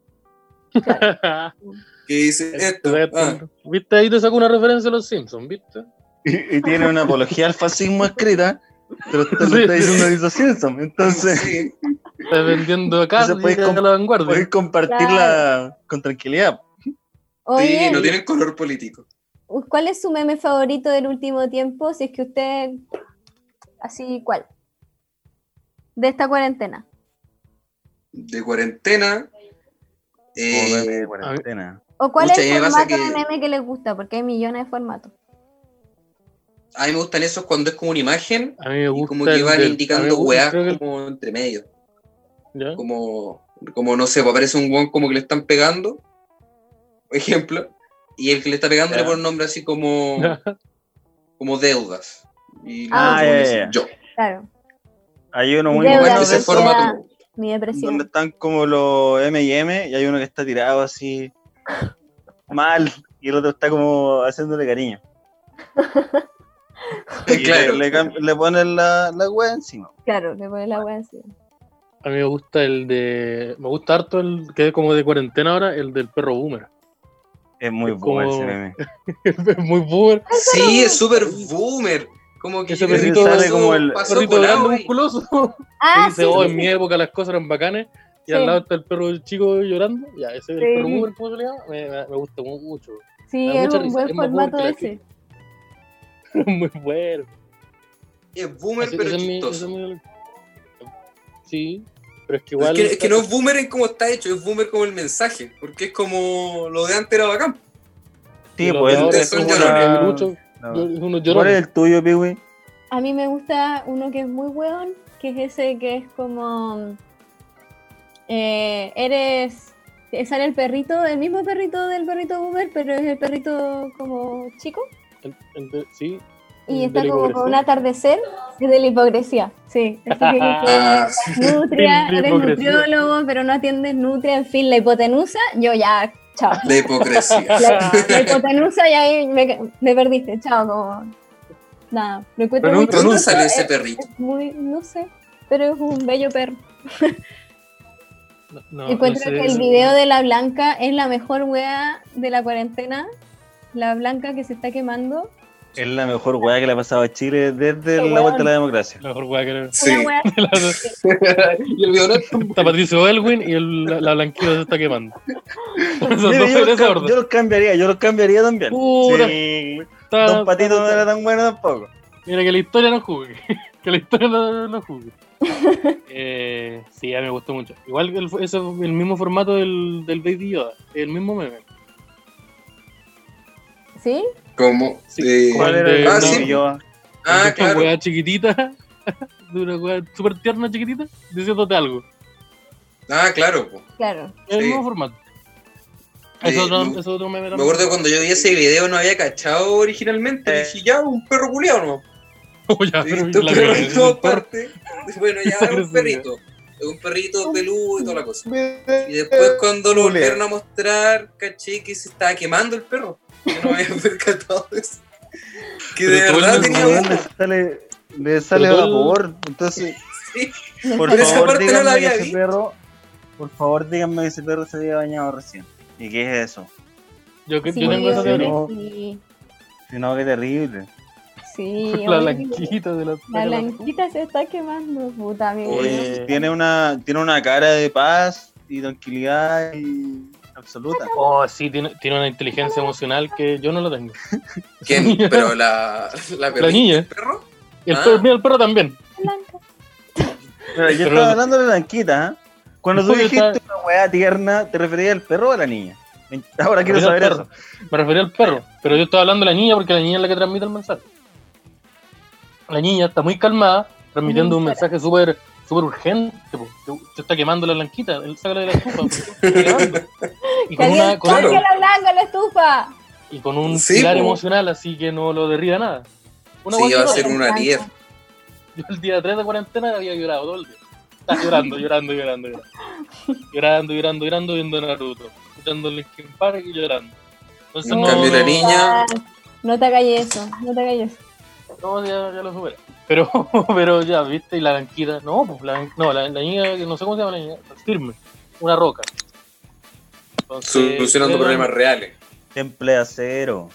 Speaker 1: que dice esto. ah,
Speaker 2: ¿Viste? Ahí te saco una referencia a los Simpsons, ¿viste?
Speaker 3: Y, y tiene una apología al fascismo escrita, pero usted lo está diciendo Lisa Simpson. Entonces,
Speaker 1: sí.
Speaker 2: Estás vendiendo acá
Speaker 3: Eso puedes
Speaker 2: y acá
Speaker 3: comp-
Speaker 2: la vanguardia.
Speaker 3: puedes compartirla con tranquilidad.
Speaker 4: Oye,
Speaker 1: Sí, no tienen color político.
Speaker 4: ¿cuál es su meme favorito del último tiempo? Si es que usted, así, ¿cuál? De esta cuarentena.
Speaker 1: De cuarentena. eh,
Speaker 3: Joder, cuarentena.
Speaker 4: ¿O cuál
Speaker 1: Pucha,
Speaker 4: es
Speaker 1: a mí
Speaker 4: el
Speaker 1: me pasa
Speaker 4: formato de
Speaker 1: que-
Speaker 4: meme que le gusta? Porque hay millones de formatos.
Speaker 1: a mí me gustan esos cuando es como una imagen
Speaker 2: A mí me
Speaker 1: y
Speaker 2: gusta.
Speaker 1: como que
Speaker 2: el
Speaker 1: van
Speaker 2: del- a mí me
Speaker 1: indicando
Speaker 2: gusta-
Speaker 1: weá
Speaker 2: creo que el-
Speaker 1: como entre medio.
Speaker 2: ¿ya?
Speaker 1: Como, como no sé, pues aparece un guan como que le están pegando, por ejemplo, y el que le está pegando
Speaker 2: Ya.
Speaker 1: le pone un nombre así como, como deudas. Y le
Speaker 4: Ah,
Speaker 1: pone
Speaker 3: ya,
Speaker 1: así,
Speaker 3: ya, ya.
Speaker 1: yo.
Speaker 4: Claro.
Speaker 3: Hay uno muy
Speaker 4: Deuda,
Speaker 1: Como
Speaker 3: bueno
Speaker 1: que se
Speaker 4: deuda.
Speaker 1: forma como-
Speaker 4: Mi depresión.
Speaker 3: donde están como los M y M y hay uno que está tirado así mal y el otro está como haciéndole cariño. Y
Speaker 1: Claro.
Speaker 3: le, le cam- le ponen la, la wea encima.
Speaker 4: Claro, le pone la weá así.
Speaker 2: A mí me gusta el de. Me gusta harto el que es como de cuarentena ahora, el del perro boomer.
Speaker 3: Es muy
Speaker 2: Es
Speaker 3: bueno
Speaker 2: como-
Speaker 3: ese meme.
Speaker 2: es muy boomer.
Speaker 1: Sí, es súper boomer. Como que yo
Speaker 2: Ese
Speaker 1: creo que
Speaker 2: perrito
Speaker 1: pasó-
Speaker 3: sale como el-
Speaker 1: pasó
Speaker 2: Perrito
Speaker 1: colado
Speaker 2: grande,
Speaker 1: ahí.
Speaker 2: musculoso.
Speaker 4: Ah,
Speaker 2: que dice,
Speaker 4: sí,
Speaker 2: oh,
Speaker 4: sí,
Speaker 2: en mi época las cosas eran bacanes. Y
Speaker 4: Sí.
Speaker 2: al lado está el perro chico llorando. Ya, ese es
Speaker 4: Sí.
Speaker 2: el perro boomer, ¿cómo se le llama? Me, me- me gusta mu- mucho.
Speaker 4: sí,
Speaker 2: me da
Speaker 4: es
Speaker 2: mucha
Speaker 4: un
Speaker 2: risa,
Speaker 4: buen
Speaker 2: es más
Speaker 4: formato
Speaker 2: bueno que la
Speaker 4: ese.
Speaker 2: muy bueno.
Speaker 1: Es boomer,
Speaker 2: Ese-
Speaker 1: pero
Speaker 2: ese es mi-
Speaker 1: chistoso.
Speaker 2: ese es mi- Sí, pero es que
Speaker 1: Es
Speaker 2: igual.
Speaker 1: que, es que no es boomer en cómo está hecho, es boomer como el mensaje. Porque es como lo de antes era bacán.
Speaker 3: Sí,
Speaker 2: los
Speaker 3: pues
Speaker 2: de ahora
Speaker 3: es
Speaker 1: son
Speaker 3: como
Speaker 1: llorones,
Speaker 3: una-
Speaker 2: mucho-
Speaker 3: una-
Speaker 2: yo- unos
Speaker 3: ¿Cuál es
Speaker 2: llorones.
Speaker 3: el tuyo, Piwi?
Speaker 4: A mí me gusta uno que es muy weón, que es ese que es como. eh, eres. eh, Sale el perrito, el mismo perrito del perrito boomer, pero es el perrito como chico.
Speaker 2: El- el de- sí.
Speaker 4: Y
Speaker 2: el
Speaker 4: está
Speaker 2: de la
Speaker 4: como con un
Speaker 2: hipocresía.
Speaker 4: atardecer es de la hipocresía. Sí, así que dice,
Speaker 1: Ah, sí.
Speaker 4: Nutria,
Speaker 2: De la
Speaker 4: eres
Speaker 2: hipocresía.
Speaker 4: nutriólogo, pero no atiendes nutria, en fin, la hipotenusa, yo ya, chao.
Speaker 1: Ah, La hipocresía.
Speaker 4: La, la hipotenusa y ahí me, me perdiste, chao, como... Nada, lo encuentro
Speaker 2: Pero
Speaker 4: muy
Speaker 2: nunca- nunca
Speaker 1: ¿Dónde
Speaker 4: chistoso,
Speaker 1: sale ese
Speaker 4: es-
Speaker 1: perrito?
Speaker 4: es muy, no sé, pero es un bello perro.
Speaker 2: No, no,
Speaker 4: encuentro
Speaker 2: no sé,
Speaker 4: que el
Speaker 2: no-
Speaker 4: video de la Blanca es la mejor wea de la cuarentena. La Blanca que se está quemando.
Speaker 3: Es la mejor weá que le ha pasado a Chile desde
Speaker 4: Qué
Speaker 3: la vuelta
Speaker 4: weón.
Speaker 3: a la democracia.
Speaker 2: La mejor weá que era.
Speaker 1: Sí.
Speaker 4: Una wea
Speaker 1: y el video no es tan
Speaker 2: Está Patricio Elwin y el- la, la blanquita se está quemando. Esos
Speaker 3: Mira,
Speaker 2: dos
Speaker 3: yo,
Speaker 2: en
Speaker 3: los
Speaker 2: ese
Speaker 3: cam-
Speaker 2: orden.
Speaker 3: yo los cambiaría, yo los cambiaría también.
Speaker 2: Puta,
Speaker 3: Sí,
Speaker 2: está-
Speaker 3: Don Patito no
Speaker 2: está-
Speaker 3: era tan bueno tampoco.
Speaker 2: Mira, que la historia no jugue. Que la historia no, no jugue. Eh, sí, a mí me gustó mucho. Igual que el, ese- el mismo formato del, del Baby Yoda. El mismo meme.
Speaker 4: ¿Sí?
Speaker 1: como.
Speaker 2: Sí.
Speaker 1: eh,
Speaker 2: Como
Speaker 3: ¿Cuál
Speaker 2: el
Speaker 3: era el
Speaker 1: de-
Speaker 3: que
Speaker 1: Ah, sí.
Speaker 3: yo?
Speaker 1: ah,
Speaker 2: Una
Speaker 1: claro.
Speaker 2: weá chiquitita. De una weá súper tierna chiquitita. Diciéndote algo.
Speaker 1: Ah, claro. po.
Speaker 4: Claro.
Speaker 2: El
Speaker 1: Sí.
Speaker 2: mismo formato.
Speaker 1: Sí,
Speaker 2: Eso otro,
Speaker 1: me-
Speaker 2: es otro meme
Speaker 1: Me
Speaker 2: también.
Speaker 1: acuerdo cuando yo vi ese video no había cachado originalmente.
Speaker 3: Eh.
Speaker 1: Dije, ya, un perro culiao, ¿no?
Speaker 2: Oh, ya,
Speaker 1: Sí,
Speaker 2: pero
Speaker 1: esto,
Speaker 2: la
Speaker 1: pero
Speaker 2: weá,
Speaker 1: en todas
Speaker 2: el perro.
Speaker 1: partes. Bueno, ya era un
Speaker 2: Sí.
Speaker 1: perrito. Era Un perrito peludo y toda la cosa. Y después cuando lo volvieron a mostrar, caché que se estaba quemando el perro. Yo no me había percatado de eso. Que
Speaker 2: Pero
Speaker 1: de
Speaker 2: todo el
Speaker 1: verdad
Speaker 2: mundo
Speaker 1: tenía
Speaker 2: sabe.
Speaker 1: un...
Speaker 3: Weón, le sale, le sale
Speaker 2: Pero todo-
Speaker 3: vapor. Entonces,
Speaker 1: Sí,
Speaker 3: por
Speaker 1: Pero esa
Speaker 3: favor,
Speaker 1: parte no la
Speaker 3: díganme que
Speaker 1: había
Speaker 3: ese
Speaker 1: visto.
Speaker 3: perro, por favor, díganme que ese perro se había bañado recién. ¿Y qué es eso?
Speaker 2: Yo, que-
Speaker 4: Sí,
Speaker 2: yo tengo esa
Speaker 4: obvio que
Speaker 2: teoría.
Speaker 3: no.
Speaker 4: sí.
Speaker 3: Si no, qué terrible.
Speaker 2: La
Speaker 4: Sí, obvio que-
Speaker 2: blanquita de la.
Speaker 4: La blanquita se está quemando, puta mi
Speaker 1: Oye.
Speaker 3: Eh, tiene, una, tiene una cara de paz y tranquilidad y absoluta.
Speaker 2: Oh, sí, tiene, tiene una inteligencia emocional que yo no la tengo.
Speaker 1: ¿Quién? Pero la, la perrita,
Speaker 2: niña.
Speaker 1: el perro.
Speaker 2: Y el,
Speaker 1: Ah.
Speaker 2: perro, mira, el perro también.
Speaker 4: Blanca.
Speaker 3: Pero yo
Speaker 2: Pero-
Speaker 3: estaba hablando de la blanquita. ¿eh? Cuando tú
Speaker 2: Oye,
Speaker 3: dijiste
Speaker 2: está-
Speaker 3: una weá tierna, ¿te referías al perro o a la niña?
Speaker 1: Ah,
Speaker 3: Ahora quiero
Speaker 2: Mira,
Speaker 3: saber
Speaker 2: perro.
Speaker 3: eso.
Speaker 2: Me refería al perro, pero yo estaba hablando de la niña porque la niña es la que transmite el mensaje. La niña está muy calmada, transmitiendo un mensaje súper súper urgente, po. Se- se está quemando la blanquita, él sácala de la estufa, porque se está quemando. Y
Speaker 4: Que
Speaker 2: con,
Speaker 4: alguien
Speaker 2: una, con,
Speaker 1: claro.
Speaker 4: saque la blanca en la estufa.
Speaker 2: y con un
Speaker 1: Sí,
Speaker 2: pilar
Speaker 1: po.
Speaker 2: emocional, así que no lo derriba nada. Una
Speaker 1: Sí,
Speaker 2: guay
Speaker 1: va a
Speaker 2: que
Speaker 1: ser
Speaker 2: no.
Speaker 1: una 10.
Speaker 2: Yo el día 3 de cuarentena había llorado todo el día. Estaba llorando, llorando, llorando, llorando. Llorando, llorando, llorando, viendo Naruto. Escuchando Linkin Park y llorando. Entonces
Speaker 1: En
Speaker 2: no,
Speaker 1: cambio, la niña-
Speaker 4: No te calles eso, no te calles eso.
Speaker 2: no, ya, ya lo superé. Pero, pero ya, viste, y la blanquita. No, pues la, no, la, la niña, que no sé cómo se llama la niña, firme. Una roca. Entonces,
Speaker 1: Solucionando
Speaker 2: Iron-
Speaker 1: problemas reales.
Speaker 3: Temple acero.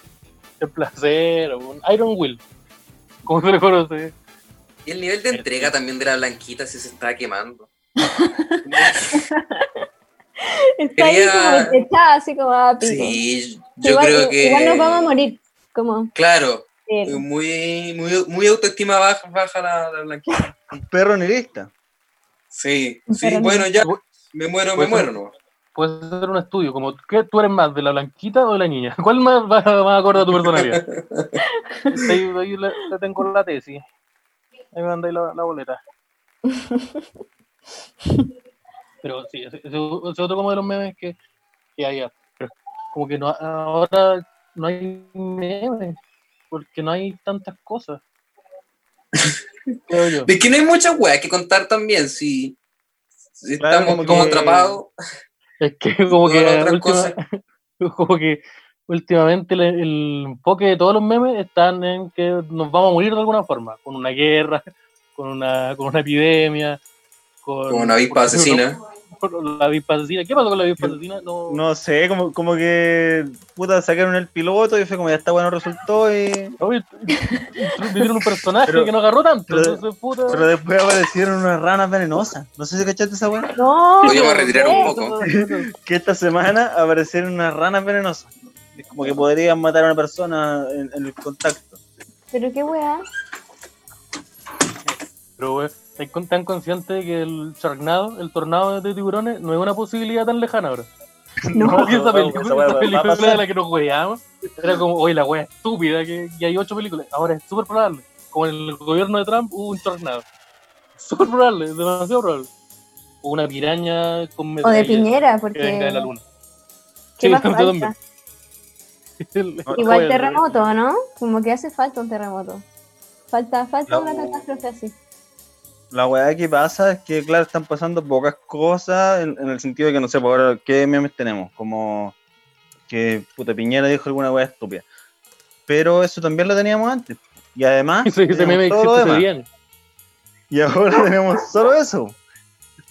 Speaker 2: El placer, un Iron Will. ¿Cómo se le conoce?
Speaker 1: Y el nivel de entrega también de la blanquita si se está quemando.
Speaker 4: Está ahí
Speaker 1: Quería-
Speaker 4: como techada, así como a pico.
Speaker 1: Sí, yo
Speaker 4: igual, eh,
Speaker 1: creo que.
Speaker 4: igual nos vamos a morir. Como,
Speaker 1: Claro,
Speaker 4: eh,
Speaker 1: muy, muy, muy autoestima baja, baja la, la blanquita.
Speaker 3: Un perro nihilista.
Speaker 1: Sí,
Speaker 4: Un
Speaker 1: sí,
Speaker 4: perro
Speaker 1: bueno, ya.
Speaker 2: negro.
Speaker 1: Me muero, me
Speaker 2: Pues-
Speaker 1: muero, ¿no?
Speaker 2: Puedes hacer un estudio, como, ¿qué tú eres más, de la blanquita o de la niña? ¿Cuál más va más acorde a tu personalidad? ahí, ahí la- la tengo la tesis. Ahí me mandáis la, la boleta. Pero sí, ese, ese- ese otro como de los memes que, que hay. ah, pero Como que no, ahora no hay memes, porque no hay tantas cosas. Creo yo.
Speaker 1: Es que no hay muchas weas que contar también, si, si
Speaker 3: Claro,
Speaker 1: estamos
Speaker 3: como
Speaker 1: como
Speaker 3: que-
Speaker 1: atrapados.
Speaker 2: Es que como que,
Speaker 1: Todas las otras
Speaker 2: última- como que últimamente el, el enfoque de todos los memes están en que nos vamos a morir de alguna forma, con una guerra, con una, con una epidemia, con,
Speaker 1: Como una avispa asesina.
Speaker 2: con la avispa asesina. ¿Qué pasó con la avispa asesina? No, no.
Speaker 3: No sé, como, como que puta sacaron el piloto y fue como ya está bueno resultó y.
Speaker 2: y- y- y tuvieron un personaje
Speaker 3: Pero-
Speaker 2: que no agarró tanto,
Speaker 3: pero-
Speaker 2: entonces, puta.
Speaker 3: Pero después aparecieron unas ranas venenosas. No sé si cachaste esa weá.
Speaker 4: no,
Speaker 1: Oye, voy a retirar un
Speaker 4: ¿qué?
Speaker 1: poco.
Speaker 3: Que esta semana aparecieron unas ranas venenosas. Es como que podrían matar a una persona en, en el contacto.
Speaker 4: Pero qué weá.
Speaker 2: Pero weón, estoy con- tan consciente de que el Sharknado, el tornado de tiburones, no es una posibilidad tan lejana ahora. No, que esa
Speaker 3: no,
Speaker 2: película,
Speaker 3: esa weá
Speaker 2: esa
Speaker 3: va- va a
Speaker 2: película
Speaker 3: pasar.
Speaker 2: de la que nos jugábamos era como, oye, la wea estúpida que, que hay ocho películas. Ahora es súper probable. Como en el gobierno de Trump hubo un tornado. Súper probable, es demasiado probable. O una piraña con
Speaker 4: O de
Speaker 2: metralla
Speaker 4: piñera,
Speaker 2: que venga de la
Speaker 4: porque.
Speaker 2: luna. Sí,
Speaker 4: ¿Qué más
Speaker 2: yo
Speaker 4: falta?
Speaker 2: también. El-
Speaker 4: Igual
Speaker 2: el-
Speaker 4: terremoto, ¿no? Como que hace falta un terremoto. Falta, falta
Speaker 3: No.
Speaker 4: una catástrofe así.
Speaker 3: La weá que pasa es que, claro, están pasando pocas cosas en, en el sentido de que no sé, por ahora, ¿qué memes tenemos? Como que puta Piñera dijo alguna weá estúpida. Pero eso también lo teníamos antes. Y además,
Speaker 2: Ese, ese
Speaker 3: teníamos
Speaker 2: meme
Speaker 3: todo lo
Speaker 2: existe
Speaker 3: demás.
Speaker 2: ese día.
Speaker 3: y ahora tenemos solo eso.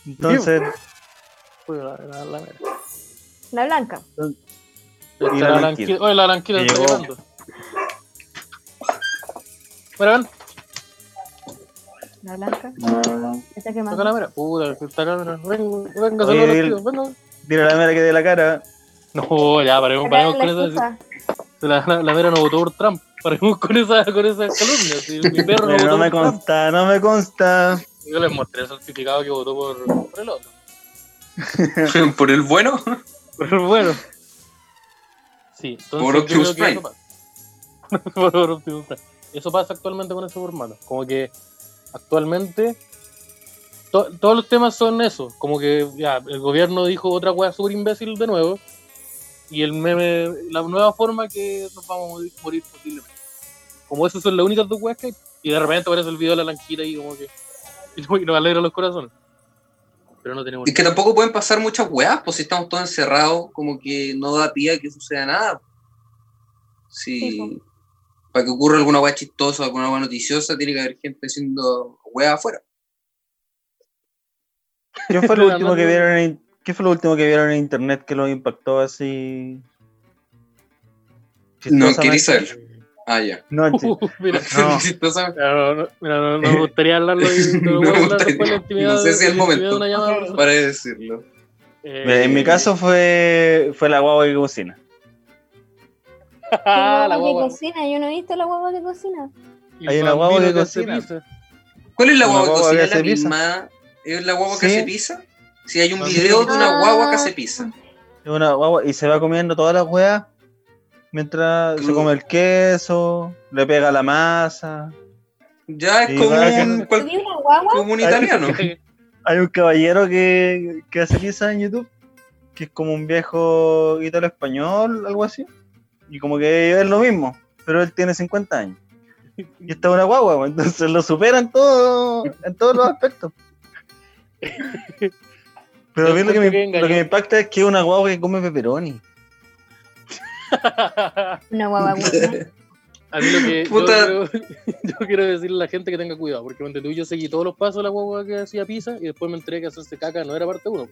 Speaker 3: Entonces,
Speaker 2: Oye, la- la- la-
Speaker 4: La blanca.
Speaker 3: Y
Speaker 2: la blanqui-
Speaker 3: la blanquita.
Speaker 2: Oye, la blanquita
Speaker 3: Que
Speaker 2: está
Speaker 3: llegó.
Speaker 2: llegando. Mira, ven,
Speaker 4: La blanca. Está
Speaker 2: saca
Speaker 4: quemando.
Speaker 2: la mira. Puta, esta cámara. Venga, venga,
Speaker 3: Oye,
Speaker 2: saludos,
Speaker 3: el-
Speaker 2: tío, venga.
Speaker 3: tira la mera que de la cara.
Speaker 2: No, ya, paremos, paremos
Speaker 4: Saca
Speaker 2: con
Speaker 4: la
Speaker 2: esa.
Speaker 4: estufa.
Speaker 2: La, la, la Vera no votó por Trump. Paremos con esa, con esa calumnia. si mi perro no
Speaker 3: Pero
Speaker 2: votó
Speaker 3: no me
Speaker 2: por Trump.
Speaker 3: consta, no me consta.
Speaker 2: Yo les mostré el certificado que votó por, por el otro.
Speaker 1: Por el bueno.
Speaker 2: Pero bueno. Sí, entonces.
Speaker 1: Por
Speaker 2: yo
Speaker 1: Optimus
Speaker 2: creo que eso pasa. por Optimus Prime. Eso pasa actualmente con ese hermano. Como que actualmente to- todos los temas son eso. Como que ya, el gobierno dijo otra hueá súper imbécil de nuevo. Y el meme, la nueva forma que nos vamos a morir, morir posiblemente. Como esas son las únicas dos weas que hay. Y de repente aparece el video de la lanquita y como que. Y nos alegra los corazones. Pero no tenemos.
Speaker 1: Es que tampoco pueden pasar muchas weas, pues si estamos todos encerrados, como que no da pie a que suceda nada.
Speaker 4: Sí,
Speaker 1: Sí.
Speaker 4: po.
Speaker 1: Para que ocurra alguna wea chistosa, alguna wea noticiosa, tiene que haber gente haciendo weas afuera.
Speaker 3: ¿Qué fue lo
Speaker 2: Pero
Speaker 3: último
Speaker 2: no-
Speaker 3: que vieron en, qué fue lo último que vieron en internet que los impactó así?
Speaker 1: No,
Speaker 3: Chistosamente.
Speaker 1: querí saber. Ah, ya.
Speaker 3: No, chi-
Speaker 2: mira.
Speaker 3: No.
Speaker 1: Chistosa.
Speaker 2: Mira, no, no, mira, no, no me gustaría hablarlo y no,
Speaker 1: No me gustaría.
Speaker 2: después la intimidad
Speaker 1: No sé
Speaker 2: de-
Speaker 1: si es el
Speaker 2: la
Speaker 1: momento.
Speaker 2: intimidad de una llamada.
Speaker 4: Ok.
Speaker 1: Para de decirlo.
Speaker 2: Eh,
Speaker 3: Mira, en mi caso fue, fue la guagua que cocina.
Speaker 4: Ah,
Speaker 2: la guagua.
Speaker 4: que cocina, yo no he visto la guagua que cocina.
Speaker 2: Y
Speaker 3: Hay una
Speaker 2: el
Speaker 3: guagua
Speaker 2: vampiro
Speaker 3: que
Speaker 2: hace
Speaker 3: cocina.
Speaker 2: pizza.
Speaker 1: ¿Cuál es la
Speaker 3: Una
Speaker 1: guagua que
Speaker 3: guagua
Speaker 1: cocina?
Speaker 3: que
Speaker 1: ¿Es la
Speaker 3: hace pizza.
Speaker 1: misma? ¿Es la guagua que
Speaker 3: Sí.
Speaker 1: hace pizza? Si hay un
Speaker 3: Ah,
Speaker 1: video de una
Speaker 4: sí.
Speaker 1: guagua que hace
Speaker 4: Ah.
Speaker 1: pizza.
Speaker 3: Es una guagua y se va comiendo todas las weas mientras se
Speaker 1: Crudo.
Speaker 3: come el queso, le pega la masa.
Speaker 1: Ya
Speaker 3: Sí,
Speaker 1: es como
Speaker 3: va,
Speaker 1: un,
Speaker 4: ¿Tú
Speaker 1: cual-
Speaker 4: vi una guagua?
Speaker 1: como un italiano.
Speaker 2: Hay
Speaker 3: Hay un caballero que, que hace quizás en YouTube, que es como un viejo italo español, algo así. Y como que es lo mismo, pero él tiene 50 años. Y está una guagua, pues, entonces lo supera en, todo, en todos los aspectos. Pero a mí lo que, me, lo que me impacta es que es una guagua que come pepperoni.
Speaker 4: Una guagua buena.
Speaker 2: A mí lo que yo
Speaker 1: Puta.
Speaker 2: creo- yo, quiero decirle a la gente que tenga cuidado, porque ponte tú yo seguí todos los pasos de la guagua que hacía pizza y después me enteré que hacerse caca no era parte uno.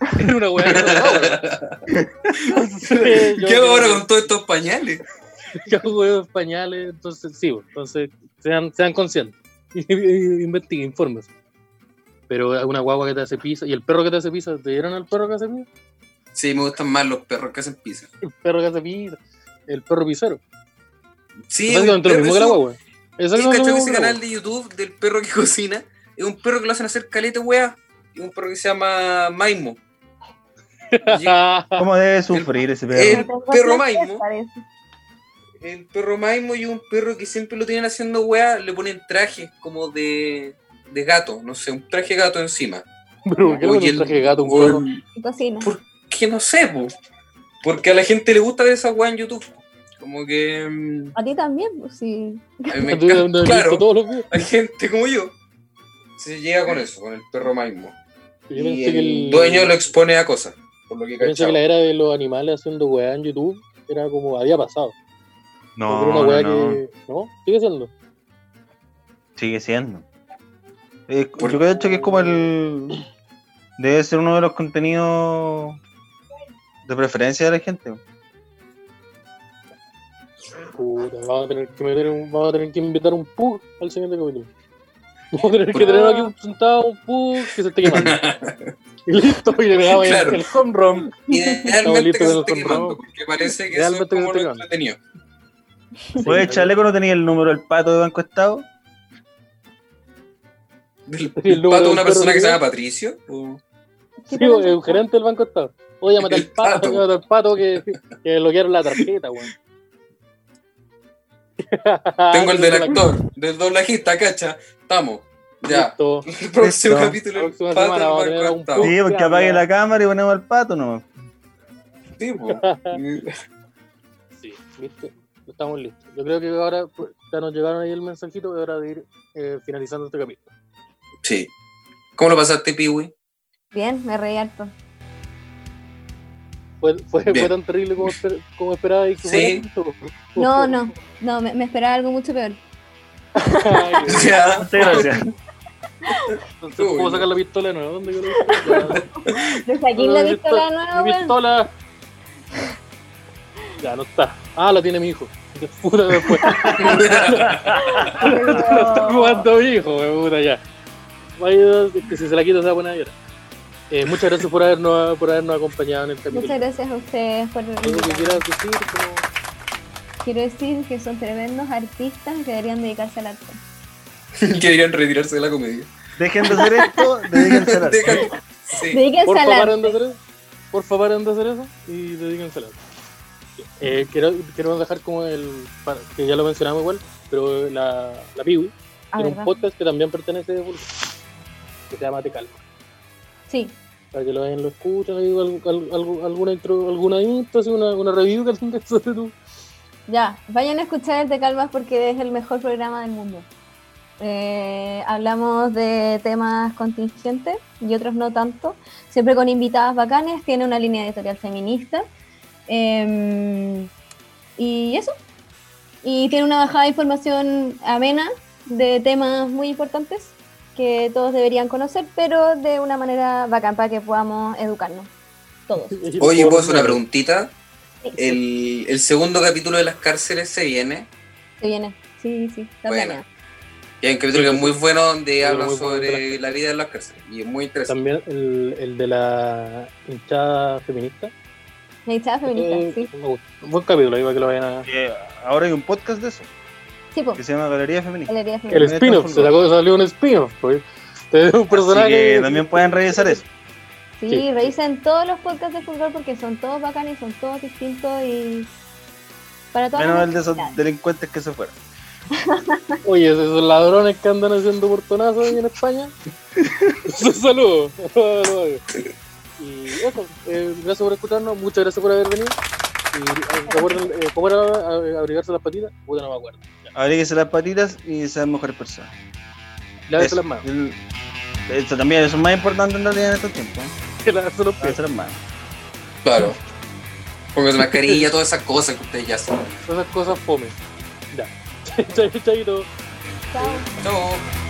Speaker 2: Era una weá que era una guagua. Entonces, yo-
Speaker 1: ¿Qué hago ahora con todos estos pañales?
Speaker 2: yo hago huevos, pañales, entonces sí, bo, entonces sean, sean conscientes, investiguen, informes. Pero hay una guagua que te hace pizza y el perro que te hace pizza, ¿te dieron al perro que hace pizza?
Speaker 1: Sí, me gustan más los perros que hacen pizza.
Speaker 2: El perro que hace pizza, el perro pizzero.
Speaker 1: Sí,
Speaker 2: Es lo
Speaker 1: un perro,
Speaker 2: mismo que la
Speaker 1: eso-
Speaker 2: guagua.
Speaker 1: ¿Y
Speaker 2: Exactamente lo
Speaker 1: cachó que
Speaker 2: mismo
Speaker 1: ese
Speaker 2: que la
Speaker 1: canal de YouTube del perro que cocina? Es un perro que lo hacen hacer caleta, wea. Y un perro que se llama Maimo. Y
Speaker 2: guagua.
Speaker 3: ¿Cómo debe sufrir ese
Speaker 1: el
Speaker 3: perro?
Speaker 1: perro Maimo.
Speaker 4: Parece.
Speaker 1: El perro Maimo y un perro que siempre lo tienen haciendo wea, le ponen trajes como de, de gato, no sé, un traje de gato encima.
Speaker 2: Pero ¿por qué le
Speaker 1: Oye,
Speaker 2: ponen
Speaker 1: el-
Speaker 2: traje de gato a un
Speaker 1: o el-
Speaker 2: perro?
Speaker 4: Y cocina.
Speaker 1: Por- que no sé, po. porque a la gente le gusta ver esa wea en YouTube. Como que. mm,
Speaker 4: A ti también, pues sí.
Speaker 1: a mí me
Speaker 2: Tú
Speaker 1: encanta.
Speaker 2: no has visto
Speaker 1: Claro,
Speaker 2: todos los días.
Speaker 1: hay gente como yo. Se llega con eso, con el perro Maimo.
Speaker 2: Yo
Speaker 1: Y
Speaker 2: pensé
Speaker 1: el,
Speaker 2: que el-
Speaker 1: dueño lo expone a cosas, por lo que he
Speaker 2: yo pensé que
Speaker 1: cachado.
Speaker 2: la era de los animales haciendo weá en YouTube era como había pasado.
Speaker 3: No,
Speaker 2: Era una
Speaker 3: no,
Speaker 2: weá
Speaker 3: no.
Speaker 2: que. ¿No? Sigue siendo.
Speaker 3: Sigue siendo. Eh,
Speaker 1: Por-
Speaker 3: Yo creo que es como el. Debe ser uno de los contenidos de preferencia de la gente.
Speaker 2: Puta, vamos a tener que meter un- vamos a tener que invitar un pug al siguiente capítulo. Vamos a tener que
Speaker 1: Por-
Speaker 2: tener aquí un sentado, un pug que se esté quemando. y listo, y le damos
Speaker 1: Claro.
Speaker 2: el home run.
Speaker 1: Idealmente este
Speaker 2: Está
Speaker 1: que se
Speaker 2: bonito
Speaker 1: esté
Speaker 2: con el
Speaker 1: quemando,
Speaker 2: rojo.
Speaker 1: porque parece que eso es
Speaker 2: Idealmente este que
Speaker 1: como
Speaker 2: se
Speaker 1: lo
Speaker 2: esté
Speaker 1: entretenido.
Speaker 3: Oye, el chaleco no tenía el número del pato de Banco Estado.
Speaker 1: Del
Speaker 2: Sí, el número
Speaker 1: pato de
Speaker 2: del
Speaker 1: una
Speaker 2: perro
Speaker 1: persona que se
Speaker 2: negro.
Speaker 1: llama Patricio. Uh, o-
Speaker 2: Sí, el gerente del banco está. Oye, mata al
Speaker 1: El
Speaker 2: pato,
Speaker 1: pato.
Speaker 2: mata al pato que, que bloquearon la tarjeta, weón. Ah,
Speaker 1: Tengo el del actor, del doblajista, cacha. Estamos. Ya.
Speaker 2: Listo.
Speaker 1: El próximo
Speaker 3: Listo.
Speaker 1: capítulo.
Speaker 2: La
Speaker 1: el
Speaker 2: próxima
Speaker 1: pato
Speaker 2: semana
Speaker 1: del
Speaker 2: vamos a tener
Speaker 1: barco
Speaker 2: un
Speaker 1: está.
Speaker 2: Oh,
Speaker 3: Sí, porque
Speaker 2: claro.
Speaker 3: apague la cámara y ponemos al pato nomás.
Speaker 1: Sí, po.
Speaker 2: Sí, listo. Estamos listos. Yo creo que ahora pues, ya nos llegaron ahí el mensajito, es hora de ir eh, finalizando este capítulo.
Speaker 1: Sí. ¿Cómo lo pasaste, Piwi?
Speaker 4: Bien, me reí harto.
Speaker 2: ¿Fue, fue,
Speaker 1: Bien.
Speaker 2: fue tan terrible como, esper- como esperaba y que
Speaker 1: Sí.
Speaker 2: fuera?
Speaker 4: No, no, no, me, me esperaba algo mucho peor.
Speaker 2: Ay,
Speaker 1: Ya.
Speaker 3: Muchas gracias.
Speaker 2: entonces, ¿Puedo
Speaker 1: Uy.
Speaker 2: sacar la pistola de nuevo? ¿Dónde yo la- Ya.
Speaker 4: ¿Le saqué
Speaker 2: No,
Speaker 4: la
Speaker 2: mi
Speaker 4: pistola
Speaker 2: ¡Mi
Speaker 4: nueva, weón?
Speaker 2: pistola! Ya, no está. Ah, la tiene mi hijo. De Puta después. Lo está jugando mi hijo, me puta ya. Vaya, es que si se la quita se va a poner a llorar. Eh, muchas gracias por habernos, por habernos acompañado en el capítulo.
Speaker 4: Muchas gracias a ustedes por
Speaker 2: ¿Algo que quieras decir? como-
Speaker 4: Quiero decir que son tremendos artistas que deberían dedicarse al arte.
Speaker 1: Querían retirarse de la comedia.
Speaker 3: Dejen de hacer esto, dedíquense a la
Speaker 1: Dejan- Sí.
Speaker 2: Por
Speaker 4: Dedíquense al
Speaker 2: favor,
Speaker 4: arte.
Speaker 2: anden a hacer eso. Por favor, anden a hacer eso y dedíquensela. Eh, quiero, quiero dejar como el. para- que ya lo mencionamos igual, pero la, la Piwi
Speaker 4: Ah,
Speaker 2: tiene un
Speaker 4: ¿verdad?
Speaker 2: podcast que también pertenece a Vulgo, que se llama Te Calma.
Speaker 4: Sí,
Speaker 2: para que lo vayan lo escuchen, ahí, al- al- al- alguna intro, alguna intro, así, una, una review que tengas sobre tú.
Speaker 4: ya. Vayan a escuchar el Te Calvas porque es el mejor programa del mundo. Eh, hablamos de temas contingentes y otros no tanto. Siempre con invitadas bacanes. Tiene una línea editorial feminista. Em, y eso. Y tiene una bajada de información amena de temas muy importantes que todos deberían conocer, pero de una manera bacán para que podamos educarnos. Todos.
Speaker 1: Oye, ¿puedo hacer una preguntita?
Speaker 4: Sí,
Speaker 1: El, el segundo capítulo de las cárceles se viene.
Speaker 4: Se viene. Sí, sí, está
Speaker 1: Bueno.
Speaker 4: planeado.
Speaker 1: Y hay un capítulo que es muy bueno donde
Speaker 2: Pero
Speaker 1: hablan
Speaker 2: muy bueno,
Speaker 1: sobre
Speaker 2: interesante.
Speaker 1: la vida en las cárceles. Y es muy interesante.
Speaker 2: También el, el de la hinchada feminista.
Speaker 4: La hinchada "Ah, feminista,
Speaker 2: Eh,
Speaker 4: sí.
Speaker 2: me gusta. Buen capítulo, ahí para que lo vayan a.
Speaker 3: Que Ahora hay un podcast de eso,
Speaker 4: Sí, po,
Speaker 3: que se llama Galería Feminista.
Speaker 4: galería feminista.
Speaker 2: El spin-off, se sacó, salió un spin-off. pues. Te un
Speaker 3: Así
Speaker 2: personaje.
Speaker 3: que también pueden revisar eso.
Speaker 4: Sí,
Speaker 2: sí.
Speaker 4: revisen todos los podcasts de fulgor porque son todos bacanes, son todos distintos y. Para todas
Speaker 3: Menos
Speaker 4: las
Speaker 3: el de esos
Speaker 4: necesidades.
Speaker 3: delincuentes que se fueron.
Speaker 2: Oye, esos ladrones que andan haciendo portonazos ahí en España. Un saludo. y eso, eh, gracias por escucharnos, muchas gracias por haber venido. Y recuerden, eh, ¿cómo era a- abrigarse las patitas? Puta, no me acuerdo. Ya.
Speaker 3: Abríguese las patitas y sean mejores personas.
Speaker 2: Lávense
Speaker 3: Eso-
Speaker 2: las manos,
Speaker 3: el- Eso también, eso es más importante en realidad en estos tiempos. ¿eh?
Speaker 2: lávense los pies.
Speaker 3: Lávense las manos.
Speaker 5: Claro. Pónganse mascarilla, todas esas cosas que ustedes ya saben.
Speaker 2: Todas esas cosas fome. Ya. Chaito.
Speaker 4: Chao.
Speaker 5: Chao.